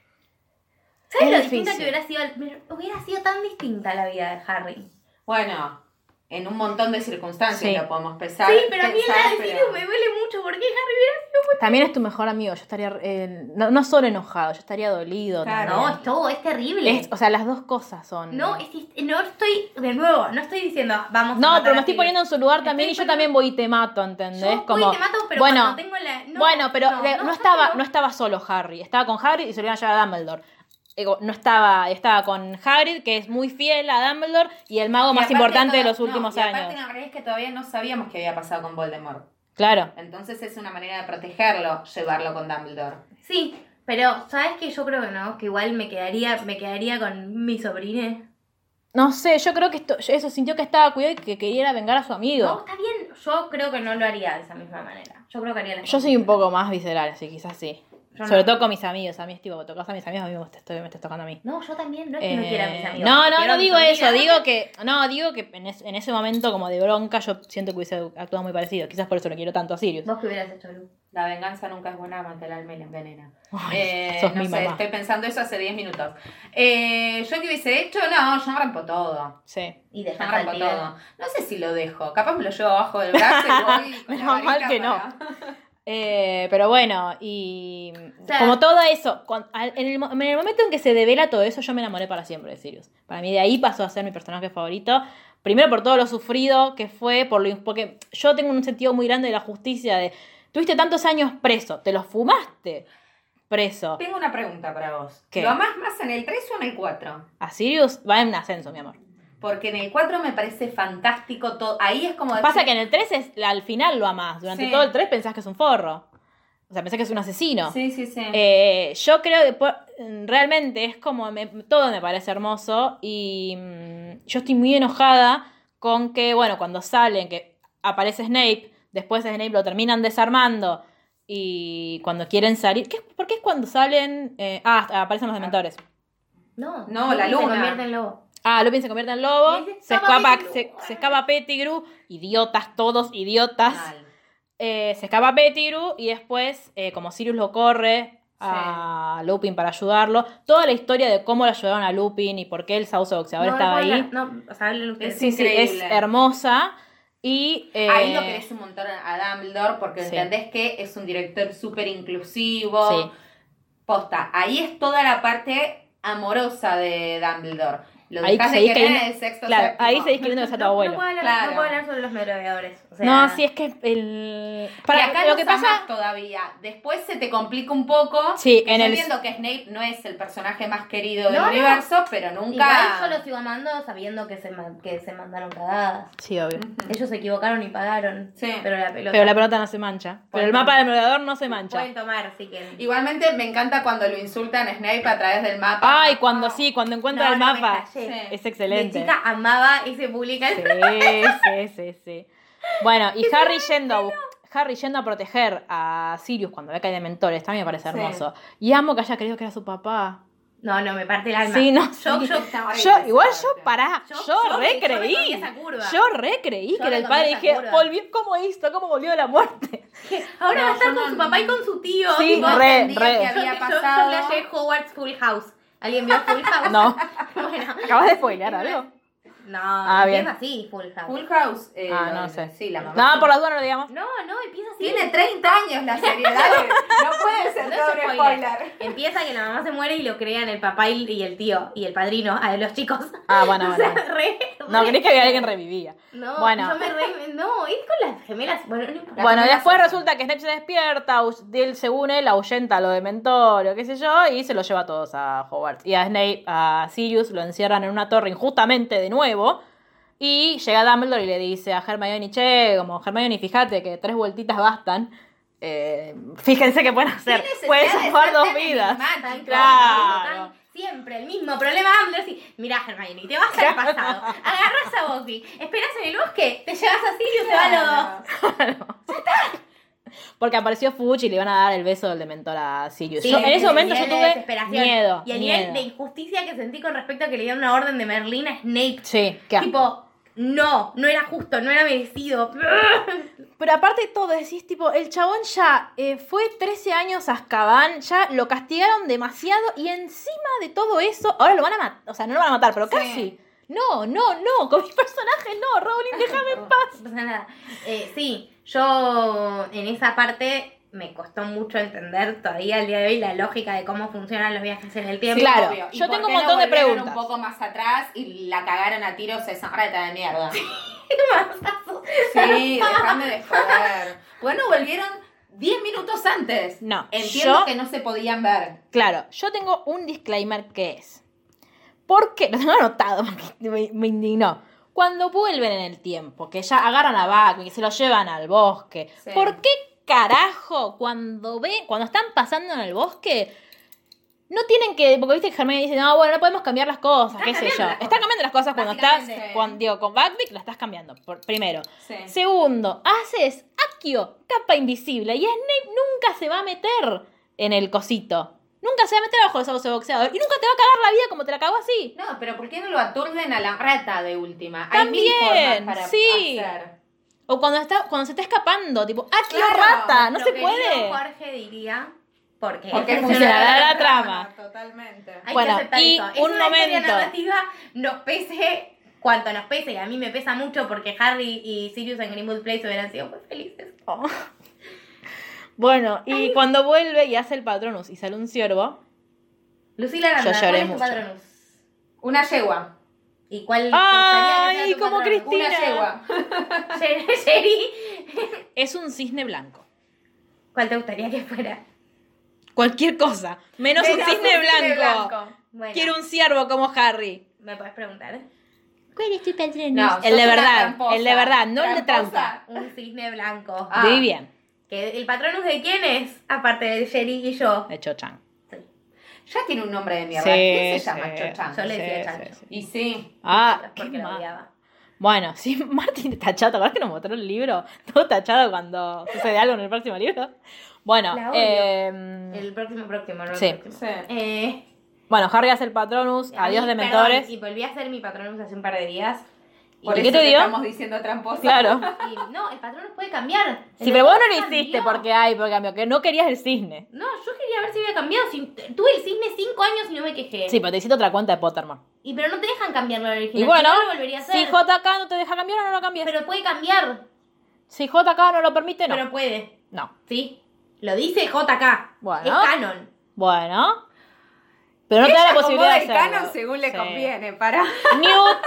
S2: ¿Sabes
S1: Es
S2: lo
S1: difícil.
S2: distinta que hubiera sido? el- Hubiera sido tan distinta la vida de Harry.
S3: Bueno, en un montón de circunstancias
S1: Sí.
S3: lo podemos pensar.
S2: sí, pero a mí
S3: pensar,
S2: la de
S3: pero-
S2: Sirius me duele mucho porque Harry hubiera sido
S1: También es tu mejor amigo, yo estaría, eh, no, no solo enojado, yo estaría dolido.
S2: Claro,
S1: también.
S2: no, es todo, es terrible.
S1: Es- o sea, las dos cosas son...
S2: no, es, es- no estoy, de nuevo, no estoy diciendo vamos a
S1: No,
S2: matar
S1: pero me
S2: a
S1: estoy
S2: Sirius.
S1: poniendo en su lugar
S2: Me
S1: también y
S2: estoy
S1: yo también
S2: poniendo-
S1: voy y te mato, ¿entendés?
S2: Yo voy y te mato, pero cuando tengo la- no,
S1: bueno, pero
S2: no,
S1: de-
S2: no,
S1: no,
S2: no,
S1: estaba,
S2: no.
S1: no. estaba solo Harry, estaba con Harry y se lo iban a llevar a Dumbledore. Digo, no estaba, estaba con Hagrid, que es muy fiel a Dumbledore y el mago
S3: Y
S1: más
S3: aparte
S1: importante de
S3: todo-
S1: los
S3: no,
S1: últimos
S3: y aparte
S1: años.
S3: la realidad es que todavía no sabíamos qué había pasado con Voldemort.
S1: Claro.
S3: Entonces es una manera de protegerlo, llevarlo con Dumbledore.
S2: Sí, pero ¿sabes qué? Yo creo que no, que igual me quedaría, me quedaría con mi sobrina.
S1: No sé, yo creo que esto, eso sintió que estaba cuidado y que quería ir a vengar a su amigo.
S2: No, está bien, yo creo que no lo haría de esa misma manera. Yo creo que haría la
S1: Yo soy un poco más visceral, así quizás sí.
S2: Yo
S1: Sobre
S2: no.
S1: todo con mis amigos. A mí es tipo, cuando tocas a mis amigos, a mí me, estás- me estás tocando a mí.
S2: No, yo también, no es que no
S1: Eh,
S2: quiera a mis amigos.
S1: No, no,
S2: quiero a
S1: no
S2: mi
S1: digo
S2: familia.
S1: eso, digo que, no, digo que en, es- en ese momento como de bronca yo siento que hubiese actuado muy parecido, quizás por eso lo quiero tanto a Sirius.
S2: Vos que hubieras hecho, Lu.
S3: La venganza nunca es buena, aunque el alma y la envenena.
S1: Ay,
S3: Eh,
S1: sos
S3: no
S1: mi
S3: sé,
S1: mamá.
S3: estoy pensando eso hace 10 minutos. Eh, ¿Yo qué hubiese hecho? No, yo arranco todo.
S1: Sí.
S2: Y
S3: Yo
S2: dejar
S3: arranco todo. No sé si lo dejo. Capaz me lo llevo abajo del brazo
S1: [laughs]
S3: y voy. con la
S1: Menos mal
S3: varita
S1: que no.
S3: para-
S1: Eh, pero bueno, y
S2: sea-
S1: como todo eso, cuan- al- en, el, mo- en el momento en que se devela todo eso, yo me enamoré para siempre de Sirius. Para mí de ahí pasó a ser mi personaje favorito. Primero por todo lo sufrido que fue, por lo, in- porque yo tengo un sentido muy grande de la justicia, de, tuviste tantos años preso, te los fumaste preso.
S3: Tengo una pregunta para vos.
S1: ¿Qué?
S3: ¿Lo amás más en el 3 o en el 4?
S1: A Sirius va en ascenso, mi amor.
S3: Porque en el 4 me parece fantástico todo. Ahí es como
S1: Pasa
S3: decir-
S1: que en el 3 es, al final lo amás. Durante
S3: Ah, Sí.
S1: todo el 3 pensás que es un forro. O sea, pensás que es un asesino.
S3: Sí, sí, sí.
S1: Eh, yo creo que po- realmente es como me- todo me parece hermoso y mm, yo estoy muy enojada con que, bueno, cuando salen, que aparece Snape, después a Snape lo terminan desarmando y cuando quieren salir, ¿qué, ¿por qué es cuando salen? eh, ah, aparecen los dementores.
S2: No,
S3: No, la
S2: Lupin
S3: luna.
S2: Se convierte en lobo.
S1: Ah, Lupin se convierte en lobo,
S2: Y se
S1: se
S2: escapa
S1: escapa,
S2: Pettigrew.
S1: se, se escapa Pettigrew, idiotas todos, idiotas.
S3: Mal.
S1: Eh, se escapa Pettigrew y después, eh, como Sirius lo corre a Lupin para ayudarlo, toda la historia de cómo lo ayudaron a Lupin y por qué el sauce boxeador
S2: no,
S1: estaba
S2: recuerda-
S1: ahí,
S2: No, o sea, hablen ustedes.
S3: Es
S1: sí, sí, es
S3: increíble.
S1: hermosa. Y eh,
S3: Ahí lo querés un montón a Dumbledore porque
S1: Sí.
S3: entendés que es un director súper inclusivo.
S1: Sí.
S3: Posta, ahí es toda la parte amorosa de Dumbledore. Lo
S1: Ahí
S3: dejas de
S1: seguís
S3: querer en
S1: queriendo-
S3: el sexto
S1: claro,
S3: séptimo.
S1: ahí se describiendo que es a tu
S2: No,
S1: abuelo.
S2: no puedo hablar,
S3: Claro.
S2: no puedo hablar sobre los merodeadores. O sea,
S1: No, sí, es que el.
S3: y
S1: Para
S3: acá
S1: lo que pasa.
S3: todavía. Después se te complica un poco.
S1: Sí,
S3: que
S1: en
S3: yo
S1: el.
S3: entiendo que Snape no es el personaje más querido del
S2: No, no.
S3: universo, pero nunca.
S2: Igual yo lo sigo amando sabiendo que se, ma- que se mandaron cagadas.
S1: Sí, obvio.
S3: Ujú.
S2: Ellos se equivocaron y pagaron.
S3: Sí.
S2: Pero la pelota.
S1: Pero la pelota no se mancha. Pero el
S2: Bueno.
S1: mapa del merodeador no se mancha.
S2: Pueden tomar, así que.
S3: Igualmente me encanta cuando lo insultan a Snape a través del mapa.
S1: Ay, cuando sí, cuando encuentra
S2: No,
S1: el
S2: no, me
S1: mapa.
S2: flashé.
S1: Es excelente.
S2: Mi chica amaba ese público.
S1: Sí, sí, sí, sí. Bueno, y Harry yendo, a, bus- Harry yendo a proteger a Sirius cuando ve que hay dementores, también me parece
S3: Sí.
S1: hermoso. Y amo que haya creído que era su papá.
S2: [laughs] No, no, me parte el alma.
S1: Sí, no,
S2: Yo,
S1: sí.
S2: yo,
S1: Yo, igual yo, pará, yo,
S2: me-
S1: recreí.
S2: Yo me comí esa curva.
S1: Yo recreí
S2: Yo
S1: que era
S2: me
S1: el
S2: comí
S1: padre y
S2: esa
S1: dije,
S2: curva.
S1: volvió, ¿cómo hizo? ¿Cómo volvió de la muerte? [laughs]
S2: Ahora
S3: No,
S2: va a estar
S3: yo
S2: con
S3: no-
S2: su papá y con su tío.
S1: Sí,
S2: Tipo,
S1: re,
S2: entendí
S1: re.
S2: que
S3: Yo-
S2: había
S3: yo- yo
S2: pasado. Yo,
S3: flashé
S2: Hogwarts Full House. ¿Alguien vio [laughs] Full House?
S1: No.
S2: bueno.
S1: ¿Acabas de spoilear algo?
S2: No,
S1: Ah, bien.
S2: empieza así, Full House.
S3: Full House. eh,
S1: Ah,
S3: lo-
S1: no sé.
S3: Sí, la mamá.
S1: Nada, por las dudas no lo digamos.
S2: No, no, empieza así.
S3: Tiene 30 años la
S2: [laughs]
S3: seriedad. de- No puede ser
S2: No
S3: todo
S2: es
S3: un
S2: spoiler.
S3: spoiler.
S2: Empieza que la mamá se muere y lo crean el papá y y el tío y el padrino a los chicos.
S1: Ah,
S2: [laughs]
S1: bueno, bueno.
S2: O sea,
S1: bueno.
S2: re-
S1: No,
S2: re-
S1: creí que había alguien revivía.
S2: No,
S1: Bueno.
S2: yo me re- No, es con las gemelas. Bueno, no importa.
S1: Bueno,
S2: Las gemelas
S1: después
S2: son-
S1: resulta que Snape se despierta, ahu- él según él ahuyenta a lo de Mentor o qué sé yo, y se lo lleva a todos a Hogwarts. Y a Snape, a Sirius, lo encierran en una torre injustamente de nuevo. Y llega Dumbledore y le dice a Hermione, che, como Hermione, fíjate que tres vueltitas bastan. Eh, fíjense qué pueden hacer. Pueden salvar dos vidas. Claro.
S2: Siempre el mismo problema, Amber. Sí. Mirá, Hermione, te vas
S1: [laughs]
S2: al pasado. Agarras a Buffy, esperás en el bosque, te llevas así y se van los dos.
S1: Porque apareció Fuchi y le iban a dar el beso del dementor a Sirius.
S2: Sí,
S1: Yo- en ese
S2: el
S1: momento yo
S2: nivel de
S1: tuve
S2: desesperación.
S1: miedo.
S2: Y el
S1: miedo.
S2: nivel de injusticia que sentí con respecto a que le dieron una orden de Merlín a Snape.
S1: Sí, qué asco.
S2: Tipo, no, no era justo, no era merecido.
S1: Pero aparte de todo, decís tipo, el chabón ya eh, fue 13 años a Azkaban, ya lo castigaron demasiado y encima de todo eso, ahora lo van a matar, o sea, no lo van a matar, pero
S3: Sí.
S1: casi. No, no, no, con mis personajes no, Rowling, déjame
S2: [laughs]
S1: en paz.
S2: No pasa nada. Eh, sí, yo en esa parte me costó mucho entender todavía al día de hoy la lógica de cómo funcionan los viajes en el tiempo.
S3: Sí,
S1: Claro,
S3: obvio. ¿Y
S1: yo
S3: por
S1: tengo
S3: qué
S1: un montón
S3: no
S1: de
S3: volvieron
S1: preguntas.
S3: Un poco más atrás y la cagaron a tiros esa reta de mierda. [laughs] Sí, déjame de joder. Bueno, volvieron 10 minutos antes.
S1: No,
S3: Entiendo
S1: yo-
S3: que no se podían ver.
S1: Claro, yo tengo un disclaimer que es. ¿Por qué? Lo tengo anotado [laughs] porque me, me indignó. Cuando vuelven en el tiempo, que ya agarran a Baco y se lo llevan al bosque,
S3: Sí.
S1: ¿por qué carajo cuando ve, cuando están pasando en el bosque, no tienen que, porque viste que Germán dice, no, bueno, no podemos cambiar las cosas,
S2: Están
S1: qué sé yo.
S2: cambiando las
S1: Están cambiando las cosas cuando estás,
S2: Básicamente.
S1: cuando, digo, con Backbeak la estás cambiando, por, primero.
S3: Sí.
S1: Segundo, haces Akio, capa invisible, y Snape nunca se va a meter en el cosito. Nunca se va a meter bajo los ojos de boxeador y nunca te va a cagar la vida como te la cagó así.
S3: No, pero ¿por qué no lo aturden a la reta de última?
S1: También,
S3: Hay mil formas para
S1: sí.
S3: hacer.
S1: O cuando, está, cuando se está escapando, tipo, Akio
S2: Claro,
S1: rata, no
S2: lo
S1: se
S2: que
S1: puede.
S2: dijo Jorge diría, porque
S3: Porque
S1: funcionará la trama.
S3: Totalmente.
S2: Hay
S1: Bueno,
S2: que aceptar
S1: y
S2: eso. Es
S1: un
S2: una historia
S1: momento.
S2: narrativa nos pese cuanto nos pese, y a mí me pesa mucho porque Harry y Sirius en Greenwood Place hubieran sido muy felices.
S1: Oh. Bueno, y cuando vuelve y hace el patronus y sale un ciervo,
S2: Lucila Aranda,
S1: Yo
S2: ¿cuál
S1: lloré
S2: es tu
S1: mucho.
S2: patronus?
S3: Una yegua.
S2: ¿Y cuál te
S1: Ay,
S2: gustaría que sea tu
S1: como
S2: patronus?
S1: Cristina.
S2: [laughs]
S3: Una yegua.
S2: Una Ye- Yeri,
S1: es un cisne blanco.
S2: ¿Cuál te gustaría que fuera?
S1: Cualquier cosa, menos, un
S3: Menos
S1: cisne,
S3: un cisne
S1: blanco.
S3: blanco.
S2: Bueno,
S1: Quiero un ciervo como Harry.
S2: me puedes preguntar.
S4: ¿Cuál es tu patrón?
S3: No,
S1: El
S3: sos
S1: de
S3: una
S1: verdad,
S3: tramposa.
S1: el de verdad, no el de
S3: Tramposa.
S2: Un cisne blanco.
S3: Ah.
S1: Viví bien,
S2: ¿Que ¿El patronus de quién es? Aparte de Sherry y yo.
S1: de Cho-Chang.
S3: Ya tiene un nombre de mierda.
S1: Sí,
S3: ¿Quién se
S1: sí.
S3: llama Chochan?
S2: Yo le
S1: Sí,
S2: decía
S1: sí,
S2: Chancho.
S1: sí.
S3: Y sí.
S1: Ah, qué
S2: Porque lo
S1: mal.
S2: odiaba.
S1: Bueno, sí, [laughs] Martín está chato, ¿verdad que nos mostró el libro? Todo tachado cuando sucede algo en el próximo libro. Bueno,
S2: La odio.
S1: eh,
S2: El próximo, próximo, no el
S1: Sí.
S2: próximo.
S3: Sí.
S2: Eh,
S1: bueno, Harry hace el patronus,
S2: a
S1: adiós
S2: mí,
S1: de mentores.
S2: perdón, Y volví a hacer mi patronus hace un par de días. Y,
S3: Por
S1: ¿Y qué
S3: eso
S1: te dio?
S3: Estamos diciendo tramposa.
S1: Claro.
S2: y- no, el patronus puede cambiar.
S1: [laughs] Sí, pero vos no lo
S2: cambió.
S1: hiciste porque ay, porque cambió, que no querías el cisne.
S2: No, yo quería ver si había cambiado. Si, tuve el cisne cinco años y no me quejé.
S1: Sí, pero te hiciste otra cuenta de Pottermore.
S2: Y pero no te dejan cambiarlo al original.
S1: Y bueno,
S2: si no, lo volvería a hacer.
S1: si JK no te deja cambiar, no lo cambies.
S2: Pero puede cambiar.
S1: Si JK no lo permite, no.
S2: Pero puede.
S1: No.
S2: Sí. Lo dice JK.
S1: Bueno.
S2: Es canon.
S1: Bueno. Pero no te da la
S3: Ella
S1: posibilidad de
S3: acomoda el canon
S1: hacerlo.
S3: según le
S1: Sí.
S3: conviene, para.
S1: Newt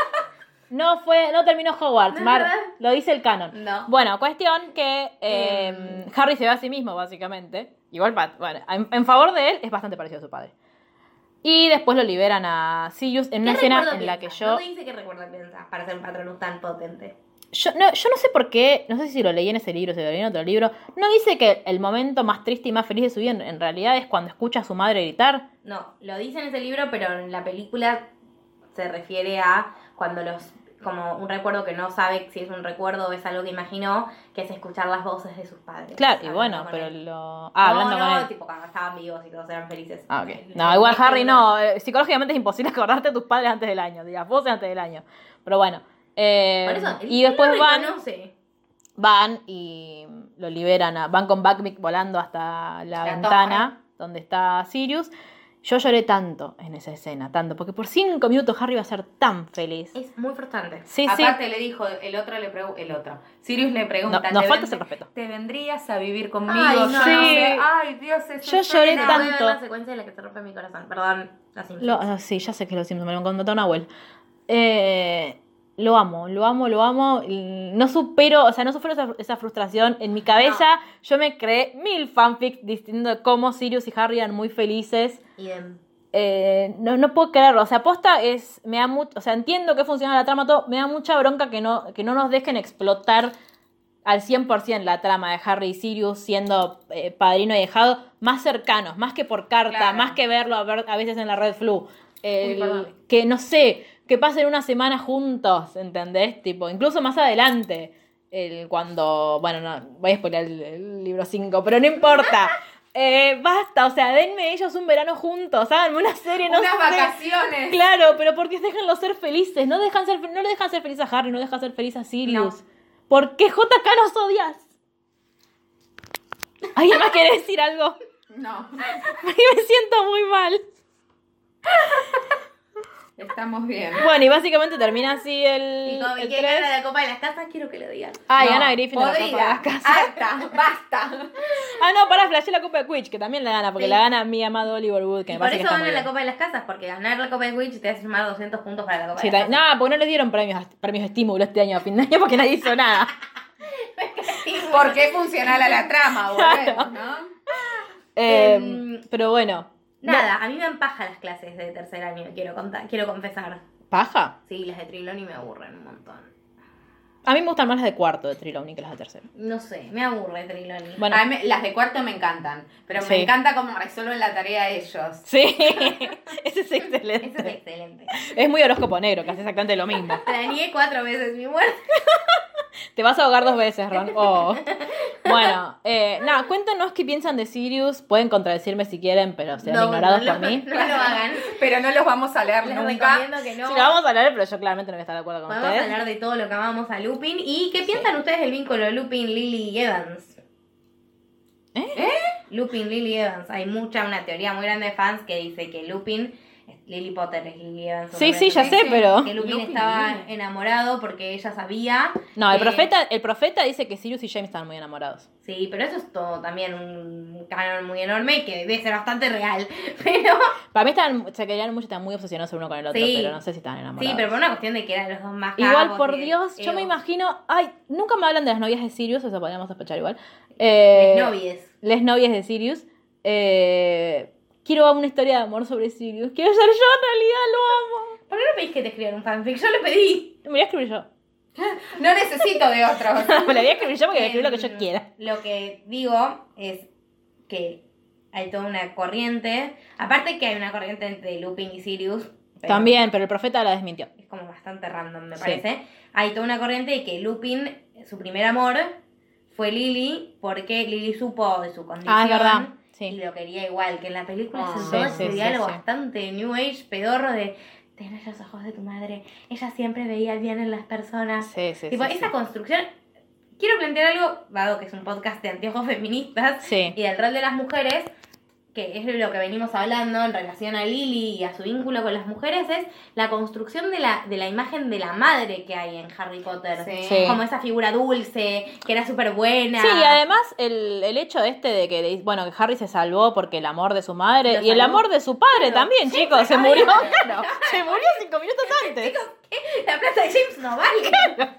S1: no fue, no terminó Hogwarts,
S2: No,
S1: Mar,
S2: ¿verdad?
S1: lo dice el canon.
S2: No. Em.
S1: Bueno, cuestión que eh, Harry se ve a sí mismo, básicamente. Igual, Pat- bueno, en, en favor de él es bastante parecido a su padre. Y después lo liberan a Sirius en una
S2: ¿Qué
S1: escena
S2: recuerdo
S1: en la que
S2: piensas?
S1: yo...
S2: No te dice que recuerdo piensas para ser un patronus tan potente.
S1: Yo no, yo no sé por qué, no sé si lo leí en ese libro, si lo leí en otro libro, no dice que el momento más triste y más feliz de su vida en, en realidad es cuando escucha a su madre gritar.
S2: No, lo dice en ese libro, pero en la película se refiere a cuando los como un recuerdo que no sabe si es un recuerdo o es algo que imaginó, que es escuchar las voces de sus padres.
S1: Claro, y
S2: Hablando
S1: bueno,
S2: con
S1: pero
S2: él.
S1: lo... Ah, hablando
S2: no, no,
S1: con él.
S2: tipo cuando estaban vivos y todos eran felices. Eh,
S1: Ah, ok. No, igual Harry no. eh, Psicológicamente es imposible [laughs] acordarte de tus padres antes del año, de las voces antes del año. Pero bueno. eh,
S2: Por eso,
S1: y después van,
S2: No sé.
S1: van y lo liberan. a- van con Buckbeak volando hasta la,
S3: La
S1: ventana donde está Sirius. Yo lloré tanto en esa escena, tanto, porque por cinco minutos Harry va a ser tan feliz.
S2: Es muy frustrante.
S1: Sí,
S3: Aparte le dijo, el otro le pregunta, el otro. Sirius le
S1: sí. No,
S3: pregunta.
S1: nos
S3: "¿Te
S1: falta
S3: ven-
S1: el respeto.
S3: ¿Te vendrías a vivir conmigo?
S2: Ay, no. ah,
S3: Yo no
S1: Sí.
S3: sé. Ay, Dios, es
S1: Yo lloré
S2: No,
S1: tanto.
S2: voy a ver la secuencia de la que se rompe mi corazón. Perdón, así.
S1: Lo- ah, sí, ya sé que los Simpsons me lo contó Nahuel. Eh, lo amo, lo amo, lo amo. L- No supero, o sea, no supero esa, esa frustración. En mi cabeza yo me creé mil fanfics diciendo cómo Sirius y Harry eran muy felices.
S2: Y, em,
S1: eh, no, no puedo creerlo. O sea, aposta es. Me da mucho. O sea, entiendo que funciona la trama todo. Me da mucha bronca que no, que no nos dejen explotar al 100% la trama de Harry y Sirius siendo eh, padrino y dejado más cercanos, más que por carta,
S3: Claro.
S1: más que verlo a, ver- a veces en la red flu. El-
S3: perdón.
S1: que no sé, que pasen una semana juntos, ¿entendés? Tipo, incluso más adelante. El, cuando. Bueno, no, voy a spoiler el, el libro 5, pero no
S3: [laughs]
S1: importa. Eh, basta, o sea, denme ellos un verano juntos, hagan una serie, no
S3: Unas
S1: sé.
S3: vacaciones.
S1: Claro, pero porque déjenlos ser felices. No, dejan ser, no le dejan ser feliz a Harry, no dejan ser feliz a Sirius. ¿Por qué JK nos odias? ¿Alguien más quiere decir algo?
S3: No,
S1: Porque me siento muy mal.
S3: estamos bien.
S1: Bueno, y básicamente termina así el.
S2: Y como
S1: el
S2: que
S1: tres.
S2: gana la Copa de las Casas, quiero que lo digan.
S1: Ay,
S3: No,
S1: gana Griffin la Copa de
S3: podrida,
S1: las Casas.
S3: Harta, basta.
S1: Ah, no, pará, flashé la Copa de Quidditch, que también la gana, porque
S2: Sí.
S1: la gana mi amado Oliver Wood, que
S2: Y
S1: me
S2: por
S1: parece que
S2: eso
S1: está muy
S2: gana la
S1: bien.
S2: Copa de las Casas, porque ganar la Copa de Witch te hace sumar 200 puntos para la Copa
S1: Sí,
S2: de las
S1: ta-
S2: Casas.
S1: no, porque no les dieron premios, premios de estímulo este año a fin de año [laughs] porque nadie
S2: [laughs]
S1: hizo nada.
S3: Porque es funcional a la trama, volvemos, ¿no?
S1: Eh,
S2: Em,
S1: pero bueno,
S2: Nada, a mí me empaja las clases de tercer año, quiero, contar, quiero confesar.
S1: paja.
S2: Sí, las de Triloni me aburren un montón.
S1: A mí me gustan más las de cuarto de Trelawney que las de tercero.
S2: No sé, me aburre Triloni.
S1: [laughs] Bueno,
S3: A mí me- las de cuarto me encantan, pero
S1: Sí.
S3: me encanta cómo resuelven la tarea de ellos. [laughs]
S1: sí, [laughs] ese es
S2: Eso es
S1: excelente.
S2: excelente.
S1: Es muy horóscopo negro, que hace exactamente lo mismo.
S2: Planeé cuatro veces mi muerte.
S1: Te vas a ahogar dos veces,
S2: [laughs]
S1: Ron. Oh. Bueno, eh, nada, cuéntanos qué piensan de Sirius. Pueden contradecirme si quieren, pero sean ignorados
S2: no
S1: por
S2: lo-
S1: mí.
S2: [laughs] No lo hagan.
S3: Pero no los vamos a leer
S2: Les
S3: nunca.
S2: recomiendo que no.
S1: Sí, lo vamos a hablar, pero yo claramente no voy a estar de acuerdo con
S2: Podemos
S1: ustedes.
S2: hablar de todo lo que amamos a Lupin. ¿Y qué piensan ustedes del vínculo Lupin, Lily y Evans?
S1: ¿Eh?
S2: Lupin, Lily y Evans. Hay mucha, una teoría muy grande de fans que dice que Lupin, Lily Potter es Lily Evans.
S1: Sí, sí, ya sé,
S2: obviamente,
S1: pero.
S2: Que Lupin,
S3: Lupin,
S2: estaba
S3: Lily.
S2: enamorado porque ella sabía.
S1: No, el
S2: eh,
S1: profeta, el profeta dice que Sirius y James están muy enamorados.
S2: Sí, pero eso es todo también un canon muy enorme y que debe ser bastante real. [laughs] Pero
S1: Para mí están, se querían mucho, están muy obsesionados el uno con el otro,
S2: Sí.
S1: pero no sé si están enamorados.
S2: Sí, pero por una cuestión de que eran los dos más
S1: Igual,
S2: capos
S1: por
S2: y de
S1: Dios, yo me
S2: egos.
S1: imagino. Ay, nunca me hablan de las novias de Sirius, eso podríamos sospechar igual. Eh,
S2: Mis novies.
S1: Les novias de Sirius. Eh, quiero una historia de amor sobre Sirius. Quiero ser yo, en realidad lo amo.
S2: ¿Por qué no pedís que te escriban un fanfic? Yo lo pedí.
S1: Me lo voy a escribir yo. [laughs]
S3: No necesito de otros.
S1: Me lo voy a escribir yo porque voy a escribir lo que yo
S2: Em,
S1: quiera.
S2: Lo que digo es que hay toda una corriente. Aparte que hay una corriente entre Lupin y Sirius. pero
S1: También, pero el profeta la desmintió.
S2: Es como bastante random, me
S1: Sí.
S2: parece. Hay toda una corriente de que Lupin, su primer amor, fue Lily, porque Lily supo de su condición.
S1: Ah, es verdad.
S2: Y
S1: Sí.
S2: lo quería igual, que en la película
S3: Ah.
S2: se
S3: Sí,
S2: todo
S1: sí,
S2: ese
S1: sí,
S2: diálogo
S1: sí.
S2: bastante New Age, pedorro de tenés los ojos de tu madre, ella siempre veía el bien en las personas.
S1: Sí, sí,
S2: tipo,
S1: sí,
S2: esa
S1: sí.
S2: construcción. Quiero plantear algo, dado que es un podcast de anteojos feministas
S1: Sí.
S2: y del rol de las mujeres, que es lo que venimos hablando en relación a Lily y a su vínculo con las mujeres, es la construcción de la, de la imagen de la madre que hay en Harry Potter.
S3: Sí.
S1: Sí.
S2: Como esa figura dulce, que era súper buena.
S1: Sí, y además el, el hecho este de que, de- bueno, que Harry se salvó porque el amor de su madre
S2: Lo
S1: y el
S2: salvó.
S1: amor de su padre también, chicos, se
S2: claro. [laughs]
S1: murió, [laughs] claro, se murió cinco minutos antes.
S2: La plata de James no vale.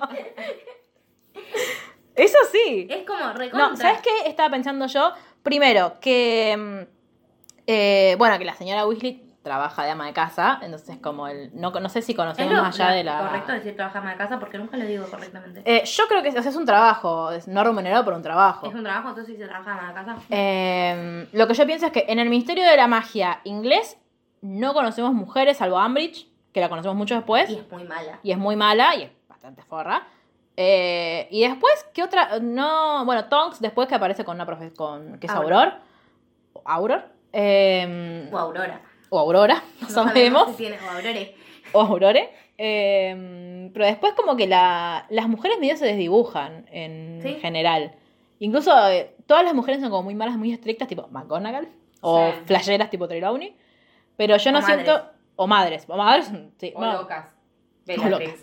S1: Eso sí.
S2: Es como recontra.
S1: No, ¿sabes qué estaba pensando yo? Primero, que. mm, eh, bueno, que la señora Weasley trabaja de ama de casa, entonces, como el. No, no sé si
S2: Es
S1: conocemos
S2: lo-
S1: más allá
S2: lo
S1: de la.
S2: correcto decir trabaja más de casa porque nunca lo digo correctamente.
S1: Eh, yo creo que es, o sea, es un trabajo, es no remunerado por un trabajo.
S2: Es un trabajo, entonces si se trabaja más de casa.
S1: Eh, lo que yo pienso es que en el Ministerio de la Magia inglés no conocemos mujeres, salvo Ambridge, que la conocemos mucho después.
S2: Y es muy mala.
S1: y es muy mala y es bastante forra. Eh, y después, ¿qué otra? No, bueno, Tonks después que aparece con una profe con que es Auror. Auror. eh,
S2: O Aurora.
S1: o Aurora, [laughs] no, sabemos.
S2: si tiene- o Aurore.
S1: O Aurore. eh, pero después como que la, las mujeres medio se desdibujan en
S2: Sí.
S1: general. Incluso eh, todas las mujeres son como muy malas, muy estrictas, tipo McGonagall. O
S3: Sí.
S1: flasheras tipo Trelawney. Pero yo
S2: O
S1: no
S2: madres.
S1: siento... O madres. O madres, sí.
S3: O
S1: bueno,
S3: locas.
S1: O locas.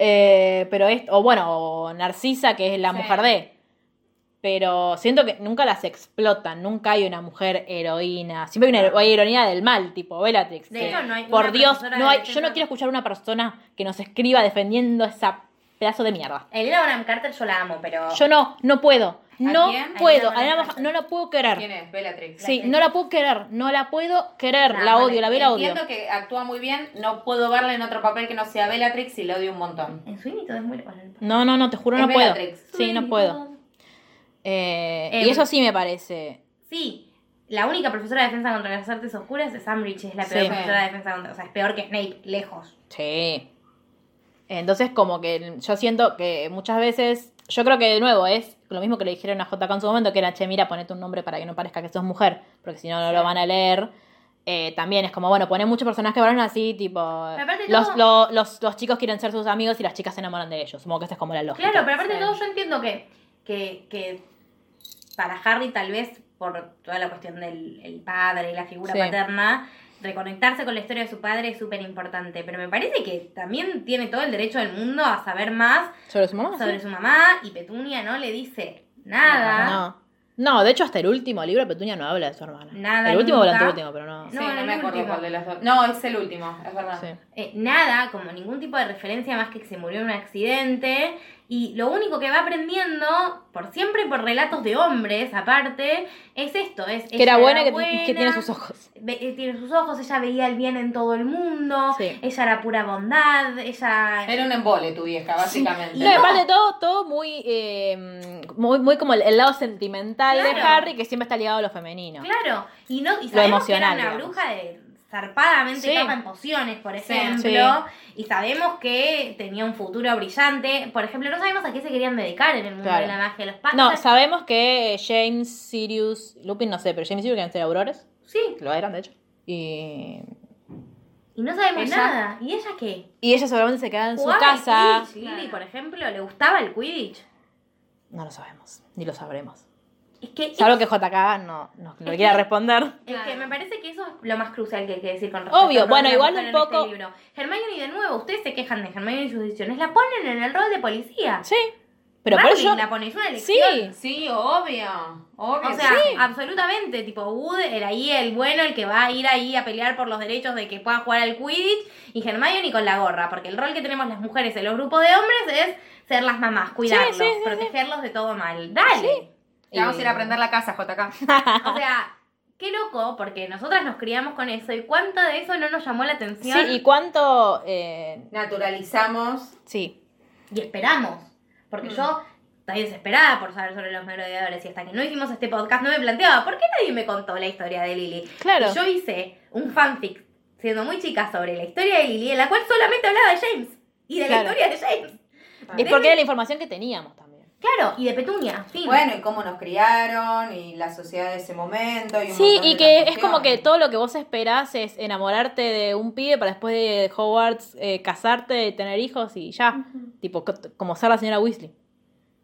S1: eh, pero es, o bueno, o Narcisa, que es la
S3: Sí.
S1: mujer de. Pero siento que nunca las explotan, nunca hay una mujer heroína. Siempre hay una hero- hay heroína del mal, tipo Bellatrix.
S2: De
S1: que,
S2: hecho, no hay
S1: por
S2: una
S1: Dios,
S2: profesora
S1: no hay,
S2: de
S1: yo no
S2: defensa-
S1: quiero escuchar una persona que nos escriba defendiendo esa pedazo de mierda.
S2: Elena Bonham Carter yo la amo, pero.
S1: Yo no, no puedo. No
S3: quién? ¿A
S1: puedo,
S3: quién?
S1: a la Maja- no la puedo
S3: ¿Quién
S1: querer.
S3: es? Bellatrix.
S1: Sí,
S2: Bellatrix.
S1: no la puedo querer, no la puedo querer,
S2: Nah,
S1: la
S2: bueno,
S1: odio, la ve la odio.
S3: Entiendo que actúa muy bien, no puedo verla en otro papel que no sea Bellatrix y la odio un montón.
S2: En Sweeney todo es muy bueno.
S1: No, no, no, te juro,
S3: Es
S1: no puedo.
S3: Bellatrix.
S1: Sí, no puedo. Eh, y
S2: Em.
S1: eso sí me parece.
S2: Sí, la única profesora de defensa contra las artes oscuras es Ambridge, es la peor
S1: Sí.
S2: profesora de defensa contra. O sea, es peor que Snape, lejos.
S1: Sí. Entonces, como que yo siento que muchas veces. Yo creo que de nuevo es lo mismo que le dijeron a JK en su momento, que era che, mira, ponete un nombre para que no parezca que sos mujer, porque si no, no lo van a leer. Eh, también es como, bueno, ponen muchos personajes varones así, tipo.
S2: aparte de
S1: Los,
S2: todo-
S1: lo- los, los chicos quieren ser sus amigos y las chicas se enamoran de ellos. Supongo que esa es como la lógica.
S2: Claro, pero aparte de todo, yo entiendo que, que, que para Harry, tal vez por toda la cuestión del el padre y la figura
S1: Sí.
S2: paterna, reconectarse con la historia de su padre es súper importante. Pero me parece que también tiene todo el derecho del mundo a saber más
S1: ¿Sobre su mamá? Ah, sí.
S2: sobre su mamá y Petunia no le dice nada.
S1: No. No, de hecho, hasta el último libro Petunia no habla de su hermana.
S2: Nada,
S1: El último o el
S2: nunca.
S1: anteúltimo, pero no.
S2: No,
S3: sí, no
S2: el
S3: me acuerdo
S2: último.
S3: cuál de las dos. No, es el último, es verdad.
S1: Sí.
S2: Eh, nada, como ningún tipo de referencia más que que se murió en un accidente. Y lo único que va aprendiendo, por siempre por relatos de hombres aparte, es esto, es...
S1: Que era
S2: ella
S1: buena y que, ti- que
S2: buena,
S1: tiene sus ojos.
S2: ve- eh, tiene sus ojos, ella veía el bien en todo el mundo,
S1: Sí.
S2: ella era pura bondad, ella...
S3: Era un embole tu vieja, básicamente.
S1: No, y aparte todo, todo muy, eh, muy, muy como el, el lado sentimental de
S2: Claro.
S1: Harry, que siempre está ligado a lo femenino.
S2: Claro, y, no, y sabemos que era
S1: emocional,
S2: una
S1: digamos.
S2: bruja de zarpadamente
S1: Sí.
S2: capa en pociones, por
S3: Sí.
S2: ejemplo, y sabemos que tenía un futuro brillante, por ejemplo, no sabemos a qué se querían dedicar en el mundo
S1: Claro.
S2: de la magia de los padres.
S1: No, sabemos que eh, James, Sirius, Lupin no sé, pero James y Sirius eran ser aurores,
S2: sí,
S1: lo eran de hecho. Y,
S2: Y no sabemos
S3: Ella-
S2: nada. ¿Y ella qué?
S1: y ella seguramente se quedaba en su
S2: Jugaba al
S1: casa.
S2: Quidditch. Lily, por ejemplo, le gustaba el Quidditch.
S1: No lo sabemos, ni lo sabremos.
S2: Es que, es,
S1: Salvo que JK no, no, no quiera responder.
S2: que me parece que eso es lo más crucial que hay que decir con respecto
S1: Obvio,
S2: al rol
S1: bueno,
S2: de la
S1: igual un
S2: mujer en este
S1: poco-
S2: libro. Hermione, de nuevo, ustedes se quejan de Hermione y sus decisiones. La ponen en el rol de policía.
S1: Sí, pero por
S2: Marley
S1: eso yo...
S2: la pone, es una
S1: Sí,
S2: elección.
S3: Sí, obvio. Obvio.
S2: O sea, absolutamente, tipo Wood era ahí el bueno, el que va a ir ahí a pelear por los derechos de que pueda jugar al Quidditch, y Hermione con la gorra, porque el rol que tenemos las mujeres en los grupos de hombres es ser las mamás, cuidarlos,
S1: sí, sí,
S2: protegerlos de todo mal. Dale.
S3: Te vamos a ir a aprender la casa, JK.
S2: O sea, qué loco, porque nosotras nos criamos con eso, y cuánto de eso no nos llamó la
S1: sí,
S2: atención
S1: y cuánto... eh,
S3: Naturalizamos.
S1: sí,
S2: y esperamos.
S1: Mm.
S2: Porque yo estoy desesperada por saber sobre los merodeadores, y hasta que no hicimos este podcast no me planteaba, ¿por qué nadie me contó la historia de Lily?
S1: claro.
S2: Y Yo hice un fanfic siendo muy chica sobre la historia de Lily, en la cual solamente hablaba de James. Y de
S1: Claro.
S2: la historia de James.
S1: Es porque era la información que teníamos también.
S2: Claro, y de Petunia, fin.
S3: Bueno, y cómo nos criaron, y la sociedad de ese momento. Y un
S1: Sí,
S3: montón de
S1: y que
S3: otras
S1: es como que
S3: cuestiones.
S1: todo lo que vos esperás es enamorarte de un pibe para después de Hogwarts eh, casarte, tener hijos y ya. Tipo, co- como ser la señora Weasley.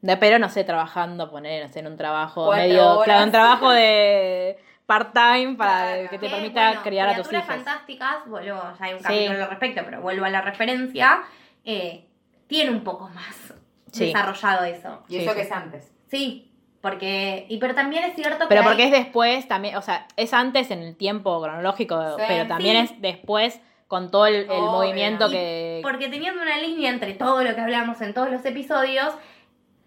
S1: De- pero no sé, trabajando, poner, hacer un trabajo
S3: Cuatro
S1: medio.
S3: horas.
S1: Claro, un trabajo de part-time para
S3: Claro.
S1: que te
S2: Eh,
S1: permita
S2: bueno,
S1: criar a tus hijos.
S2: Criaturas fantásticas, vuelvo, ya hay un
S1: Sí.
S2: capítulo al respecto, pero vuelvo a la referencia. eh, tiene un poco más
S1: Sí.
S2: desarrollado eso.
S3: Y eso que es antes.
S2: Sí, porque. Y pero también es cierto
S1: Pero
S2: que.
S1: porque
S2: hay-
S1: es después también, o sea, es antes en el tiempo cronológico,
S3: Sí,
S1: pero también
S2: sí.
S1: es después con todo el, el
S3: Obvio.
S1: movimiento
S2: Y
S1: que.
S2: Porque teniendo una línea entre todo lo que hablamos en todos los episodios,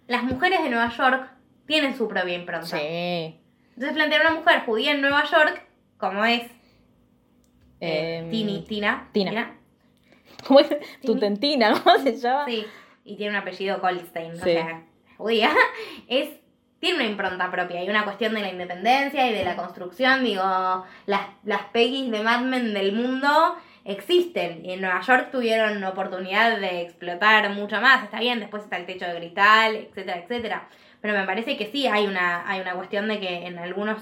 S2: las mujeres de Nueva York tienen su propia impronta.
S1: Sí.
S2: Entonces plantear una mujer judía en Nueva York, como es eh,
S1: Em,
S2: Tini, Tina,
S1: Tina. ¿Cómo es? Tutentina, ¿cómo se llama?
S2: sí, y tiene un apellido Goldstein, o
S1: Sí.
S2: sea, [laughs] judía, es, tiene una impronta propia, hay una cuestión de la independencia y de la construcción, digo, las, las Peggy's de Mad Men del mundo existen, y en Nueva York tuvieron oportunidad de explotar mucho más, está bien, después está el techo de grital, etcétera, etcétera, pero me parece que sí, hay una, hay una cuestión de que en algunos...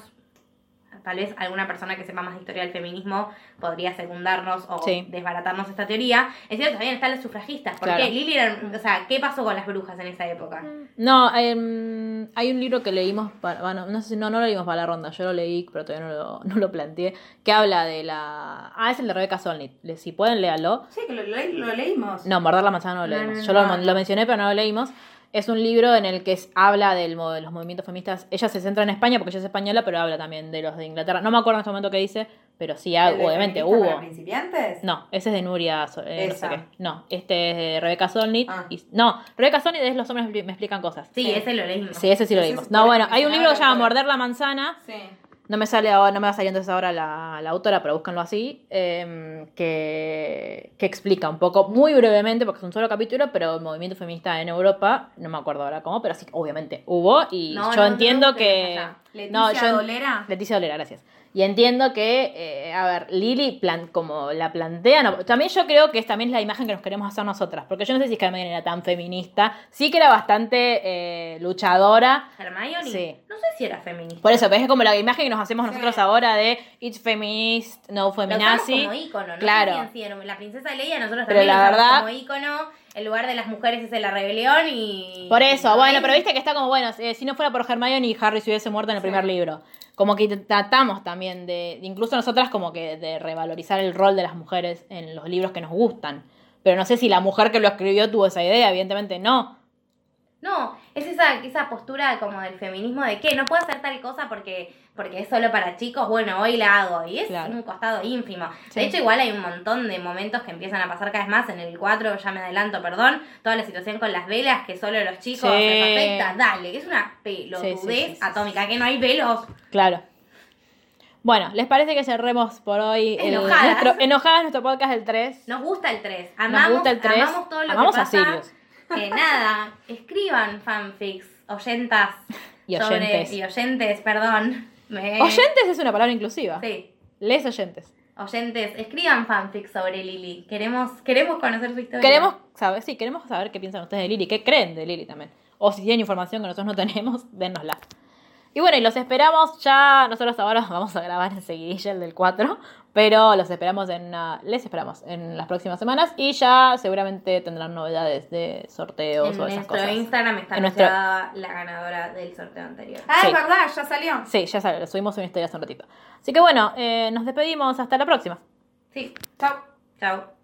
S2: Tal vez alguna persona que sepa más de historia del feminismo podría secundarnos o
S1: Sí.
S2: desbaratarnos esta teoría. Es cierto, también están las sufragistas, porque
S1: Claro.
S2: Lily era, o sea, ¿qué pasó con las brujas en esa época?
S1: No, em, hay un libro que leímos, para, bueno, no sé si no, no lo leímos para la ronda, yo lo leí, pero todavía no lo, [laughs] no lo planteé, que habla de la... Ah, es el de Rebecca Solnit, Le- si pueden, léalo.
S3: Sí, que lo, lo- lo leímos.
S1: No, Morder la manzana no lo
S2: No,
S1: leímos.
S2: no,
S1: Yo
S2: no.
S1: Lo, lo mencioné, pero no lo leímos. Es un libro en el que es- habla del mo- de los movimientos feministas. Ella se centra en España porque ella es española, pero habla también de los de Inglaterra. No me acuerdo en este momento qué dice, Pero sí,
S3: ¿El
S1: ah,
S3: de
S1: obviamente
S3: feminista
S1: hubo.
S3: para principiantes?
S1: No, ese es de Nuria. So- eh, no, sé
S3: Esa.
S1: qué. no, este es de Rebeca Solnit.
S3: Ah.
S1: y- no, Rebeca Solnit es Los hombres me explican cosas.
S2: Sí, ese lo leímos.
S1: Sí, ese sí lo
S3: Ese es
S1: vimos.
S3: por
S1: No,
S3: el
S1: bueno,
S3: que
S1: hay un
S3: se
S1: libro que se llama
S3: habla, claro.
S1: Morder la manzana.
S3: Sí.
S1: No me sale ahora, no me va a salir entonces ahora la, la autora, pero búsquenlo así. eh, que, que explica un poco, muy brevemente, porque es un solo capítulo, pero el movimiento feminista en Europa, no me acuerdo ahora cómo, pero sí, obviamente hubo. Y
S2: No,
S1: yo
S2: no, no,
S1: entiendo
S2: no,
S1: que.
S2: ya está.
S3: Leticia
S1: No, yo en-
S2: Ah.
S3: Dolera.
S1: Leticia Dolera, gracias. Y entiendo que, eh, a ver, Lili, plan, como la plantean, también yo creo que es también la imagen que nos queremos hacer nosotras, porque yo no sé si Carmen era tan feminista, sí que era bastante eh, luchadora,
S2: Hermione,
S1: Sí.
S2: no sé si era feminista.
S1: por eso, pero es como la imagen que nos hacemos nosotros ahora de It's feminist, no
S2: Lo usamos
S1: feminazi.
S2: como ícono, ¿no?
S1: Claro.
S2: Sí, sí, sí, La princesa de Leia nosotros
S1: Pero
S2: también
S1: la
S2: la usamos
S1: verdad-
S2: como ícono. El lugar de las mujeres es en la rebelión y...
S1: Por eso,
S2: ¿no?
S1: bueno, pero viste que está como, bueno, eh, si no fuera por Hermione y Harry se hubiese muerto en el primer libro. Como que tratamos también de, incluso nosotras como que de revalorizar el rol de las mujeres en los libros que nos gustan. Pero no sé si la mujer que lo escribió tuvo esa idea, evidentemente no.
S2: No, es esa, esa postura como del feminismo de que no puedo hacer tal cosa porque, porque es solo para chicos, bueno, hoy la hago. Y es
S1: Claro.
S2: un costado ínfimo.
S1: Sí.
S2: De hecho, igual hay un montón de momentos que empiezan a pasar cada vez más. En el 4, ya me adelanto, perdón, toda la situación con las velas que solo los chicos
S1: Sí.
S2: les afecta. Dale, es una pelotudez
S1: Sí, sí, sí, sí, sí.
S2: atómica, que no hay velos.
S1: Claro. Bueno, ¿les parece que cerremos por hoy el-
S2: Enojadas.
S1: nuestro, enojadas nuestro podcast del 3?
S2: Nos gusta el 3. Amamos,
S1: gusta el 3.
S2: amamos todo lo
S1: Amamos
S2: que
S1: a
S2: pasa.
S1: Sirius. [laughs]
S2: Eh, nada, escriban fanfics, oyentas.
S1: Y
S2: sobre-
S1: oyentes.
S2: y oyentes, perdón. Me-
S1: Oyentes es una palabra inclusiva.
S2: Sí.
S1: Les oyentes.
S2: Oyentes, escriban fanfics sobre Lili. Queremos, queremos conocer su historia.
S1: Queremos saber, sí, queremos saber qué piensan ustedes de Lili, qué creen de Lili también. O si tienen información que nosotros no [laughs] tenemos, dennosla. Y bueno, y los esperamos ya, nosotros ahora [laughs] vamos a grabar enseguidilla el del 4, pero los esperamos en una- les esperamos en las próximas semanas y ya seguramente tendrán novedades de sorteos
S2: En
S1: o esas
S2: nuestro
S1: cosas.
S2: Instagram está
S1: En nuestro-
S2: anunciada la ganadora del sorteo anterior.
S3: Ah,
S1: Sí.
S3: es verdad, ya salió.
S1: Sí, ya saben, lo subimos una historia hace un ratito. Así que bueno, eh, nos despedimos, hasta la próxima.
S2: Sí, chau. Chau.